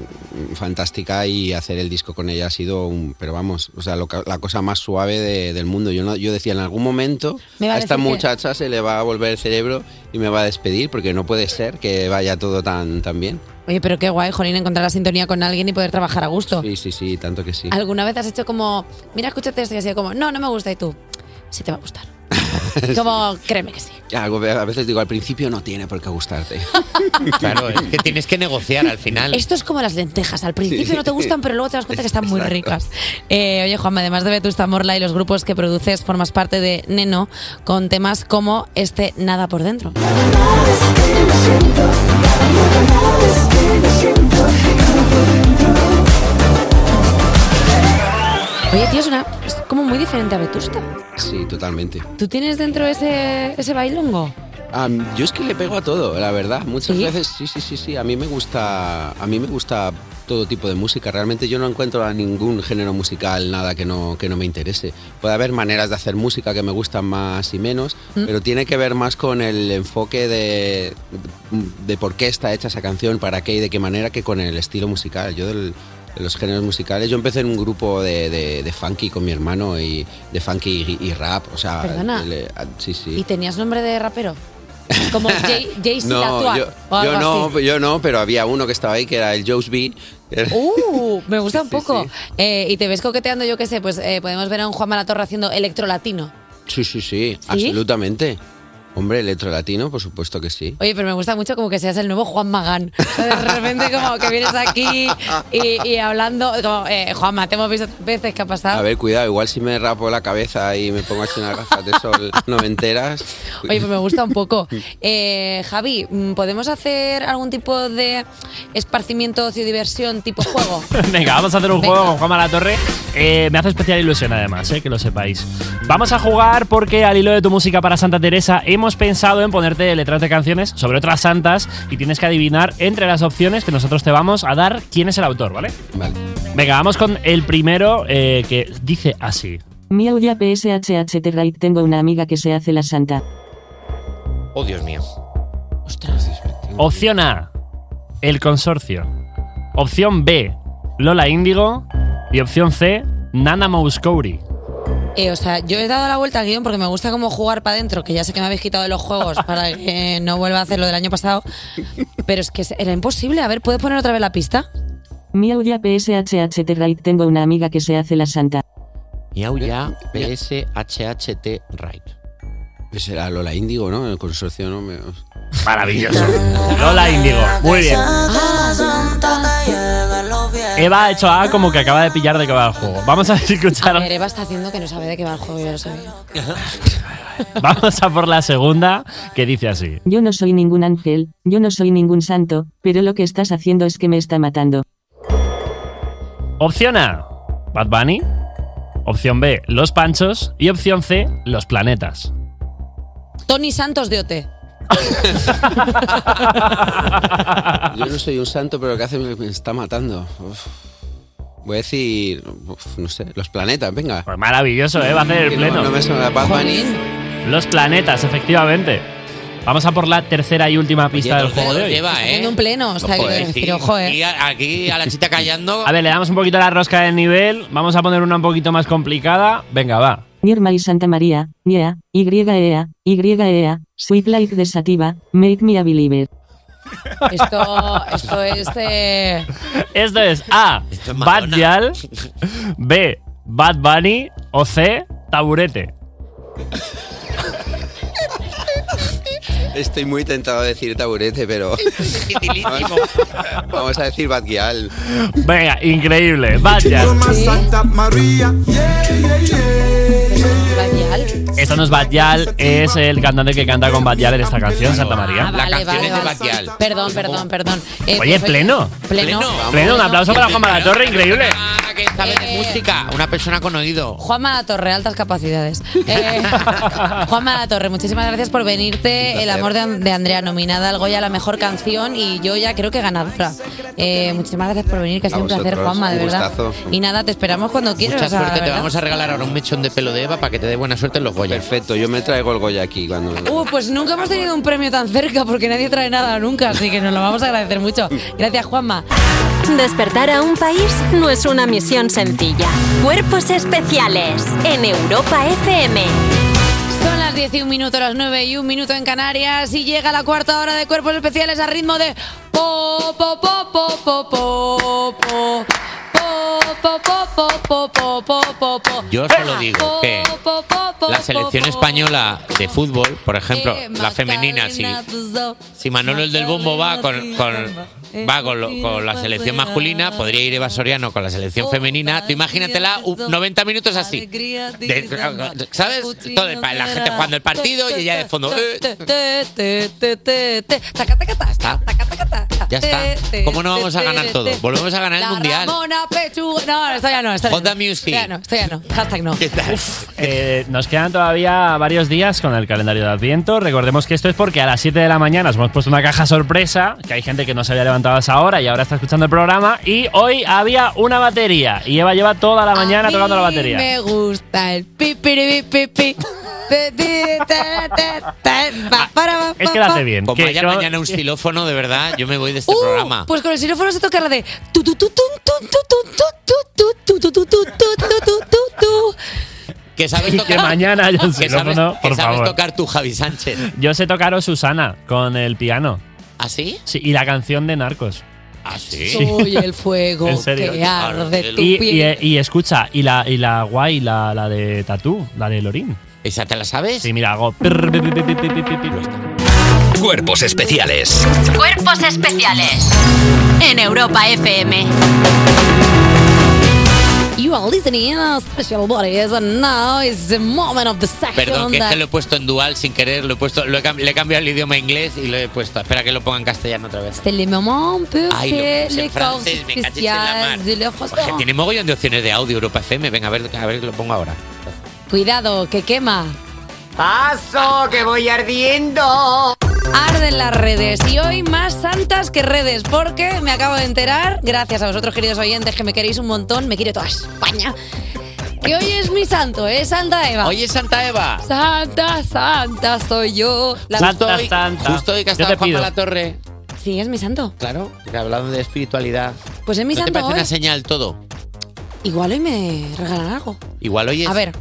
I: fantástica y hacer el disco con ella ha sido un, pero vamos, o sea, lo ca- la cosa más suave de- del mundo. Yo no- yo decía en algún momento
D: Me va a
I: a esta
D: decir que-
I: muchacha se le va a volver el cerebro y me va a despedir porque no puede ser que vaya todo tan tan bien.
C: Oye, pero qué guay, Jolín, encontrar la sintonía con alguien y poder trabajar a gusto.
I: Sí, sí, sí, tanto que sí.
C: ¿Alguna vez has hecho como, mira, escúchate esto y así como, no, no me gusta y tú? Sí te va a gustar. Como, créeme que sí.
I: Algo- A veces digo, al principio no tiene por qué gustarte.
D: claro,
I: eh.
D: es que tienes que negociar al final.
C: Esto es como las lentejas. Al principio no te gustan, pero luego te das cuenta que están muy
D: Exacto.
C: ricas. Eh, oye, Juanma, además de Vetusta Morla y los grupos que produces, formas parte de Neno con temas como este Nada por Dentro. Oye, tío, es, una, es como muy diferente a Vetusta.
I: Sí, totalmente.
C: ¿Tú tienes dentro ese, ese bailongo?
I: Ah, yo es que le pego a todo, la verdad. Muchas veces, sí, sí, sí, sí. A mí me gusta, a mí me gusta todo tipo de música. Realmente yo no encuentro a ningún género musical nada que no que no me interese. Puede haber maneras de hacer música que me gustan más y menos,
H: ¿Mm?
I: pero tiene que ver más con el enfoque de, de por qué está hecha esa canción, para qué y de qué manera que con el estilo musical. Yo del- de los géneros musicales, yo empecé en un grupo de, de- de funky con mi hermano y de funky y, y rap, o sea,
C: Perdona.
I: le- ah, sí, sí.
C: ¿Y tenías nombre de rapero? Como Jay- Jay-Z
I: No,
C: Lacroix,
I: yo,
C: o algo
I: yo
C: así.
I: no, yo no, pero había uno que estaba ahí que era el Joe's B.
C: Uh, me gusta un poco. Eh, y te ves coqueteando, yo qué sé, pues eh, podemos ver a un Juan Malatorre haciendo electrolatino.
I: Sí, sí, sí, absolutamente. Hombre, electro latino, por supuesto que sí.
C: Oye, pero me gusta mucho como que seas el nuevo Juan Magán. O sea, de repente como que vienes aquí y, y hablando, como, eh, Juanma, te hemos visto tantas veces, ¿qué ha pasado?
I: A ver, cuidado, igual si me rapo la cabeza y me pongo así unas gafas de sol noventeras.
C: Oye, pues me gusta un poco. Eh, Javi, mm, ¿podemos hacer algún tipo de esparcimiento, ocio, y diversión, tipo juego?
E: Venga, vamos a hacer un juego con Juanma La Torre. Eh, me hace especial ilusión además, eh, que lo sepáis. Vamos a jugar porque al hilo de tu música para Santa Teresa hemos pensado en ponerte letras de canciones sobre otras santas y tienes que adivinar entre las opciones que nosotros te vamos a dar quién es el autor, ¿vale?
I: Vale.
E: Venga, vamos con el primero eh, que dice así.
L: Miaulla PSHH Terrait, tengo una amiga que se hace la santa.
D: Oh, Dios mío.
E: Opción A, el consorcio. Opción B, Lola Índigo. Y opción C, Nana Mouskouri.
C: Eh, o sea, yo he dado la vuelta al guión porque me gusta como jugar para adentro, que ya sé que me habéis quitado de los juegos para que no vuelva a hacer lo del año pasado. Pero es que era imposible. A ver, ¿puedes poner otra vez la pista?
L: Miaulla PSHH Terrait, tengo una amiga que se hace la santa.
D: Miaulla PSHHT Right.
I: Será Lola Índigo, ¿no? El consorcio, ¿no? Me-
E: Maravilloso. Lola Índigo. Muy bien. Eva ha hecho A como que acaba de pillar de que va el juego. Vamos a
C: A
E: escuchar.
C: ver, Eva está haciendo que no sabe de qué va el juego, yo lo sabía.
E: Vamos a por la segunda que dice así.
L: Yo no soy ningún ángel, yo no soy ningún santo, pero lo que estás haciendo es que me está matando.
E: Opción A, Bad Bunny. Opción B, Los Panchos. Y opción C, Los Planetas.
C: Tony Santos de OT.
I: Yo no soy un santo, pero lo que hace me me está matando. Uf. Voy a decir, uf, no sé, los planetas, venga.
E: Maravilloso, ¿eh? Va a hacer el
I: Que
E: pleno.
I: No, no me suena Bad Bunny.
E: Los Planetas, efectivamente. Vamos a por la tercera y última pista del juego de hoy.
D: Lleva, ¿eh?
C: Haciendo un pleno, o sea, que
E: Ojo, eh.
C: quiero decir, ojo, eh.
D: Y a- aquí a la chita callando.
E: A ver, le damos un poquito la rosca de nivel. Vamos a poner una un poquito más complicada. Venga, va.
L: Nirma y Santa María, E, Yea, YEA, YEA, Sweet Life de Sativa, Make Me a Believer.
C: Esto, esto es. eh,
E: Esto es A. Bad Gyal. B. Bad Bunny. O C. Taburete.
I: Estoy muy tentado de decir taburete, pero. Vamos a decir Bad Gyal.
E: Venga, increíble. Bad Gyal.
J: Santa María.
E: Esto no es Bad Gyal, es el cantante que canta con Bad Gyal en esta canción, Santa María.
C: Ah, vale, vale, vale. Perdón, perdón, perdón. Eh,
E: Oye,
C: pues,
E: pleno.
C: Pleno.
E: Pleno, un aplauso para Juanma la Torre, increíble.
C: Eh,
D: Música, una persona con oído.
C: Juanma la Torre, altas capacidades. Eh, Juanma la Torre, muchísimas gracias por venirte. El amor de, An- de Andrea, nominada al Goya a la mejor canción y yo ya creo que ganadora. Eh, muchísimas gracias por venir, que ha sido
D: A
C: un placer,
D: vosotros,
C: Juanma, de
D: un
C: verdad.
D: gustazo.
C: Y nada, te esperamos cuando quieras.
D: Mucha
C: o sea,
D: suerte, te
C: ¿verdad?
D: vamos a regalar ahora un mechón de pelo de Eva para que te dé buena suerte en los Goya.
I: Perfecto, yo me traigo el Goya aquí cuando.
C: Uh, pues nunca hemos tenido un premio tan cerca porque nadie trae nada nunca, así que nos lo vamos a agradecer mucho. Gracias, Juanma.
B: Despertar a un país no es una misión sencilla. Cuerpos especiales en Europa FM.
C: Son las 10 y un minuto, las 9 y un minuto en Canarias y llega la cuarta hora de cuerpos especiales a ritmo de po po po po po po po po po, po, po, po, po, po, po, po.
D: Yo solo digo que la selección española de fútbol, por ejemplo,
C: Eh,
D: la femenina, si, si Manolo el del Bombo va con, con- va con, lo- con la selección masculina, podría ir Eva Soriano con la selección femenina. Tú imagínatela u- 90 minutos así. De- ¿Sabes? Todo el pa- la gente jugando el partido y ella de fondo. eh, ya está. ¿Cómo no vamos a ganar todo? Volvemos a ganar el
C: La
D: mundial.
C: Ramona Pechuga. No, esto ya no, esto ya
D: Honda
C: no. Esto ya no, esto ya no. Hashtag no. Uf.
E: Eh, nos quedan todavía varios días con el calendario de Adviento. Recordemos que esto es porque a las 7 de la mañana os hemos puesto una caja sorpresa, que hay gente que no se había levantado a esa hora y ahora está escuchando el programa. Y hoy había una batería y Eva lleva toda la mañana tocando la batería.
C: Me gusta el pipiri pipi.
E: Ah,
D: Es
C: que la hace
D: bien. Como haya Pues mañana un xilófono, de verdad, yo me voy de este programa.
C: Pues con el xilófono se toca la de tu tu tu tu tu tu tu tu tu tu tu tu tu tu tu tu tu
D: Que sabes
E: Y
D: tocar.
E: que mañana haya un
D: Que sabes-
E: xilófono,
D: que
E: por
D: sabes
E: favor.
D: tocar tú, Javi Sánchez.
E: Yo sé tocar Susana con el piano.
D: ¿Ah, sí?
E: Sí, y la canción de Narcos.
D: ¿Ah,
C: Soy el fuego
E: En serio.
C: que arde tu
E: Y,
C: piel.
E: y- y escucha, y la, y la guay, la, la de Tatú, la de Lorín.
D: ¿Esa te la sabes?
E: Sí, mira, hago. prr, pi, pi, pi, pi, pi, pi, pi.
A: Cuerpos especiales.
B: Cuerpos especiales en Europa FM.
C: You are listening to special bodies and now is the moment of the section
D: Perdón, que es
C: that-
D: que lo he puesto en dual sin querer, lo he puesto, lo he cam- le he cambiado el idioma a inglés y lo he puesto. Espera que lo ponga en castellano otra vez.
C: C'est le moment de
D: Ay, lo
C: faire
D: puse en
C: les
D: francés,
C: courses
D: me cachis en la
C: spéciales de la
D: Porque
C: Frozen.
D: tiene mogollón de opciones de audio Europa FM. Venga, a ver, a ver, lo pongo ahora.
C: Cuidado, que quema.
H: ¡Paso, que voy ardiendo!
C: Arden las redes y hoy más santas que redes porque me acabo de enterar, gracias a vosotros queridos oyentes que me queréis un montón, me quiere toda España, que hoy es mi santo, es Santa Eva.
D: Hoy es Santa Eva.
C: Santa, santa soy yo.
D: Justo hoy- Justo hoy que ha estado Juanma la Torre.
C: Sí, es mi santo.
D: Claro, que hablando de espiritualidad.
C: Pues es mi
D: ¿No te
C: santo
D: parece
C: hoy.
D: una señal todo?
C: Igual hoy me regalan algo.
D: Igual hoy es.
C: A ver,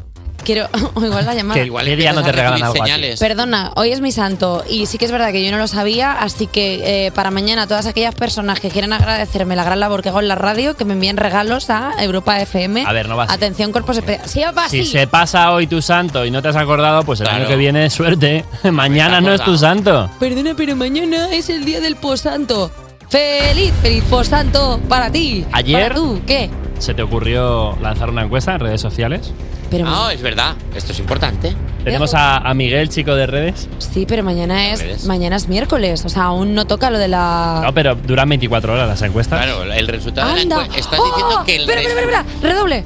C: quiero. o igual la llamada.
D: Que igual ¿Qué día no te empiezas a regalan recibir algo a ti? señales?
C: Perdona, hoy es mi santo y sí que es verdad que yo no lo sabía, así que eh, para mañana todas aquellas personas que quieran agradecerme la gran labor que hago en la radio, que me envíen regalos a Europa FM.
E: A ver, no va así.
C: Atención, cuerpos especiales. Ah, Sí, va
E: Si
C: así.
E: se pasa hoy tu santo y no te has acordado, pues el año que viene, suerte. Mañana no es tu santo.
C: Perdona, pero mañana es el día del posanto. Feliz, feliz posanto para ti.
E: Ayer-
C: Para tú, ¿qué?
E: ¿Se te ocurrió lanzar una encuesta en redes sociales?
D: no, es verdad. Esto es importante.
E: Tenemos a, a Miguel, chico de redes.
C: Sí, pero mañana
E: ¿Ves?
C: es, mañana es miércoles, o sea, aún no toca lo de la...
E: No, pero duran 24 horas las encuestas.
D: Claro, el resultado
C: ¡Anda!
D: Estás
C: ¡Oh!
D: diciendo que el
C: Espera, espera, espera, espera. redoble.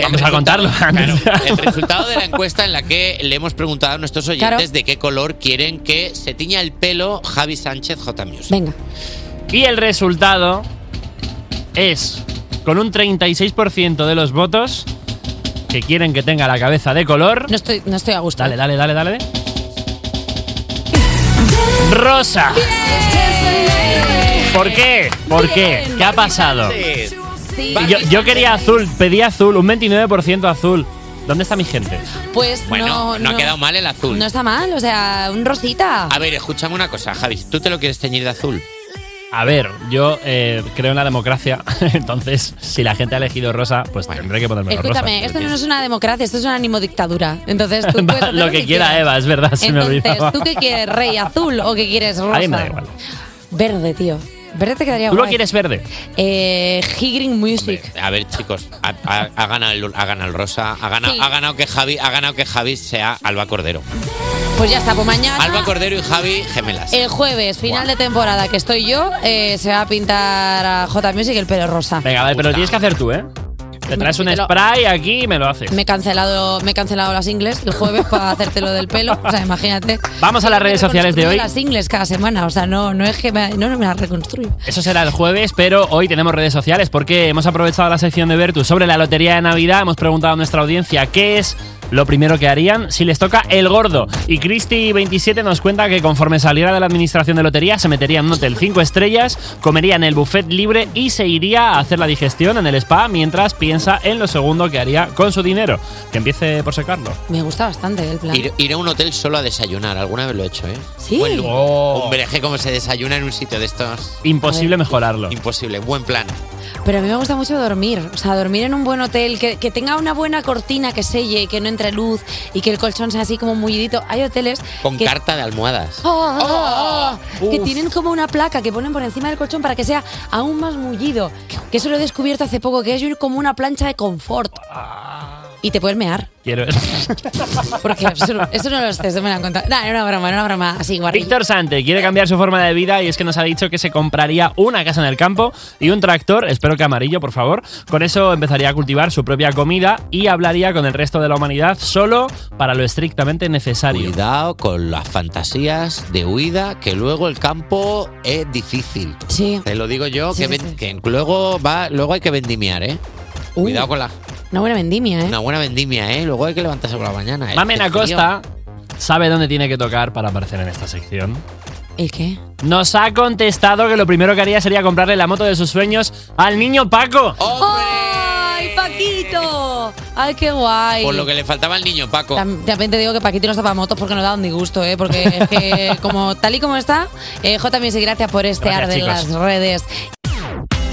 E: vamos a contarlo antes.
D: El resultado de la encuesta en la que le hemos preguntado a nuestros oyentes
C: Claro.
D: de qué color quieren que se tiña el pelo Javi Sánchez J Music.
C: Pues Venga.
E: Y el resultado es, con un 36% de los votos que quieren que tenga la cabeza de color.
C: No estoy, no estoy a gusto.
E: Dale, dale, dale, dale. Rosa. ¿Por qué? ¿Por qué? ¿Qué ha pasado?
C: Sí.
E: Yo, yo quería azul, pedí azul, un 29% azul. ¿Dónde está mi gente?
C: Pues
D: Bueno, no,
C: no, no,
D: ha quedado mal el azul.
C: no está mal, o sea, un rosita.
D: A ver, escúchame una cosa, Javi. ¿Tú te lo quieres teñir de azul?
E: A ver, yo eh, creo en la democracia, entonces si la gente ha elegido rosa, pues tendré que ponerme
C: Escúchame,
E: rosa.
C: esto no es una democracia, esto es una animodictadura. Entonces tú puedes hacer
E: lo que quiera Eva, es verdad, se me
C: Entonces,
E: olvidaba.
C: ¿tú qué quieres, rey azul o qué quieres rosa?
E: A mí me da igual.
C: Verde, tío. Verde te quedaría
E: ¿Tú lo
C: guay.
E: quieres verde?
C: Eh, Higrin Music.
D: A ver, chicos, ha, ha- ha ganado, el, ha ganado el rosa, ha ganado,
C: Sí.
D: ha ganado que Javi, ha ganado que Javi sea Alba Cordero.
C: Pues ya está, pues mañana.
D: Alba Cordero y Javi gemelas.
C: El jueves, final de temporada que estoy yo, eh, se va a pintar a J Music el pelo rosa.
E: Venga, vale, pero lo tienes que hacer tú, ¿eh? Te traes un
C: te lo-
E: spray aquí y me lo haces.
C: Me he cancelado, me he cancelado las ingles el jueves para hacerte lo del pelo. O sea, imagínate.
E: Vamos a las redes sociales de
C: Construyo
E: hoy.
C: las ingles cada semana. O sea, no, no es que me, no, no me las reconstruyo.
E: Eso será el jueves, pero hoy tenemos redes sociales porque hemos aprovechado la sección de Vertu sobre la lotería de Navidad. Hemos preguntado a nuestra audiencia qué es lo primero que harían si les toca el gordo. Y Christy27 nos cuenta que conforme saliera de la administración de lotería se metería en un hotel 5 estrellas, comería en el buffet libre y se iría a hacer la digestión en el spa mientras piensa en lo segundo que haría con su dinero. Que empiece por secarlo.
C: Me gusta bastante el plan.
D: Ir, ir a un hotel solo a desayunar, alguna vez lo he hecho, ¿eh?
C: Sí.
D: Buen lugar. Hombre, es que como se desayuna en un sitio de estos.
E: Oh. Imposible mejorarlo.
D: Imposible, buen plan.
C: Pero a mí me gusta mucho dormir. O sea, dormir en un buen hotel, que, que tenga una buena cortina que selle, que no entre luz y que el colchón sea así como mullidito. Hay hoteles.
D: Con
C: que,
D: carta de almohadas.
C: ¡Oh, oh, oh! que
D: Uf.
C: tienen como una placa que ponen por encima del colchón para que sea aún más mullido. Que eso lo he descubierto hace poco, que es como una plancha de confort.
D: Ah.
C: Y te puedes mear.
E: Quiero
C: Porque eso, no- eso no lo sé, se me lo han contado. No, era una broma, era una broma así, guarri.
E: Víctor Sante quiere cambiar su forma de vida y es que nos ha dicho que se compraría una casa en el campo y un tractor, espero que amarillo, por favor. Con eso empezaría a cultivar su propia comida y hablaría con el resto de la humanidad solo para lo estrictamente necesario.
D: Cuidado con las fantasías de huida, que luego el campo es difícil.
C: Sí.
D: Te lo digo yo, que, ven- que luego va, luego hay que vendimiar, ¿eh? Cuidado con la,
C: Uh. Una buena vendimia, ¿eh?
D: una buena vendimia, ¿eh? Luego hay que levantarse por la mañana. ¿eh?
E: Mamen
D: Qué frío.
E: Acosta sabe dónde tiene que tocar para aparecer en esta sección.
C: ¿El qué?
E: Nos ha contestado que lo primero que haría sería comprarle la moto de sus sueños al niño Paco.
C: ¡Ay, Paquito! ¡Ay, qué guay!
D: Por lo que le faltaba al niño Paco.
C: Tam- También te digo que Paquito no está para motos porque nos da un disgusto, ¿eh? Porque es que, como, tal y como está, eh, J. Music, gracias por este
G: Gracias,
C: ar de
G: chicos.
C: las redes.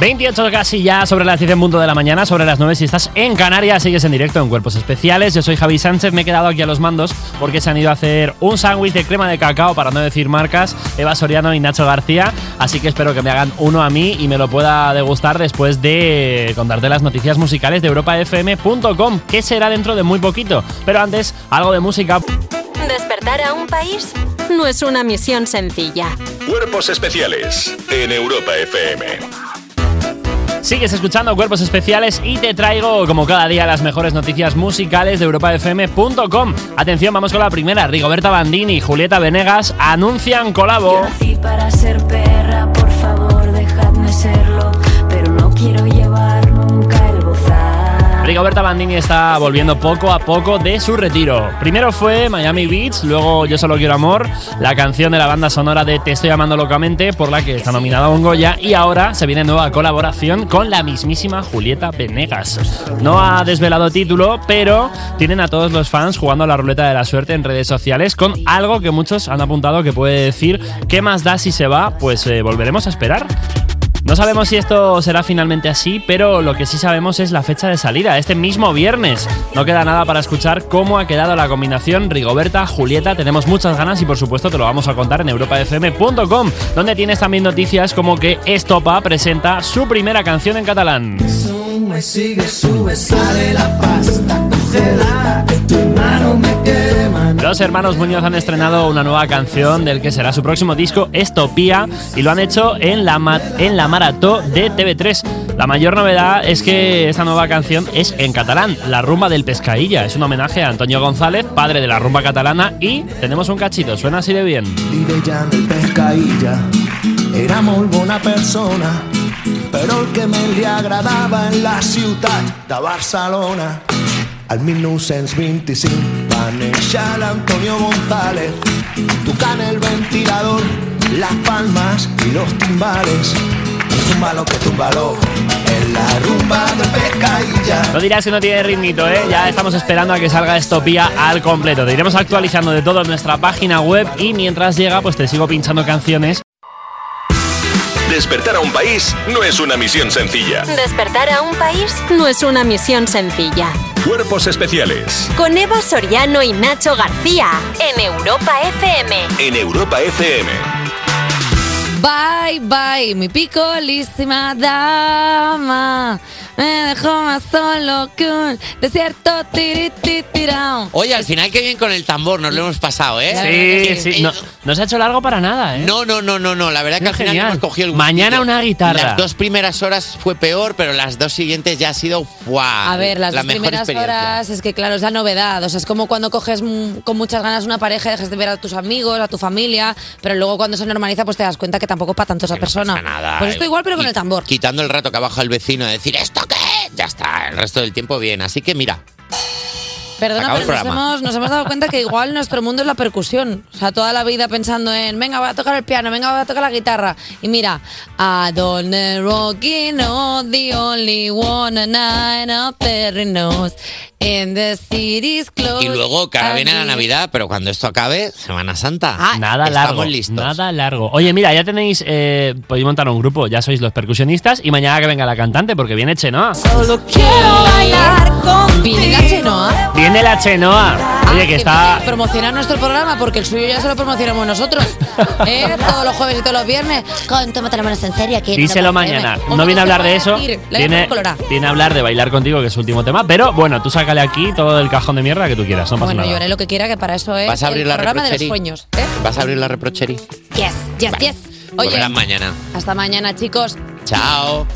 E: 28 casi ya sobre las 10 en punto de la mañana, sobre las 9 si estás en Canarias, sigues en directo en Cuerpos Especiales. Yo soy Javi Sánchez, me he quedado aquí a los mandos porque se han ido a hacer un sándwich de crema de cacao, para no decir marcas, Eva Soriano y Nacho García. Así que espero que me hagan uno a mí y me lo pueda degustar después de contarte las noticias musicales de europafm.com, que será dentro de muy poquito. Pero antes, algo de música.
B: Despertar a un país no es una misión sencilla.
G: Cuerpos especiales en Europa FM.
E: Sigues escuchando Cuerpos Especiales y te traigo, como cada día, las mejores noticias musicales de europafm.com. Atención, vamos con la primera. Rigoberta Bandini y Julieta Venegas anuncian colabo.
K: Nací para ser perra, por favor dejadme serlo, pero no quiero llevar nunca el bozal.
E: Rigoberta Bandini está volviendo poco a poco de su retiro. Primero fue Miami Beach, luego Yo Solo Quiero Amor, la canción de la banda sonora de Te Estoy Amando Locamente, por la que está nominada a un Goya, y ahora se viene nueva colaboración con la mismísima Julieta Venegas. No ha desvelado título, pero tienen a todos los fans jugando a la ruleta de la suerte en redes sociales con algo que muchos han apuntado que puede decir ¿qué más da si se va? Pues eh, volveremos a esperar. No sabemos si esto será finalmente así, pero lo que sí sabemos es la fecha de salida, este mismo viernes. No queda nada para escuchar cómo ha quedado la combinación Rigoberta, Julieta. Tenemos muchas ganas y por supuesto te lo vamos a contar en europafm.com, donde tienes también noticias como que Estopa presenta su primera canción en catalán.
K: Sube, sigue, sube, sale la pasta congelada, que tu mano me quema.
E: Los hermanos Muñoz han estrenado una nueva canción del que será su próximo disco, Estopía, y lo han hecho en la, ma- en la marató de TV3. La mayor novedad es que esta nueva canción es en catalán, La rumba del pescailla. Es un homenaje a Antonio González, padre de la rumba catalana, y tenemos un cachito, suena así de bien.
K: Y de Jan el pescailla era muy buena persona, pero el que me le agradava en la ciutat de Barcelona. Al 1925 van deixar l'Antonio González, tocan el ventilador, las palmas y los timbales. Túmbalo que túmbalo, en la rumba del pescailla.
E: No dirás que no tiene ritmito, ¿eh? Ya estamos esperando a que salga Estopía al completo. Te iremos actualizando de todo en nuestra página web y mientras llega, pues te sigo pinchando canciones
G: Despertar a un país no es una misión sencilla.
B: Despertar a un país no es una misión sencilla.
G: Cuerpos especiales
B: Con Eva Soriano y Nacho García en Europa FM.
G: en Europa FM.
C: Bye, bye, mi picolísima dama. Me dejó más solo que un desierto tirititira.
D: Oye, al final qué bien con el tambor, nos lo hemos pasado, ¿eh?
E: La Sí, verdad que sí. sí. No- se ha hecho largo para nada, ¿eh?
D: No, no, no, no, no. La verdad que al final
E: genial.
D: hemos cogido el
E: Mañana
D: gustillo.
E: una guitarra.
D: Las dos primeras horas fue peor, pero las dos siguientes ya ha sido ¡fua!
C: A ver, las
D: Ah, la
C: dos
D: mejor
C: primeras
D: experiencia.
C: horas es que, claro, es la novedad. O sea, es como cuando coges mm, con muchas ganas una pareja y dejas de ver a tus amigos, a tu familia, pero luego cuando se normaliza, pues te das cuenta que tampoco es para tanto esa persona.
D: Nada,
C: Pues esto
D: eh,
C: igual, pero con
D: qui-
C: el tambor.
D: Quitando el rato que abajo el vecino a decir esto qué, es?", ya está. El resto del tiempo bien. Así que mira,
C: Perdona,
D: acabó el
C: pero nos
D: programa.
C: hemos, nos hemos dado cuenta que igual nuestro mundo es la percusión. O sea, toda la vida pensando en, venga, voy a tocar el piano, venga, voy a tocar la guitarra. Y mira, I don't know rocking, oh, the only one and I know there is no- In the city's close.
D: Y luego, que ahora viene la Navidad, pero cuando esto acabe, Semana Santa.
C: Ah,
E: nada
D: Estamos
E: largo.
D: listos.
E: Nada largo. Oye, mira, ya tenéis. Eh, podéis montar un grupo, ya sois los percusionistas. Y mañana que venga la cantante, porque viene Chenoa.
C: Quiero bailar con Viene la Chenoa.
E: Viene la Chenoa. Oye, que está.
C: Promocionar nuestro programa porque el suyo ya se lo promocionamos nosotros. ¿eh? Todos los jueves y todos los viernes. Con Tómate la manos en serio. aquí en
E: Díselo
C: Europa FM.
E: mañana.
C: Hombre,
E: No viene a
C: se
E: hablar
C: va
E: de eso.
C: ir, la voy a
E: Viene,
C: poner colorada.
E: viene a hablar de bailar contigo, que es su último tema. Pero bueno, tú sácale aquí todo el cajón de mierda que tú quieras. No pasa
C: Bueno, yo
E: nada.
C: haré lo que quiera, que para eso es
D: ¿Vas a abrir
C: el
D: la
C: programa de los
D: reprochería?
C: sueños.
D: ¿Vas a abrir la reprochería?
C: Yes, yes, yes. Oye,
D: Volverán mañana.
C: hasta mañana, chicos.
D: Chao.